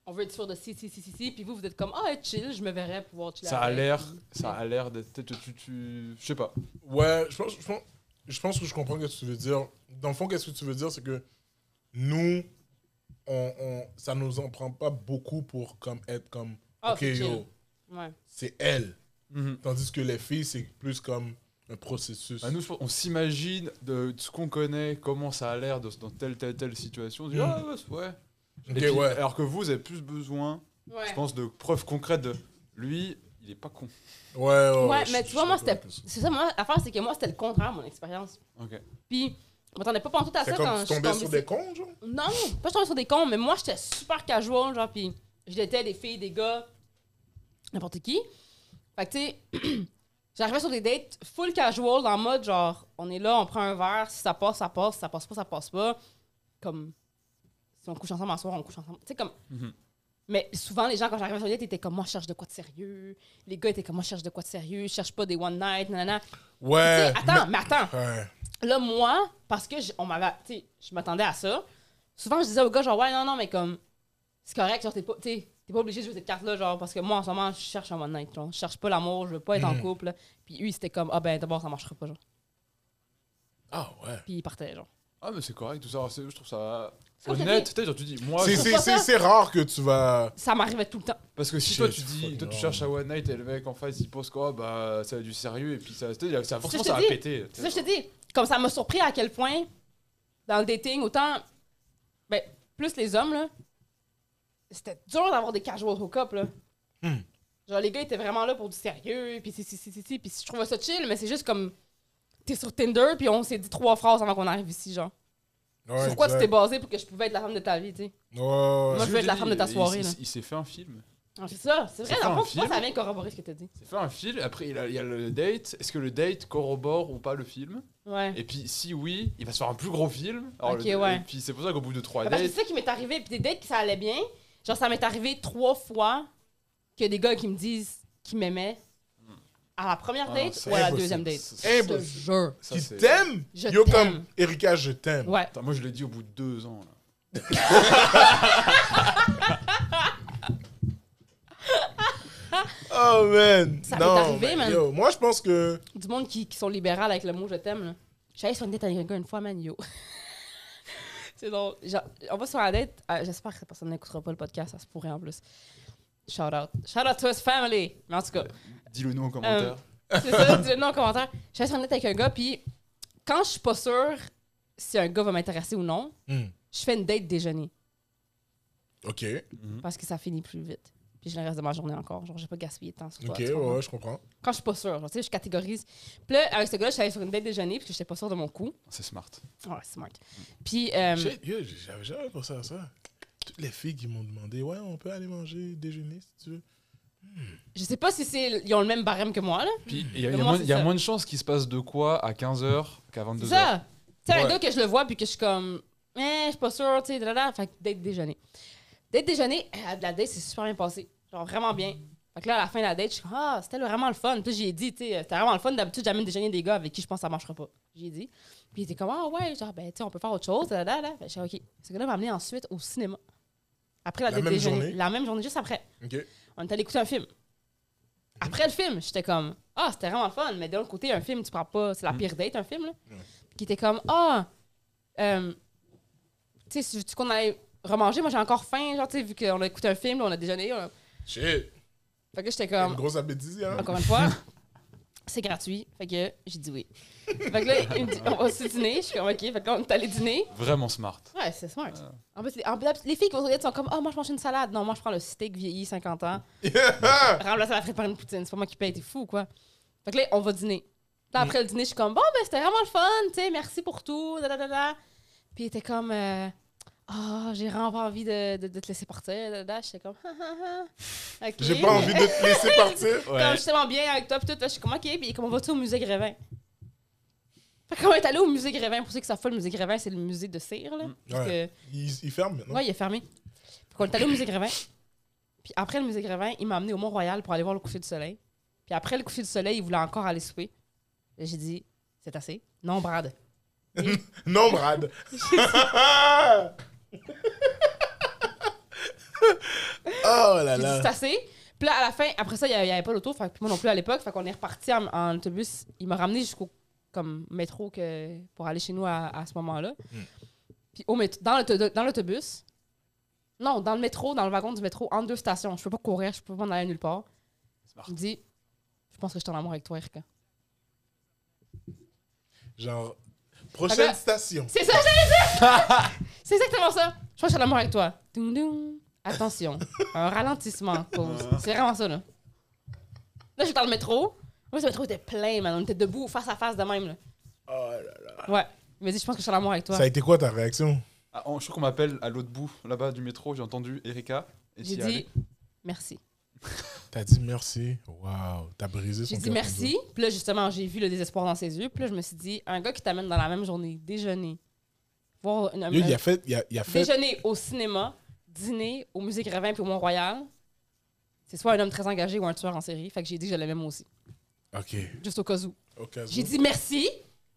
Speaker 2: on veut être sûr de si, si, si, si, si. Puis vous, vous êtes comme, ah, chill, je me verrais pouvoir chiller.
Speaker 3: Ça a
Speaker 2: avec.
Speaker 3: l'air, ça a l'air d'être. Tu, tu- tu- je sais pas.
Speaker 1: Ouais, je pense, je, pense, je pense que je comprends ce que tu veux dire. Dans le fond, qu'est-ce que tu veux dire, c'est que nous, on, on, ça nous en prend pas beaucoup pour comme, être comme,
Speaker 2: Ah,
Speaker 1: ok,
Speaker 2: c'est chill.
Speaker 1: yo,
Speaker 2: Ouais.
Speaker 1: c'est elle. Tandis que les filles, c'est plus comme un processus.
Speaker 3: Bah, nous, je pense- on s'imagine de, de ce qu'on connaît, comment ça a l'air de- dans telle, telle, telle situation. On dit,
Speaker 1: Mhm.
Speaker 3: ah, ouais, c'est- ouais.
Speaker 1: Ok,
Speaker 3: Et puis,
Speaker 1: ouais.
Speaker 3: Alors que vous, vous avez plus besoin,
Speaker 2: Ouais.
Speaker 3: je pense, de preuves concrètes de lui, il est pas con.
Speaker 1: Ouais, ouais,
Speaker 2: Ouais,
Speaker 1: je-
Speaker 2: mais
Speaker 1: je
Speaker 2: tu vois, moi,
Speaker 1: comprends
Speaker 2: c'était.
Speaker 1: un peu ça.
Speaker 2: C'est ça, moi, l'affaire, c'est que moi, c'était le contraire, mon expérience.
Speaker 3: Ok.
Speaker 2: Puis, je m'attendais pas tout à ça
Speaker 1: C'est
Speaker 2: quand
Speaker 1: comme, tu
Speaker 2: je suis
Speaker 1: tombais
Speaker 2: tombée
Speaker 1: sur
Speaker 2: sur-
Speaker 1: des cons, genre
Speaker 2: Non, pas je tombais sur des cons, mais moi, j'étais super casual, genre, puis je l'étais des filles, des gars, n'importe qui. Fait que, tu sais, j'arrivais sur des dates full casual, en mode, genre, on est là, on prend un verre, si ça passe, ça passe, si ça passe pas, ça passe pas. Comme, si on couche ensemble en soir, on couche ensemble. Tu sais, comme...
Speaker 3: Mhm.
Speaker 2: Mais souvent, les gens, quand j'arrivais sur les dates, étaient comme, moi, je cherche de quoi de sérieux. Les gars étaient comme, moi, je cherche de quoi de sérieux, je cherche pas des one night, nanana. Tu sais,
Speaker 1: Ouais.
Speaker 2: attends, mais attends.
Speaker 1: mais- Ouais.
Speaker 2: Là, moi, parce que j- on m'avait, tu sais, je m'attendais à ça, souvent je disais au gars, genre, ouais, non, non, mais comme, c'est correct, genre, t'es pas, tu sais, t'es pas obligé de jouer cette carte-là, genre, parce que moi, en ce moment, je cherche un one night, genre, je cherche pas l'amour, je veux pas être en
Speaker 1: Mhm.
Speaker 2: couple. Puis eux, c'était comme, ah ben, d'abord, ça marchera pas, genre.
Speaker 1: Ah ouais.
Speaker 2: Puis ils partaient, genre.
Speaker 3: Ah, mais c'est correct, tout ça. c'est- Je trouve ça
Speaker 2: C'est comme
Speaker 3: honnête.
Speaker 2: t'as
Speaker 3: Tu sais, genre, tu dis, moi,
Speaker 1: C'est-
Speaker 3: je-
Speaker 2: trouve
Speaker 1: c'est-
Speaker 2: pas
Speaker 1: C'est
Speaker 2: ça.
Speaker 1: c'est rare que tu vas.
Speaker 2: Ça m'arrivait tout le temps.
Speaker 3: parce que si
Speaker 1: Shit,
Speaker 3: toi, tu
Speaker 1: fucking
Speaker 3: dis, toi, tu
Speaker 1: wrong.
Speaker 3: cherches à One Night et le mec en face, il pense quoi Bah, ça a du sérieux et puis ça, tu sais, ça forcément,
Speaker 2: je te
Speaker 3: ça a
Speaker 2: dis.
Speaker 3: pété.
Speaker 2: C'est ça, que je te dis, comme ça m'a surpris à quel point, dans le dating, autant, ben, plus les hommes, là, c'était dur d'avoir des casual hookups, là.
Speaker 1: Hmm.
Speaker 2: Genre, les gars étaient vraiment là pour du sérieux, puis si, si, si, si, si, puis je trouvais ça chill, mais c'est juste comme, t'es sur Tinder, puis on s'est dit trois phrases avant qu'on arrive ici, genre.
Speaker 1: Ouais,
Speaker 2: sur quoi tu
Speaker 1: exact.
Speaker 2: t'es basé pour que je pouvais être la femme de ta vie, tu sais.
Speaker 1: Ouais, ouais,
Speaker 2: Moi,
Speaker 1: ouais.
Speaker 2: je veux être la femme de ta
Speaker 3: Il-
Speaker 2: soirée,
Speaker 3: il-
Speaker 2: là.
Speaker 3: Il s'est fait un film.
Speaker 2: Alors, C'est ça, c'est vrai,
Speaker 3: C'est
Speaker 2: dans le
Speaker 3: pas
Speaker 2: fond,
Speaker 3: un
Speaker 2: tu vois,
Speaker 3: film.
Speaker 2: ça vient corroborer ce que t'as dit.
Speaker 3: C'est fait un film, après il a- il y a le date. Est-ce que le date corrobore ou pas le film
Speaker 2: Ouais.
Speaker 3: Et puis si oui, il va se faire un plus gros film. Alors,
Speaker 2: Ok,
Speaker 3: le-
Speaker 2: ouais.
Speaker 3: Et puis c'est pour ça qu'au bout de trois
Speaker 2: Ah, Parce que
Speaker 3: dates,
Speaker 2: c'est ça qui m'est arrivé. Puis des dates que ça allait bien. Genre, ça m'est arrivé trois fois que des gars qui me disent qu'ils m'aimaient à la première
Speaker 3: Ah,
Speaker 2: date
Speaker 3: c'est
Speaker 2: ou à la
Speaker 1: impossible.
Speaker 2: deuxième date.
Speaker 3: Ça,
Speaker 1: Eh,
Speaker 3: c'est-
Speaker 2: Je te jure.
Speaker 3: ça,
Speaker 1: Qui
Speaker 3: c'est-
Speaker 1: t'aime
Speaker 2: Je
Speaker 1: Yo,
Speaker 2: t'aime.
Speaker 1: comme Erika, je t'aime.
Speaker 2: Ouais.
Speaker 3: Attends, moi je l'ai dit au bout de deux ans. Là.
Speaker 1: Oh man.
Speaker 2: Ça
Speaker 1: Non,
Speaker 2: m'est arrivé,
Speaker 1: mais
Speaker 2: man.
Speaker 1: yo, moi, je pense que.
Speaker 2: Du monde qui, qui sont libérales avec le mot je t'aime. là. J'allais sur une date avec un gars une fois, man, yo. c'est drôle. Genre, on va sur la date. euh, J'espère que cette personne n'écoutera pas le podcast. Ça se pourrait en plus. Shout out. Shout out to his family. Mais en tout cas.
Speaker 3: Dis-le nous en commentaire.
Speaker 2: C'est ça, dis-le nous en commentaire. Je suis honnête avec un gars, puis quand je suis pas sûre si un gars va m'intéresser ou non,
Speaker 1: Hmm,
Speaker 2: je fais une date déjeuner
Speaker 1: Ok, Hmm.
Speaker 2: parce que ça finit plus vite. Puis j'ai le reste de ma journée encore. Genre, j'ai pas gaspillé de temps sur toi.
Speaker 1: ok,
Speaker 2: tu
Speaker 1: ouais,
Speaker 2: comprends?
Speaker 1: ouais, je comprends.
Speaker 2: Quand je suis pas sûre, genre, tu sais, je catégorise. Puis là, avec ce gars-là, je suis allée sur une date déjeuner parce que j'étais pas sûre de mon coup.
Speaker 3: C'est smart.
Speaker 2: Ouais, smart. Puis, euh,
Speaker 1: Shit, yo, J'avais jamais pensé à ça. Toutes les filles qui m'ont demandé, ouais, on peut aller manger, déjeuner si tu veux.
Speaker 2: je sais pas si c'est, ils ont le même barème que moi, là.
Speaker 3: Puis il y a,
Speaker 2: Mais
Speaker 3: il y
Speaker 2: moi,
Speaker 3: a moins-
Speaker 2: c'est
Speaker 3: il y a
Speaker 2: ça.
Speaker 3: moins de chances qu'il se passe de quoi à 15h qu'à
Speaker 2: C'est
Speaker 3: 22h.
Speaker 2: ça. Tu sais, un
Speaker 1: Ouais.
Speaker 2: gars que je le vois, puis que je suis comme, eh, je suis pas sûre, tu sais, dadada. Fait que date déjeuner. Date déjeuner, euh, la date, c'est super bien passé. Genre, vraiment bien. Fait que là, à la fin de euh, la date, je suis comme, ah, c'était vraiment le fun. Puis j'ai dit, tu sais, c'était vraiment le fun. D'habitude, j'amène déjeuner des gars avec qui je pense que ça marchera pas. J'ai dit. Puis il était comme, ah ouais, genre, ben, tu sais, on peut faire autre chose. Là, là, là. Fait que j'ai dit, OK. Ce gars-là m'a amené ensuite au cinéma. Après la,
Speaker 1: La
Speaker 2: date
Speaker 1: même
Speaker 2: déjeuner.
Speaker 1: journée?
Speaker 2: La même journée, juste après.
Speaker 1: OK.
Speaker 2: On est allé écouter un film. Après le film, j'étais comme, ah, c'était vraiment le fun. Mais de l'autre côté, un film, tu prends pas. C'est la
Speaker 3: Mm.
Speaker 2: pire date, un film, là.
Speaker 1: Ouais.
Speaker 2: Puis qui était comme, ah, euh, tu sais, si tu qu'on allait remanger, moi j'ai encore faim, genre, tu sais, vu qu'on a écouté un film, on a déjeuné. on a-
Speaker 1: Shit.
Speaker 2: Fait que j'étais
Speaker 1: Une
Speaker 2: comme,
Speaker 1: grosse appétit, hein?
Speaker 2: encore une fois, c'est gratuit. Fait que j'ai dit oui. fait que là, il me dit, on va se dîner. Je suis comme, OK. Fait que là, on est allé dîner.
Speaker 3: Vraiment smart.
Speaker 2: Ouais, c'est smart. En plus, les, en plus, les filles qui vont se regarder sont comme, oh, moi, je mange une salade. Non, moi, je prends le steak vieilli 50 ans. Remplace la frite par une poutine. C'est pas moi qui paye, t'es fou, quoi. Fait que là, on va dîner. Là, après le dîner, je suis comme, bon, ben, c'était vraiment le fun, tu sais, merci pour tout, da, da, da, da. Puis il était comme, euh, Ah, j'ai vraiment pas envie de, de- de te laisser partir, da, da, da. J'étais comme, ha, ha, ha. Ok.
Speaker 1: J'ai pas envie de te laisser partir.
Speaker 2: Comme je suis tellement bien avec toi, puis tout, là, je suis comme, ok, puis comme on va-tu au musée Grévin? Fait qu'on est allé au musée Grévin, pour ceux qui savent pas, le musée Grévin, c'est le musée de cire, là.
Speaker 3: Mm.
Speaker 2: parce que-
Speaker 1: Il, il ferme maintenant.
Speaker 2: Ouais, il est fermé. Puis on est allé au musée Grévin. Puis après le musée Grévin, il m'a amené au Mont-Royal pour aller voir le coucher du soleil. Puis après le coucher du soleil, il voulait encore aller souper. Là, J'ai dit, c'est assez. Non, Brad.
Speaker 1: Non, Brad. oh là
Speaker 2: J'ai dit,
Speaker 1: là.
Speaker 2: c'est assez. Puis là, à la fin, après ça, il n'y avait, pas l'auto. Fait que moi non plus à l'époque. Fait qu'on est reparti en, en autobus. Il m'a ramené jusqu'au comme métro que, pour aller chez nous à, à ce moment-là.
Speaker 1: Hmm.
Speaker 2: Puis au mét- dans l'auto- dans l'autobus. Non, dans le métro, dans le wagon du métro, en deux stations. Je peux pas courir, je peux pas m'en aller nulle part.
Speaker 3: Smart.
Speaker 2: Il me dit, je pense que je suis en amour avec toi, Erika.
Speaker 1: Genre, prochaine
Speaker 2: Fait que-
Speaker 1: station.
Speaker 2: C'est ça, j'allais dire! c'est exactement ça. Je crois que je suis en amour avec toi. Doum, doum. Attention, un ralentissement cause. C'est vraiment ça, là. Là, j'étais dans le métro. Moi, le métro était plein, man. On était debout, face à face de même, là.
Speaker 1: Oh là là.
Speaker 2: Ouais. Il m'a dit, je pense que je suis en amour avec toi.
Speaker 1: Ça a été quoi ta réaction?
Speaker 3: Ah, on- je trouve qu'on m'appelle à l'autre bout, là-bas du métro, j'ai entendu Erika.
Speaker 2: J'ai
Speaker 3: et t'y
Speaker 2: dit,
Speaker 3: allais.
Speaker 2: merci.
Speaker 1: T'as dit merci. Waouh, t'as brisé son
Speaker 2: J'ai dit
Speaker 1: cœur comme
Speaker 2: merci. Puis là, justement, j'ai vu le désespoir dans ses yeux. Puis là, je me suis dit, un gars qui t'amène dans la même journée, déjeuner, voir un
Speaker 1: ça. Yo, il a fait. Il a, il a fait
Speaker 2: déjeuner au cinéma, dîner au musée Grévin puis au Mont-Royal, c'est soit un homme très engagé ou un tueur en série. Fait que j'ai dit que j'allais même aussi,
Speaker 1: ok.
Speaker 2: juste au cas où.
Speaker 1: Au cas où.
Speaker 2: J'ai dit merci.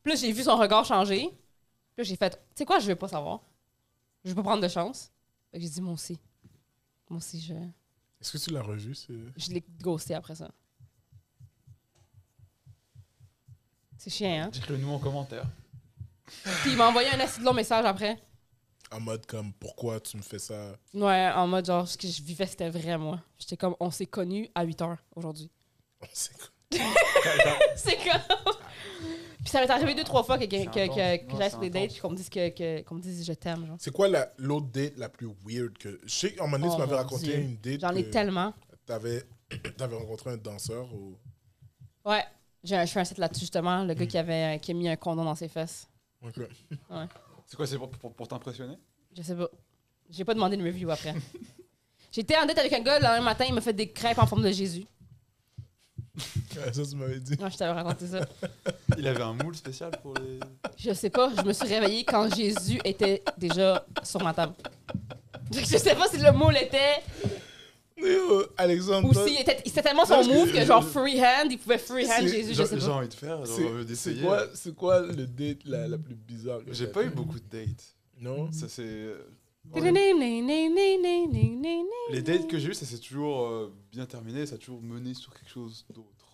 Speaker 2: Puis là, j'ai vu son regard changer. Puis là, j'ai fait, tu sais quoi, je veux pas savoir. Je veux pas prendre de chance. Fait que j'ai dit, moi aussi. Moi aussi, je,
Speaker 1: Est-ce que tu l'as revu? ce-
Speaker 2: je l'ai ghosté après ça. C'est chiant, hein?
Speaker 3: Dites-le nous en commentaire.
Speaker 2: Puis il m'a envoyé un assez long message après.
Speaker 1: En mode comme, pourquoi tu me fais ça?
Speaker 2: Ouais, en mode genre, ce que je vivais, c'était vrai, moi. J'étais comme, on s'est connus à 8 heures aujourd'hui.
Speaker 1: On sait quoi.
Speaker 2: C'est comme. puis ça m'est arrivé deux, trois fois que, que,
Speaker 3: C'est
Speaker 2: que,
Speaker 3: intense.
Speaker 2: que, que
Speaker 3: Non,
Speaker 2: j'aille
Speaker 3: c'est
Speaker 2: sur des dates
Speaker 3: intense.
Speaker 2: puis qu'on me dise, que, que- qu'on me dise je t'aime. genre.
Speaker 1: C'est quoi la- l'autre date la plus weird que. Je sais qu'en moment donné,
Speaker 2: Oh
Speaker 1: tu m'avais
Speaker 2: mon
Speaker 1: raconté
Speaker 2: Dieu.
Speaker 1: une date.
Speaker 2: J'en ai
Speaker 1: que
Speaker 2: tellement.
Speaker 1: T'avais t'avais rencontré un danseur au.
Speaker 2: Ouais, j'ai un- je fais un set là-dessus justement, le gars qui, avait, qui a mis un condom dans ses fesses.
Speaker 1: Ok.
Speaker 3: C'est quoi, c'est pour, pour, pour t'impressionner
Speaker 2: Je sais pas. J'ai pas demandé de review après. J'étais en date avec un gars le lendemain matin, il m'a fait des crêpes en forme de Jésus.
Speaker 1: Ouais, Ça, tu m'avais dit.
Speaker 2: Non, je t'avais raconté ça.
Speaker 3: Il avait un moule spécial pour les.
Speaker 2: Je sais pas, je me suis réveillée quand Jésus était déjà sur ma table. Je sais pas si le mot l'était
Speaker 1: Yo, euh, Alexandre.
Speaker 2: ou
Speaker 1: toi,
Speaker 2: s'il était, c'était tellement son move que genre freehand, il pouvait freehand
Speaker 1: C'est-
Speaker 2: Jésus, je
Speaker 3: J'ai
Speaker 2: sais
Speaker 3: j'ai
Speaker 2: pas.
Speaker 3: envie de faire, j'ai envie
Speaker 1: c'est- C'est
Speaker 3: d'essayer.
Speaker 1: quoi, c'est quoi le date la, la plus bizarre que
Speaker 3: J'ai
Speaker 1: t'as
Speaker 3: pas eu
Speaker 1: fait?
Speaker 3: beaucoup de dates.
Speaker 1: Non.
Speaker 3: Ça, c'est. euh,
Speaker 2: Ok,
Speaker 3: Les dates que j'ai eues, ça s'est toujours euh, bien terminé, ça a toujours mené sur quelque chose d'autre.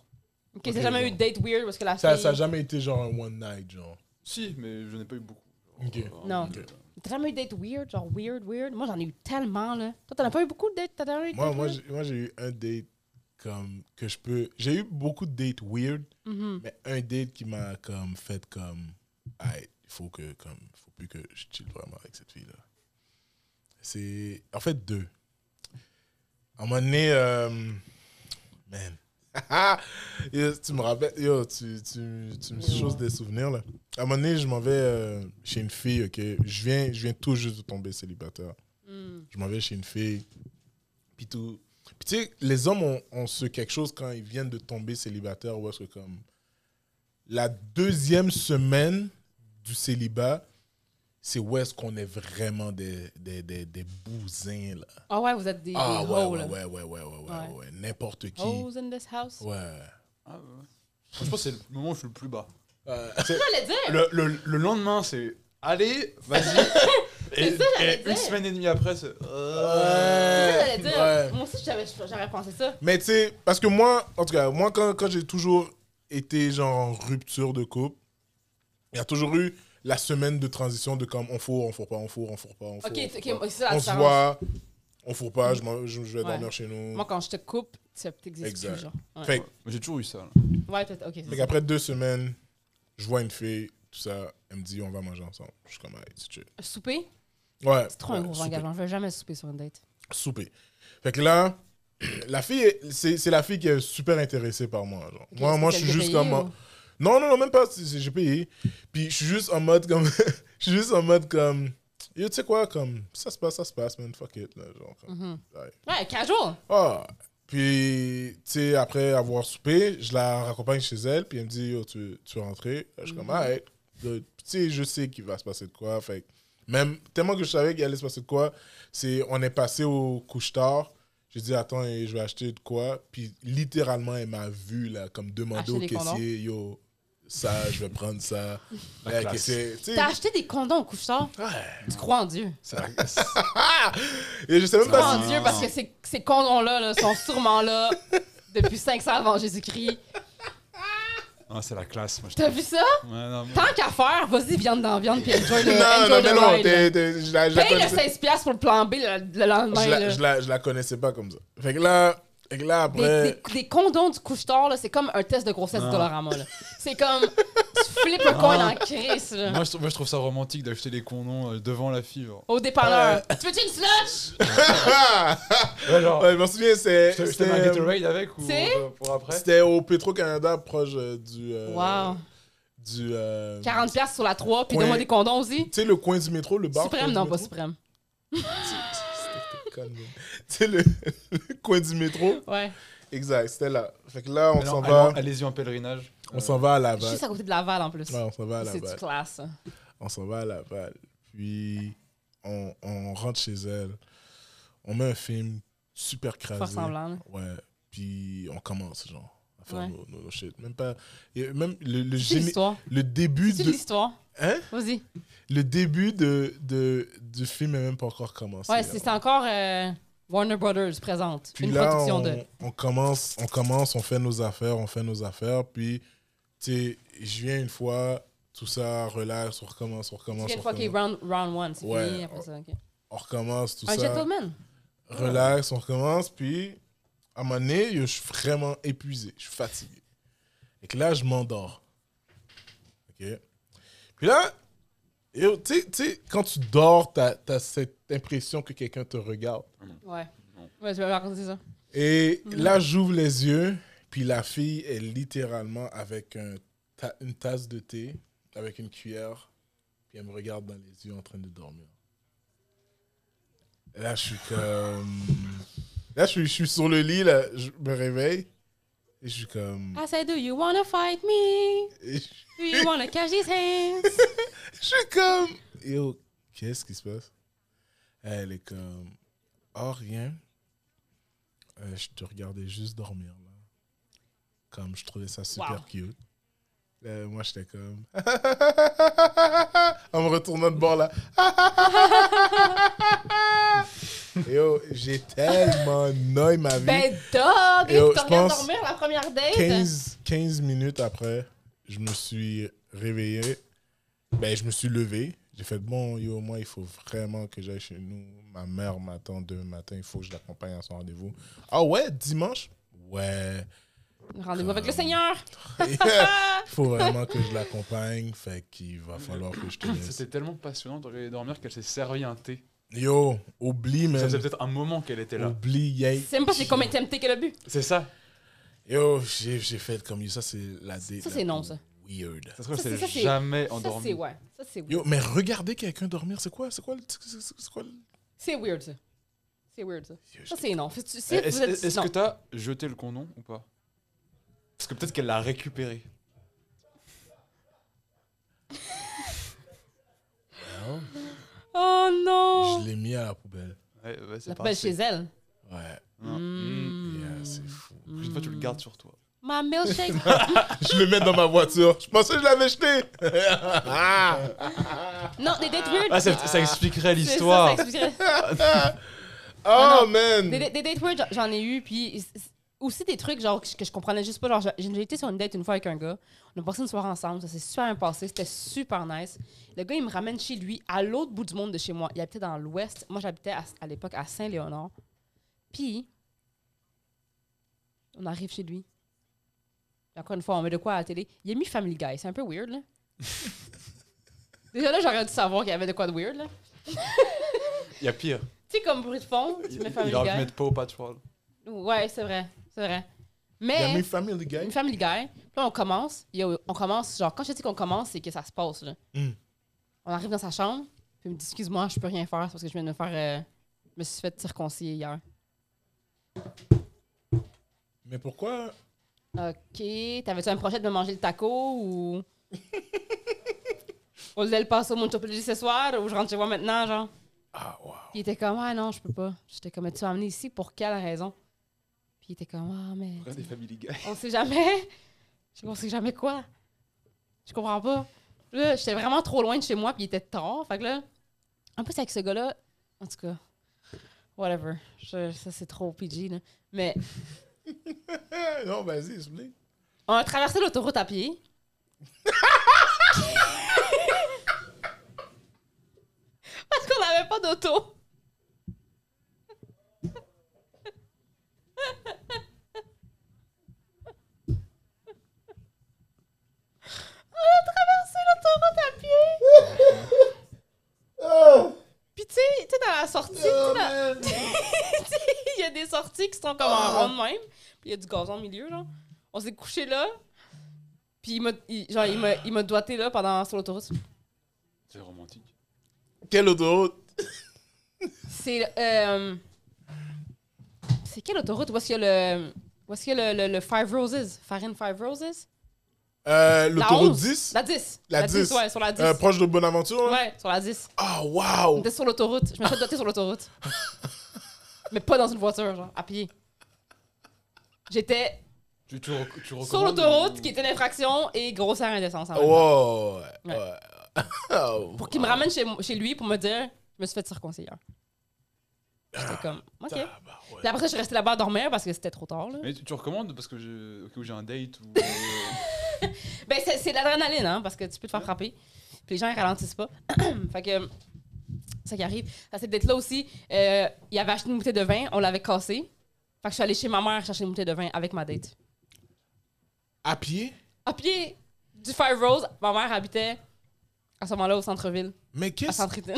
Speaker 2: t'as jamais eu de date weird parce que la
Speaker 1: Ça,
Speaker 2: fille.
Speaker 1: ça a jamais été genre un one night, genre.
Speaker 3: Si, mais je n'ai pas eu beaucoup.
Speaker 1: Ok.
Speaker 3: Euh,
Speaker 2: Non.
Speaker 3: euh,
Speaker 2: T'as jamais eu de date weird, genre weird, weird. Moi j'en ai eu tellement là. Toi t'en as pas eu beaucoup de dates, t'as jamais eu de
Speaker 1: Moi,
Speaker 2: dates
Speaker 1: moi,
Speaker 2: weird?
Speaker 1: j'ai, moi, j'ai eu un date comme que je peux. J'ai eu beaucoup de dates weird,
Speaker 2: Mhm.
Speaker 1: mais un date qui m'a comme fait comme, Aïe, il faut que comme, faut plus que je chill vraiment avec cette fille là. C'est en fait deux. À un moment donné, euh, man. Yo, tu me rappelles, yo, tu, tu, tu me
Speaker 2: Ouais.
Speaker 1: choses des souvenirs là. À un moment donné, je m'en vais euh, chez une fille, ok. Je viens, je viens tout juste de tomber célibataire
Speaker 2: Mm.
Speaker 1: je m'en vais chez une fille. Puis tout. Puis tu sais, les hommes ont, ont ce quelque chose quand ils viennent de tomber célibataire ou est-ce que comme la deuxième semaine du célibat, c'est où est-ce qu'on est vraiment des, des, des, des bousins là.
Speaker 2: Ah ouais, vous êtes des,
Speaker 1: Ah
Speaker 2: des
Speaker 1: ouais,
Speaker 2: hoes,
Speaker 1: ouais,
Speaker 2: là.
Speaker 1: ouais, ouais, ouais, ouais, ouais,
Speaker 2: Ouais. Oh,
Speaker 1: ouais, n'importe qui.
Speaker 2: Hoes in this house.
Speaker 1: Ouais.
Speaker 3: ah, ouais. Je pense que c'est le moment où je suis le plus bas.
Speaker 1: Euh,
Speaker 2: C'est ça, j'allais dire.
Speaker 3: Le, le- le lendemain, c'est allez, vas-y. et
Speaker 2: C'est ça, j'allais
Speaker 3: et
Speaker 2: dire.
Speaker 3: une semaine et demie après, c'est.
Speaker 2: C'est
Speaker 3: euh.
Speaker 2: ça,
Speaker 1: Ouais.
Speaker 2: j'allais dire.
Speaker 1: Ouais.
Speaker 2: Moi aussi, j'avais- j'aurais pensé ça.
Speaker 1: Mais tu sais, parce que moi, en tout cas, moi, quand, quand j'ai toujours été genre en rupture de couple, il y a toujours eu la semaine de transition de comme on fourre, on fourre pas, on fourre, on fourre pas, on fourre.
Speaker 2: Ok,
Speaker 1: on
Speaker 2: ok,
Speaker 1: fourre pas.
Speaker 2: c'est ça la
Speaker 1: on se
Speaker 2: différence.
Speaker 1: voit, on fourre pas, je, m'en- je- je vais
Speaker 2: Ouais.
Speaker 1: dormir chez nous.
Speaker 2: Moi, quand je te coupe, tu t'existes
Speaker 1: Exact.
Speaker 2: plus, genre. Ouais,
Speaker 1: Fait,
Speaker 3: J'ai toujours eu ça. là.
Speaker 2: ouais peut-être. Ok, c'est
Speaker 1: fait
Speaker 2: ça.
Speaker 1: qu'après deux semaines, je vois une fille, tout ça, elle me dit on va manger ensemble. Je suis comme, hey, c'est chill.
Speaker 2: Souper,
Speaker 1: Ouais.
Speaker 2: c'est trop un
Speaker 1: ouais,
Speaker 2: gros
Speaker 1: souper.
Speaker 2: engagement. Je vais jamais souper sur une date.
Speaker 1: souper. Fait que là, la fille, est- c'est c'est la fille qui est super intéressée par moi. genre.
Speaker 2: Ok,
Speaker 1: moi,
Speaker 2: c'est
Speaker 1: moi, je
Speaker 2: celle
Speaker 1: suis
Speaker 2: qui a
Speaker 1: juste
Speaker 2: payé
Speaker 1: comme. euh,
Speaker 2: ou-
Speaker 1: Non, non, non, même pas. c'est- c'est- J'ai payé. Puis je suis juste en mode comme. Je suis juste en mode comme. Yo, tu sais quoi, comme. Ça se passe, ça se passe, man. Fuck it. Là, genre, comme,
Speaker 2: Mhm.
Speaker 1: ouais.
Speaker 2: Ouais, casual.
Speaker 1: Ah. Puis, tu sais, après avoir soupé, je la raccompagne chez elle. Puis elle me dit, yo, tu, tu veux rentrer? Je suis
Speaker 2: Mhm.
Speaker 1: comme, alright. good. Puis, Tu sais, je sais qu'il va se passer de quoi. Fait que même tellement que je savais qu'il allait se passer de quoi, c'est on est passé au couche tard. J'ai dit, attends, et je vais acheter de quoi. Puis littéralement, elle m'a vu, là, comme demander
Speaker 2: Acheter
Speaker 1: au
Speaker 2: des condoms.
Speaker 1: caissier, yo, ça, je vais prendre ça.
Speaker 3: La
Speaker 1: Là,
Speaker 3: classe.
Speaker 1: caissier, tu sais.
Speaker 2: T'as acheté des condoms au couche-tard?
Speaker 1: Ouais.
Speaker 2: Tu crois en Dieu.
Speaker 3: Ça-
Speaker 1: Et je sais même
Speaker 2: Tu
Speaker 1: pas
Speaker 2: crois
Speaker 1: si.
Speaker 2: en Dieu parce que ces, ces condoms-là là, sont sûrement là depuis 500 avant Jésus-Christ.
Speaker 3: Ah, c'est la classe, moi je
Speaker 2: T'as vu ça?
Speaker 3: Ouais, non, mais-
Speaker 2: Tant qu'à faire, vas-y, viande dans viande puis enjoy le,
Speaker 1: Non,
Speaker 2: enjoy
Speaker 1: non,
Speaker 2: the
Speaker 1: mais non,
Speaker 2: ride, là.
Speaker 1: t'es- t'es- je la- je la
Speaker 2: Paye le
Speaker 1: connaissais-
Speaker 2: 16$ piastres pour le plan B le, le lendemain.
Speaker 1: je, la,
Speaker 2: Ben, là.
Speaker 1: je, la, je la connaissais pas comme ça. Fait que là, fait que là
Speaker 2: Des,
Speaker 1: après.
Speaker 2: des- des condoms du couche-tard, là, c'est comme un test de grossesse du Dolorama. là. C'est comme, tu flippes un coin dans la crise. là.
Speaker 3: Moi je, trouve, moi, je trouve ça romantique d'acheter des condoms euh, devant la fille. genre.
Speaker 2: Au dépanneur. Tu veux-tu une sludge?
Speaker 1: Ouais, je me souviens, c'est.
Speaker 3: Je te- je te
Speaker 1: c'était-
Speaker 3: mets un Gatorade avec ou
Speaker 2: C'est-
Speaker 3: euh, pour après
Speaker 1: C'était au Petro-Canada, proche euh, du. euh,
Speaker 2: Wow.
Speaker 1: Du. euh,
Speaker 2: 40$ piastres sur la 3, puis
Speaker 1: Ouais.
Speaker 2: donne-moi des condoms aussi.
Speaker 1: Tu sais, le coin du métro, le bar. coin
Speaker 2: Suprême,
Speaker 1: du
Speaker 2: non,
Speaker 1: métro. Ah,
Speaker 2: pas suprême.
Speaker 1: C'était con, mais- Tu sais, le, le coin du métro.
Speaker 2: Ouais.
Speaker 1: Exact, c'était là. Fait que là, on
Speaker 3: Alors,
Speaker 1: s'en va.
Speaker 3: allons- Allez-y en pèlerinage. Euh,
Speaker 1: On s'en va à Laval.
Speaker 2: Juste à côté de Laval en plus.
Speaker 1: Ah, bah. Ouais, bah. on s'en va à
Speaker 2: c'est du
Speaker 1: Laval.
Speaker 2: classe. hein. ça.
Speaker 1: On s'en va à Laval. Puis, on, on rentre chez elle. On met un film super crasé.
Speaker 2: Fort semblant. là.
Speaker 1: Ouais. Puis on commence, genre, à faire
Speaker 2: Ouais.
Speaker 1: nos, nos- nos shit. Même pas. et Même le, le,
Speaker 2: C'est
Speaker 1: géné-
Speaker 2: l'histoire.
Speaker 1: le début
Speaker 2: C'est
Speaker 1: de.
Speaker 2: l'histoire.
Speaker 1: Hein?
Speaker 2: Vas-y.
Speaker 1: Le début de, de, du film est même pas encore commencé.
Speaker 2: Ouais, c'est c'est encore euh, Warner Brothers présente.
Speaker 1: Puis
Speaker 2: une
Speaker 1: là,
Speaker 2: production
Speaker 1: on,
Speaker 2: de.
Speaker 1: on commence, on commence, on fait nos affaires, on fait nos affaires. Puis, tu sais, je viens une fois, tout ça, relax, on recommence, on recommence.
Speaker 2: C'est une
Speaker 1: on
Speaker 2: fois qu'il est
Speaker 1: recommence,
Speaker 2: round, round one, c'est
Speaker 1: Ouais.
Speaker 2: fini après ça. ok.
Speaker 1: on recommence, tout
Speaker 2: Un
Speaker 1: ça.
Speaker 2: gentleman.
Speaker 1: relax, on recommence, puis à un moment donné, yo, je suis vraiment épuisé, je suis fatigué. Et que là, je m'endors. OK? Puis là, yo, tu sais- tu sais, quand tu dors, t'as as cette impression que quelqu'un te regarde.
Speaker 2: Ouais. Ouais, tu vas me raconter ça.
Speaker 1: Mm. Et là, j'ouvre les yeux, puis la fille est littéralement avec un ta- une tasse de thé, avec une cuillère, puis elle me regarde dans les yeux en train de dormir. Là, je suis comme. Là, je suis, je suis sur le lit, là, je me réveille, et je suis comme.
Speaker 2: I said, do you wanna fight me?
Speaker 1: et je,
Speaker 2: Do you wanna catch these hands?
Speaker 1: je suis comme. Yo, qu'est-ce qui se passe? Elle est comme. Oh, rien. Euh, je te regardais juste dormir, là. Comme je trouvais ça super
Speaker 2: Wow.
Speaker 1: cute. Euh, moi, j'étais comme. en me retournant de bord, là. Yo, j'ai tellement noyé ma vie.
Speaker 2: ben,
Speaker 1: Yo,
Speaker 2: dog! Et tu
Speaker 1: euh, je
Speaker 2: regardes
Speaker 1: pense
Speaker 2: dormir la première date? ben.
Speaker 1: 15, 15 minutes après, je me suis réveillé. Ben, je me suis levé. J'ai fait bon, yo, moi, il faut vraiment que j'aille chez nous. Ma mère m'attend demain matin. Il faut que je l'accompagne à son rendez-vous. Ah ouais, dimanche? Ouais.
Speaker 2: Rendez-vous avec le Seigneur!
Speaker 1: Il faut vraiment que je l'accompagne. Fait qu'il va falloir que je te laisse.
Speaker 3: C'était tellement passionnant de regarder dormir qu'elle s'est servi un thé.
Speaker 1: Yo, oublie,
Speaker 3: Ça
Speaker 1: man.
Speaker 3: faisait peut-être un moment qu'elle était là.
Speaker 1: Oublie, yay.
Speaker 2: C'est même pas c'est combien de TMT qu'elle a bu.
Speaker 3: C'est ça.
Speaker 1: Yo, j'ai j'ai fait comme yo. Ça, c'est la date.
Speaker 2: Ça,
Speaker 1: la
Speaker 2: c'est non,
Speaker 1: plus
Speaker 2: ça.
Speaker 1: Weird.
Speaker 3: Ça se trouve,
Speaker 2: Ça,
Speaker 3: elle
Speaker 2: c'est- ça,
Speaker 3: s'est
Speaker 2: c'est-
Speaker 3: jamais
Speaker 2: Ça, c'est
Speaker 3: endormie.
Speaker 2: ouais. Ça, c'est weird.
Speaker 1: Yo, mais regarder quelqu'un dormir, c'est quoi? C'est quoi? le- c'est- c'est- C'est quoi? le-
Speaker 2: C'est weird, ça. C'est weird, ça.
Speaker 1: Yo,
Speaker 2: Ça, c'est non. Fait- tu- Si
Speaker 3: Euh, Eh, Est-ce
Speaker 2: vous êtes.
Speaker 3: est-ce
Speaker 2: non.
Speaker 3: que t'as jeté le condom ou pas Parce que peut-être qu'elle l'a récupéré.
Speaker 1: j'étais-
Speaker 2: Oh non!
Speaker 1: Je l'ai mis à la poubelle.
Speaker 3: Ouais, ouais, c'est
Speaker 2: La
Speaker 3: pas
Speaker 2: poubelle
Speaker 3: assez.
Speaker 2: chez elle.
Speaker 1: Ouais,
Speaker 3: Non.
Speaker 2: Mm.
Speaker 1: yeah, c'est fou.
Speaker 3: Une fois, tu le gardes sur toi.
Speaker 2: Mm. Ma milkshake.
Speaker 1: Je le mets dans ma voiture. Je pensais que je l'avais jeté.
Speaker 2: non, des dates weird.
Speaker 3: Ah, ça, ça expliquerait
Speaker 2: C'est ça, ça
Speaker 3: l'histoire.
Speaker 2: expliquerait. Ah
Speaker 1: oh,
Speaker 2: non.
Speaker 1: man.
Speaker 2: Des, des dates weird, j'en- j'en ai eu, puis c- c- aussi des trucs genre que je- que je comprenais juste pas. Genre, j'ai- j'ai été sur une date une fois avec un gars. On a passé une soirée ensemble, ça s'est super bien passé, c'était super nice. Le gars, il me ramène chez lui, à l'autre bout du monde de chez moi. Il habitait dans l'ouest. Moi, j'habitais à, à l'époque à Saint-Léonard. Puis, on arrive chez lui. Puis Encore une fois, on met de quoi à la télé. Il a mis Family Guy, c'est un peu weird, là. Déjà là, j'aurais dû savoir qu'il y avait de quoi de weird, là.
Speaker 3: Il y a pire.
Speaker 2: Tu sais, comme bruit de fond, tu
Speaker 3: Il
Speaker 2: mets Family
Speaker 3: il aurait pu
Speaker 2: Guy.
Speaker 3: mettre Paw Patrol.
Speaker 2: Ouais, c'est vrai, c'est vrai.
Speaker 1: Il a
Speaker 2: Mais
Speaker 1: mis Family Guy.
Speaker 2: eh. une family guy, puis là on commence, il y a- on commence genre quand je te dis qu'on commence, c'est que ça se passe là.
Speaker 1: Mm.
Speaker 2: On arrive dans sa chambre, puis il me dit excuse-moi, je peux rien faire c'est parce que je viens de me faire euh, je me suis fait circoncier hier.
Speaker 1: Mais pourquoi
Speaker 2: OK, t'avais-tu un projet de me manger le taco ou On faisait le passe au Montopoli ce soir ou je rentre chez moi maintenant genre.
Speaker 1: Ah, wow.
Speaker 2: Puis il était comme ah non, je peux pas. J'étais comme Mais tu m'as amené ici pour quelle raison Puis il était comme ah mais
Speaker 3: Après, des Family Guy.
Speaker 2: on sait jamais. Je sais, on sait jamais quoi. Je comprends pas. Là, j'étais vraiment trop loin de chez moi, puis il était tard. Fait que là, en plus, avec ce gars-là, en tout cas, whatever. Je- ça, c'est trop PG, là. Mais
Speaker 1: Eh, Non, vas-y, explique.
Speaker 2: on a traversé l'autoroute à pied. Parce qu'on n'avait pas d'auto. On a traversé l'autoroute à pied.
Speaker 1: Oh,
Speaker 2: Puis tu sais, tu sais, dans la sortie, tu sais,
Speaker 1: oh,
Speaker 2: dans-
Speaker 1: man.
Speaker 2: il y a des sorties qui sont comme en rond de même. Puis il y a du gazon au milieu, genre. On s'est couché là. Puis il m'a, il- genre, il m'a, il m'a doigté là pendant sur l'autoroute.
Speaker 3: C'est romantique.
Speaker 1: Quelle autoroute
Speaker 2: C'est. euh, c'est quelle autoroute? Où est-ce qu'il y a le. Où est-ce qu'il y a le, le- le Five Roses? Farine Five Roses?
Speaker 1: Euh, L'autoroute
Speaker 2: 11.
Speaker 1: 10
Speaker 2: La 10.
Speaker 1: La 10.
Speaker 2: ouais, sur la 10.
Speaker 1: Euh, Proche de Bonaventure là?
Speaker 2: ouais, sur la 10.
Speaker 1: Ah,
Speaker 2: On
Speaker 1: wow
Speaker 2: était sur l'autoroute. Je me suis doigté sur l'autoroute. Mais pas dans une voiture, genre, à pied. J'étais
Speaker 3: Tu, tu, rec- tu
Speaker 2: sur
Speaker 3: recommandes
Speaker 2: l'autoroute,
Speaker 3: ou-
Speaker 2: qui était une infraction, et grossière indécence. en même temps.
Speaker 1: Oh, Wow ouais,
Speaker 2: Ouais.
Speaker 1: ouais. Oh,
Speaker 2: Pour qu'il me ramène chez, mo- chez lui pour me dire je me suis fait circoncire.
Speaker 1: Ah.
Speaker 2: J'étais comme OK.
Speaker 1: wow. Tabarouette.
Speaker 2: Puis après ça, je suis restée là-bas à dormir parce que c'était trop tard. Là.
Speaker 3: Mais tu, tu recommandes parce que j'ai au cas où euh, j'ai un date ou.
Speaker 2: Ben, c'est, c'est de l'adrénaline, hein, parce que tu peux te faire frapper. Puis les gens, ils ralentissent pas. fait que, c'est ça qui arrive. Ça, c'est peut-être là aussi. Euh, il avait acheté une bouteille de vin, on l'avait cassée. Fait que je suis allée chez ma mère chercher une bouteille de vin avec ma date.
Speaker 1: À pied
Speaker 2: À pied du Five Rose, ma mère habitait à ce moment-là au centre-ville,
Speaker 1: Mais
Speaker 2: à
Speaker 1: qu'est-ce
Speaker 2: Centre-Ville.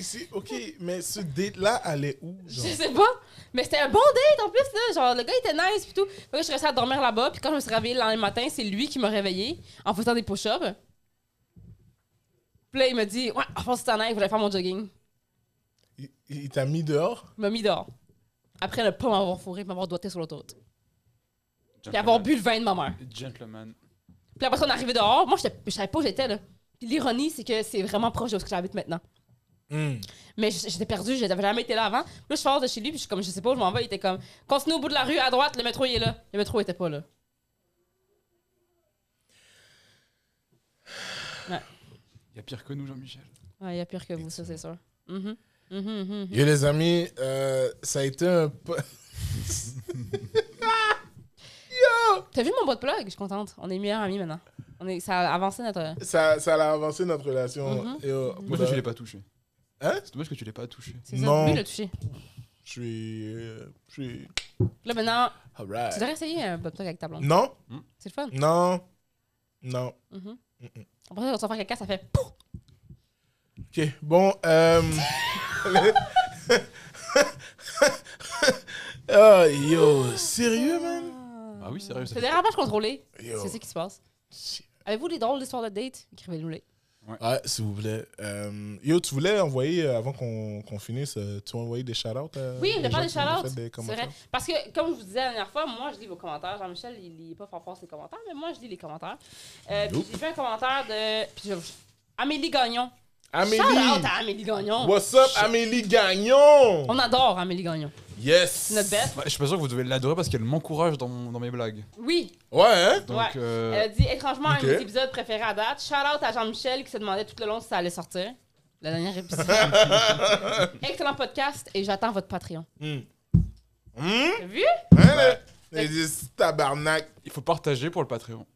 Speaker 1: c'est- Ok, mais ce date-là, elle est où
Speaker 2: Je
Speaker 1: genre?
Speaker 2: sais pas, mais c'était un bon date en plus, là. Genre, le gars était nice, pis tout. Fait que je suis restée à dormir là-bas, puis quand je me suis réveillée le lendemain matin, c'est lui qui m'a réveillée en faisant des push-ups. Puis là, il me dit, ouais, en pense que t'en ailles, je voulais faire mon jogging.
Speaker 1: Il, il t'a mis dehors
Speaker 2: Il m'a mis dehors. Après ne pas m'avoir fourré, puis m'avoir doigté sur l'autoroute. Puis
Speaker 3: Gentleman.
Speaker 2: avoir bu le vin de ma mère.
Speaker 3: Gentleman.
Speaker 2: Puis après, on est arrivé dehors. Moi, j'étais- je savais pas où j'étais, là. Puis l'ironie, c'est que c'est vraiment proche de où est-ce que j'habite maintenant. Mhm.
Speaker 1: Hmm.
Speaker 2: Mais j- j'étais perdue, j'avais jamais été là avant. Là, je sors de chez lui, puis je suis comme, je sais pas où je m'en vais. Il était comme, continue au bout de la rue, à droite, le métro, il est là. Le métro était pas là.
Speaker 3: Il y a pire que nous, Jean-Michel.
Speaker 2: Ouais, il y a pire que vous, ça, c'est sûr. Mhm. Mhm, mhm.
Speaker 1: Yo les amis, euh, ça a été un... po-
Speaker 2: T'as vu mon bot de plug? Je suis contente. On est meilleurs amis maintenant. On est, ça a avancé notre.
Speaker 1: Ça, ça a avancé notre relation.
Speaker 2: Mhm.
Speaker 1: Et, euh,
Speaker 3: Dommage que tu l'aies pas touché.
Speaker 1: Hein
Speaker 3: C'est dommage que tu l'aies pas touché.
Speaker 2: C'est ça.
Speaker 1: Non.
Speaker 2: Lui, le touché.
Speaker 1: Je suis... euh, je suis...
Speaker 2: Là, maintenant, tu
Speaker 1: Alright.
Speaker 2: devrais essayer un bot de plug avec ta blonde.
Speaker 1: Non,
Speaker 2: C'est le fun.
Speaker 1: non, non. Mm,
Speaker 2: Mhm. Après ça, quand tu vas faire quelqu'un, ça fait.
Speaker 1: Ok, bon. Euh... oh, yo, sérieux, man?
Speaker 3: Ah oui, sérieux.
Speaker 2: C'est des ravages contrôlés.
Speaker 1: Yo.
Speaker 2: C'est ce qui se passe. Avez-vous des drôles d'histoires de date? Écrivez-nous-les.
Speaker 1: Ah, s'il vous plaît. Euh, yo, tu voulais envoyer, euh, avant qu'on qu'on finisse, euh, tu envoyais des shout-outs? euh,
Speaker 2: Oui,
Speaker 1: des
Speaker 2: le pas
Speaker 1: gens
Speaker 2: des
Speaker 1: qui nous ont fait
Speaker 2: shout
Speaker 1: des
Speaker 2: C'est vrai.
Speaker 1: commentaires?
Speaker 2: Parce que, comme je vous disais la dernière fois, moi, je lis vos commentaires. Jean-Michel, il lit pas fort fort ses commentaires, mais moi, je lis les commentaires. Euh, puis
Speaker 1: Nope.
Speaker 2: j'ai vu un commentaire de. puis je- Amélie Gagnon. Shout out
Speaker 1: Amélie!
Speaker 2: à Amélie Gagnon.
Speaker 1: What's up, Amélie Gagnon?
Speaker 2: On adore Amélie Gagnon.
Speaker 1: Yes!
Speaker 2: Notre bête.
Speaker 3: Bah, je suis pas sûr que vous devez l'adorer parce qu'elle m'encourage dans, mon- dans mes blagues.
Speaker 2: Oui.
Speaker 1: Ouais, hein?
Speaker 3: Donc,
Speaker 2: Ouais.
Speaker 3: euh,
Speaker 2: Elle a dit étrangement
Speaker 1: ok.
Speaker 2: un de mes épisodes préférés à date. Shout out à Jean-Michel qui se demandait tout le long si ça allait sortir. La dernière épisode. Excellent podcast et j'attends votre Patreon.
Speaker 1: Hmm. Hmm?
Speaker 2: T'as vu?
Speaker 1: Hein, là? Les dix tabarnak.
Speaker 3: il faut partager pour le Patreon.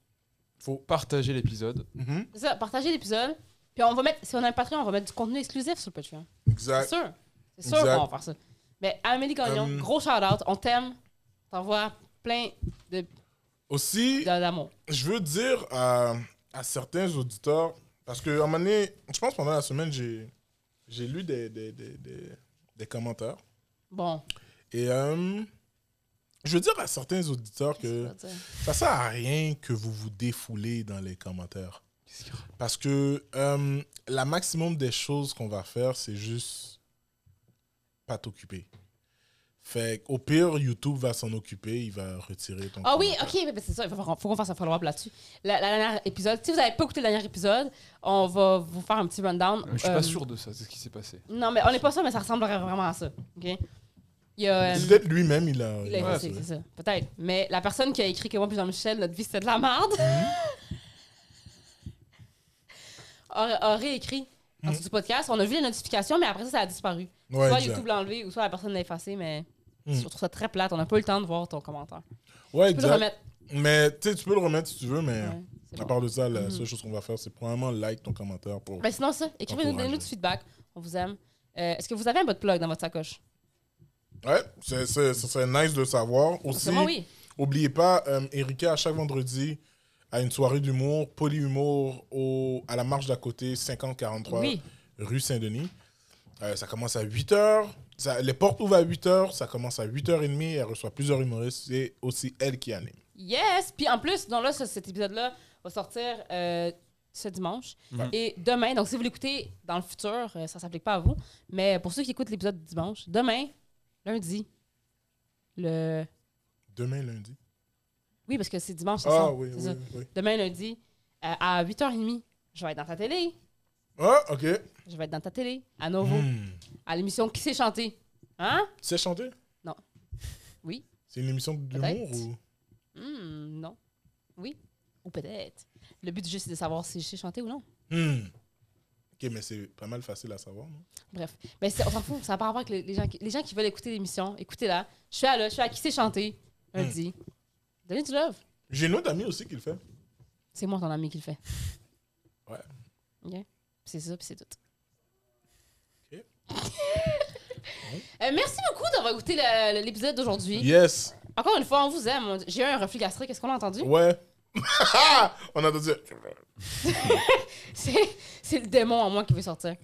Speaker 3: Faut partager l'épisode.
Speaker 1: Mhm.
Speaker 2: C'est ça, partagez l'épisode. Puis on va mettre, si on a un Patreon, on va mettre du contenu exclusif sur le Patreon. C'est
Speaker 1: Exact.
Speaker 2: sûr. C'est sûr
Speaker 1: Exact.
Speaker 2: qu'on va faire ça. Mais Amélie Gagnon,
Speaker 1: Hum.
Speaker 2: gros shout out. On t'aime. T'envoies plein de- de-
Speaker 1: Aussi,
Speaker 2: d'amour.
Speaker 1: je veux dire à, à certains auditeurs, parce que à un moment donné, je pense pendant la semaine, j'ai j'ai lu des, des, des, des, des commentaires.
Speaker 2: Bon.
Speaker 1: Et euh, je veux dire à certains auditeurs
Speaker 2: qu'est-ce que
Speaker 1: que
Speaker 2: je veux dire?
Speaker 1: ça sert à rien que vous vous défoulez dans les commentaires.
Speaker 3: Qu'est-ce qu'il y a
Speaker 1: Parce que euh, la maximum des choses qu'on va faire, c'est juste pas t'occuper. Fait qu'au pire, YouTube va s'en occuper, il va retirer ton
Speaker 2: Ah oui,
Speaker 1: commentaire.
Speaker 2: ok, mais mais c'est ça, il faut, faut qu'on fasse un follow-up là-dessus. La, la dernière épisode, si vous n'avez pas écouté le dernier épisode, on va vous faire un petit rundown.
Speaker 3: Je suis
Speaker 2: Euh,
Speaker 3: pas sûr de ça, c'est ce qui s'est passé.
Speaker 2: Non, mais on n'est pas sûr, mais ça ressemblerait vraiment à ça. ok? Il y a. euh,
Speaker 1: Peut-être lui-même, il a.
Speaker 2: il a
Speaker 1: il a
Speaker 2: effacé,
Speaker 1: retiré.
Speaker 2: c'est ça. Peut-être. Mais la personne qui a écrit que moi, puis Jean-Michel, notre vie, c'était de la merde, aurait, aurait écrit en dessous du podcast. On a vu les notifications, mais après ça, ça a disparu.
Speaker 1: Ouais,
Speaker 2: soit
Speaker 1: exact.
Speaker 2: YouTube l'a enlevé, ou soit la personne l'a effacé, mais
Speaker 1: Mm.
Speaker 2: je trouve ça très plate. On n'a pas eu le temps de voir ton commentaire.
Speaker 1: Ouais,
Speaker 2: Tu peux le
Speaker 1: exact.
Speaker 2: remettre.
Speaker 1: Mais tu sais, tu peux le remettre si tu veux, mais
Speaker 2: Ouais, c'est
Speaker 1: à
Speaker 2: bon.
Speaker 1: part de ça, la
Speaker 2: Mhm.
Speaker 1: seule chose qu'on va faire, c'est probablement like ton commentaire pour.
Speaker 2: Mais Ben, sinon, ça, écrivez-nous,
Speaker 1: Encouragez.
Speaker 2: donnez-nous du feedback. On vous aime. Euh, Est-ce que vous avez un bot plug dans votre sacoche?
Speaker 1: Ouais, c'est- c'est- ce serait nice de savoir.
Speaker 2: Parce
Speaker 1: Aussi,
Speaker 2: que moi, oui.
Speaker 1: Oubliez pas, euh, Erika, à chaque vendredi, à une soirée d'humour, polyhumour, au, à la marche d'à côté, 5043
Speaker 2: Oui.
Speaker 1: rue Saint-Denis. Euh, ça commence à 8h. Ça- les portes ouvrent à 8h. Ça commence à 8h30. Elle reçoit plusieurs humoristes. C'est aussi elle qui anime.
Speaker 2: Yes! Puis en plus, dans là, ce- cet épisode-là va sortir euh, ce dimanche.
Speaker 1: Mm-hmm.
Speaker 3: Mhm.
Speaker 2: Et demain, donc si vous l'écoutez dans le futur, euh, ça s'applique pas à vous. Mais pour ceux qui écoutent l'épisode du dimanche, demain, lundi, le.
Speaker 1: Demain, lundi.
Speaker 2: Oui, parce que c'est dimanche, c'est
Speaker 1: Ah
Speaker 2: ça,
Speaker 1: oui,
Speaker 2: c'est
Speaker 1: oui,
Speaker 2: ça.
Speaker 1: oui.
Speaker 2: Demain, lundi, euh, à 8h30, je vais être dans ta télé.
Speaker 1: Ah, ok.
Speaker 2: Je vais être dans ta télé, à nouveau,
Speaker 1: Hmm.
Speaker 2: à l'émission Qui s'est chanté? Hein?
Speaker 1: Tu sais chanter
Speaker 2: Non. Oui.
Speaker 1: C'est une émission d'humour
Speaker 2: Peut-être.
Speaker 1: ou.
Speaker 2: Hmm, non. Oui. Ou peut-être. Le but du jeu, c'est de savoir si je sais chanter ou non.
Speaker 1: Hmm. Ok, mais c'est pas mal facile à savoir. Non?
Speaker 2: Bref. Mais c'est- on s'en fout. Ça n'a pas rapport avec les, les gens qui, les gens qui veulent écouter l'émission. Écoutez-la. Je suis à là. Je suis à qui sait chanter.
Speaker 1: Hmm.
Speaker 2: Lundi. Donnez du love.
Speaker 1: J'ai une autre amie aussi qui le fait.
Speaker 2: C'est moi, ton ami, qui le fait.
Speaker 1: Ouais.
Speaker 2: OK? Puis C'est ça, puis c'est tout.
Speaker 1: Ok.
Speaker 2: Euh, merci beaucoup d'avoir écouté le- le- l'épisode d'aujourd'hui.
Speaker 1: Yes.
Speaker 2: Encore une fois, on vous aime. J'ai eu un reflux gastrique. Est-ce qu'on l'a entendu?
Speaker 1: Ouais. On a entendu.
Speaker 2: C'est c'est le démon en moi qui veut sortir.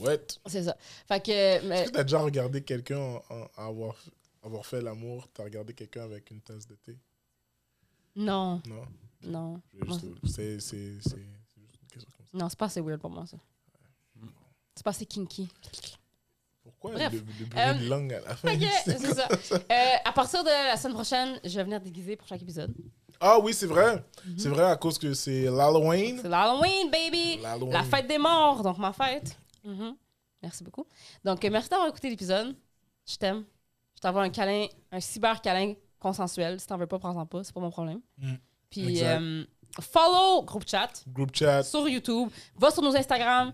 Speaker 1: Ouais.
Speaker 2: C'est ça. Fait que. euh,
Speaker 1: Est-ce que t'as déjà regardé quelqu'un en- en- avoir, avoir fait l'amour, t'as regardé quelqu'un avec une tasse de thé
Speaker 2: non,
Speaker 1: Non
Speaker 2: non.
Speaker 1: Je-
Speaker 2: Moi,
Speaker 1: je- C'est c'est- c'est- c'est juste une question comme ça.
Speaker 2: Non, c'est pas assez weird pour moi, ça. C'est pas assez kinky.
Speaker 1: Pourquoi
Speaker 2: Bref.
Speaker 1: le, le bruit de
Speaker 2: Euh,
Speaker 1: langue à la fin
Speaker 2: Fait que,
Speaker 1: C'est
Speaker 2: c'est ça.
Speaker 1: comme ça.
Speaker 2: Euh, à partir de la semaine prochaine, je vais venir déguiser pour chaque épisode.
Speaker 1: Ah oui, c'est vrai. C'est vrai à cause que c'est l'Halloween.
Speaker 2: Mhm. C'est l'Halloween, baby!
Speaker 1: L'Halloween.
Speaker 2: La fête des morts, donc ma fête. Mhm. Merci beaucoup. Donc, euh, merci d'avoir écouté l'épisode. Je t'aime. Je t'envoie un câlin, un cyber câlin consensuel. Si t'en veux pas, prends-en pas. C'est pas mon problème.
Speaker 1: Mhm.
Speaker 2: Puis,
Speaker 1: Exact.
Speaker 2: euh, follow groupe chat
Speaker 1: Group chat.
Speaker 2: sur YouTube. Va sur nos Instagram.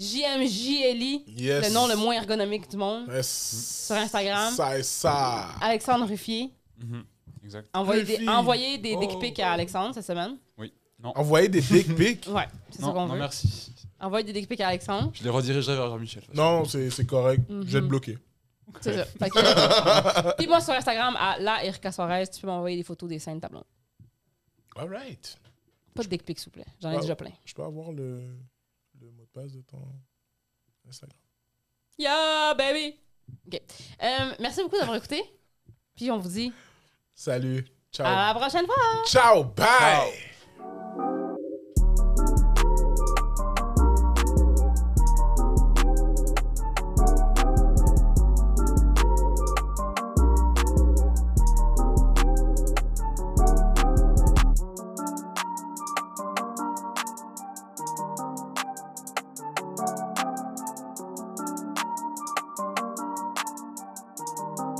Speaker 2: JMJLI,
Speaker 1: Yes.
Speaker 2: le nom le moins ergonomique du monde.
Speaker 1: Yes.
Speaker 2: Sur Instagram.
Speaker 1: Ça et ça.
Speaker 2: Alexandre Ruffier.
Speaker 3: Exact.
Speaker 2: Envoyer des,
Speaker 1: Ruffier.
Speaker 2: envoyer des dick
Speaker 3: Oh.
Speaker 2: pics à Alexandre cette semaine.
Speaker 1: Envoyez des dick pics.
Speaker 2: Ouais, c'est ça
Speaker 3: Non,
Speaker 2: qu'on
Speaker 3: non,
Speaker 2: veut.
Speaker 3: merci.
Speaker 2: Envoyer des dick pics à Alexandre.
Speaker 3: Je les redirigerai vers Jean-Michel. de toute façon.
Speaker 1: Non, c'est c'est correct.
Speaker 2: Mhm.
Speaker 1: Je vais te bloquer.
Speaker 2: C'est ça. Fait que- Puis moi sur Instagram, à la Erika Suarez, tu peux m'envoyer des photos des scènes de ta blonde.
Speaker 1: All right.
Speaker 2: Pas de dick pics, s'il vous plaît. J'en ai
Speaker 1: Wow.
Speaker 2: déjà plein.
Speaker 1: Je peux avoir le, le mot de passe de ton Instagram
Speaker 2: Yeah, baby! OK. Euh, merci beaucoup d'avoir écouté. Puis on vous dit
Speaker 1: Salut. Ciao.
Speaker 2: Ah. à la prochaine fois!
Speaker 1: Ciao. Bye.
Speaker 3: Ciao.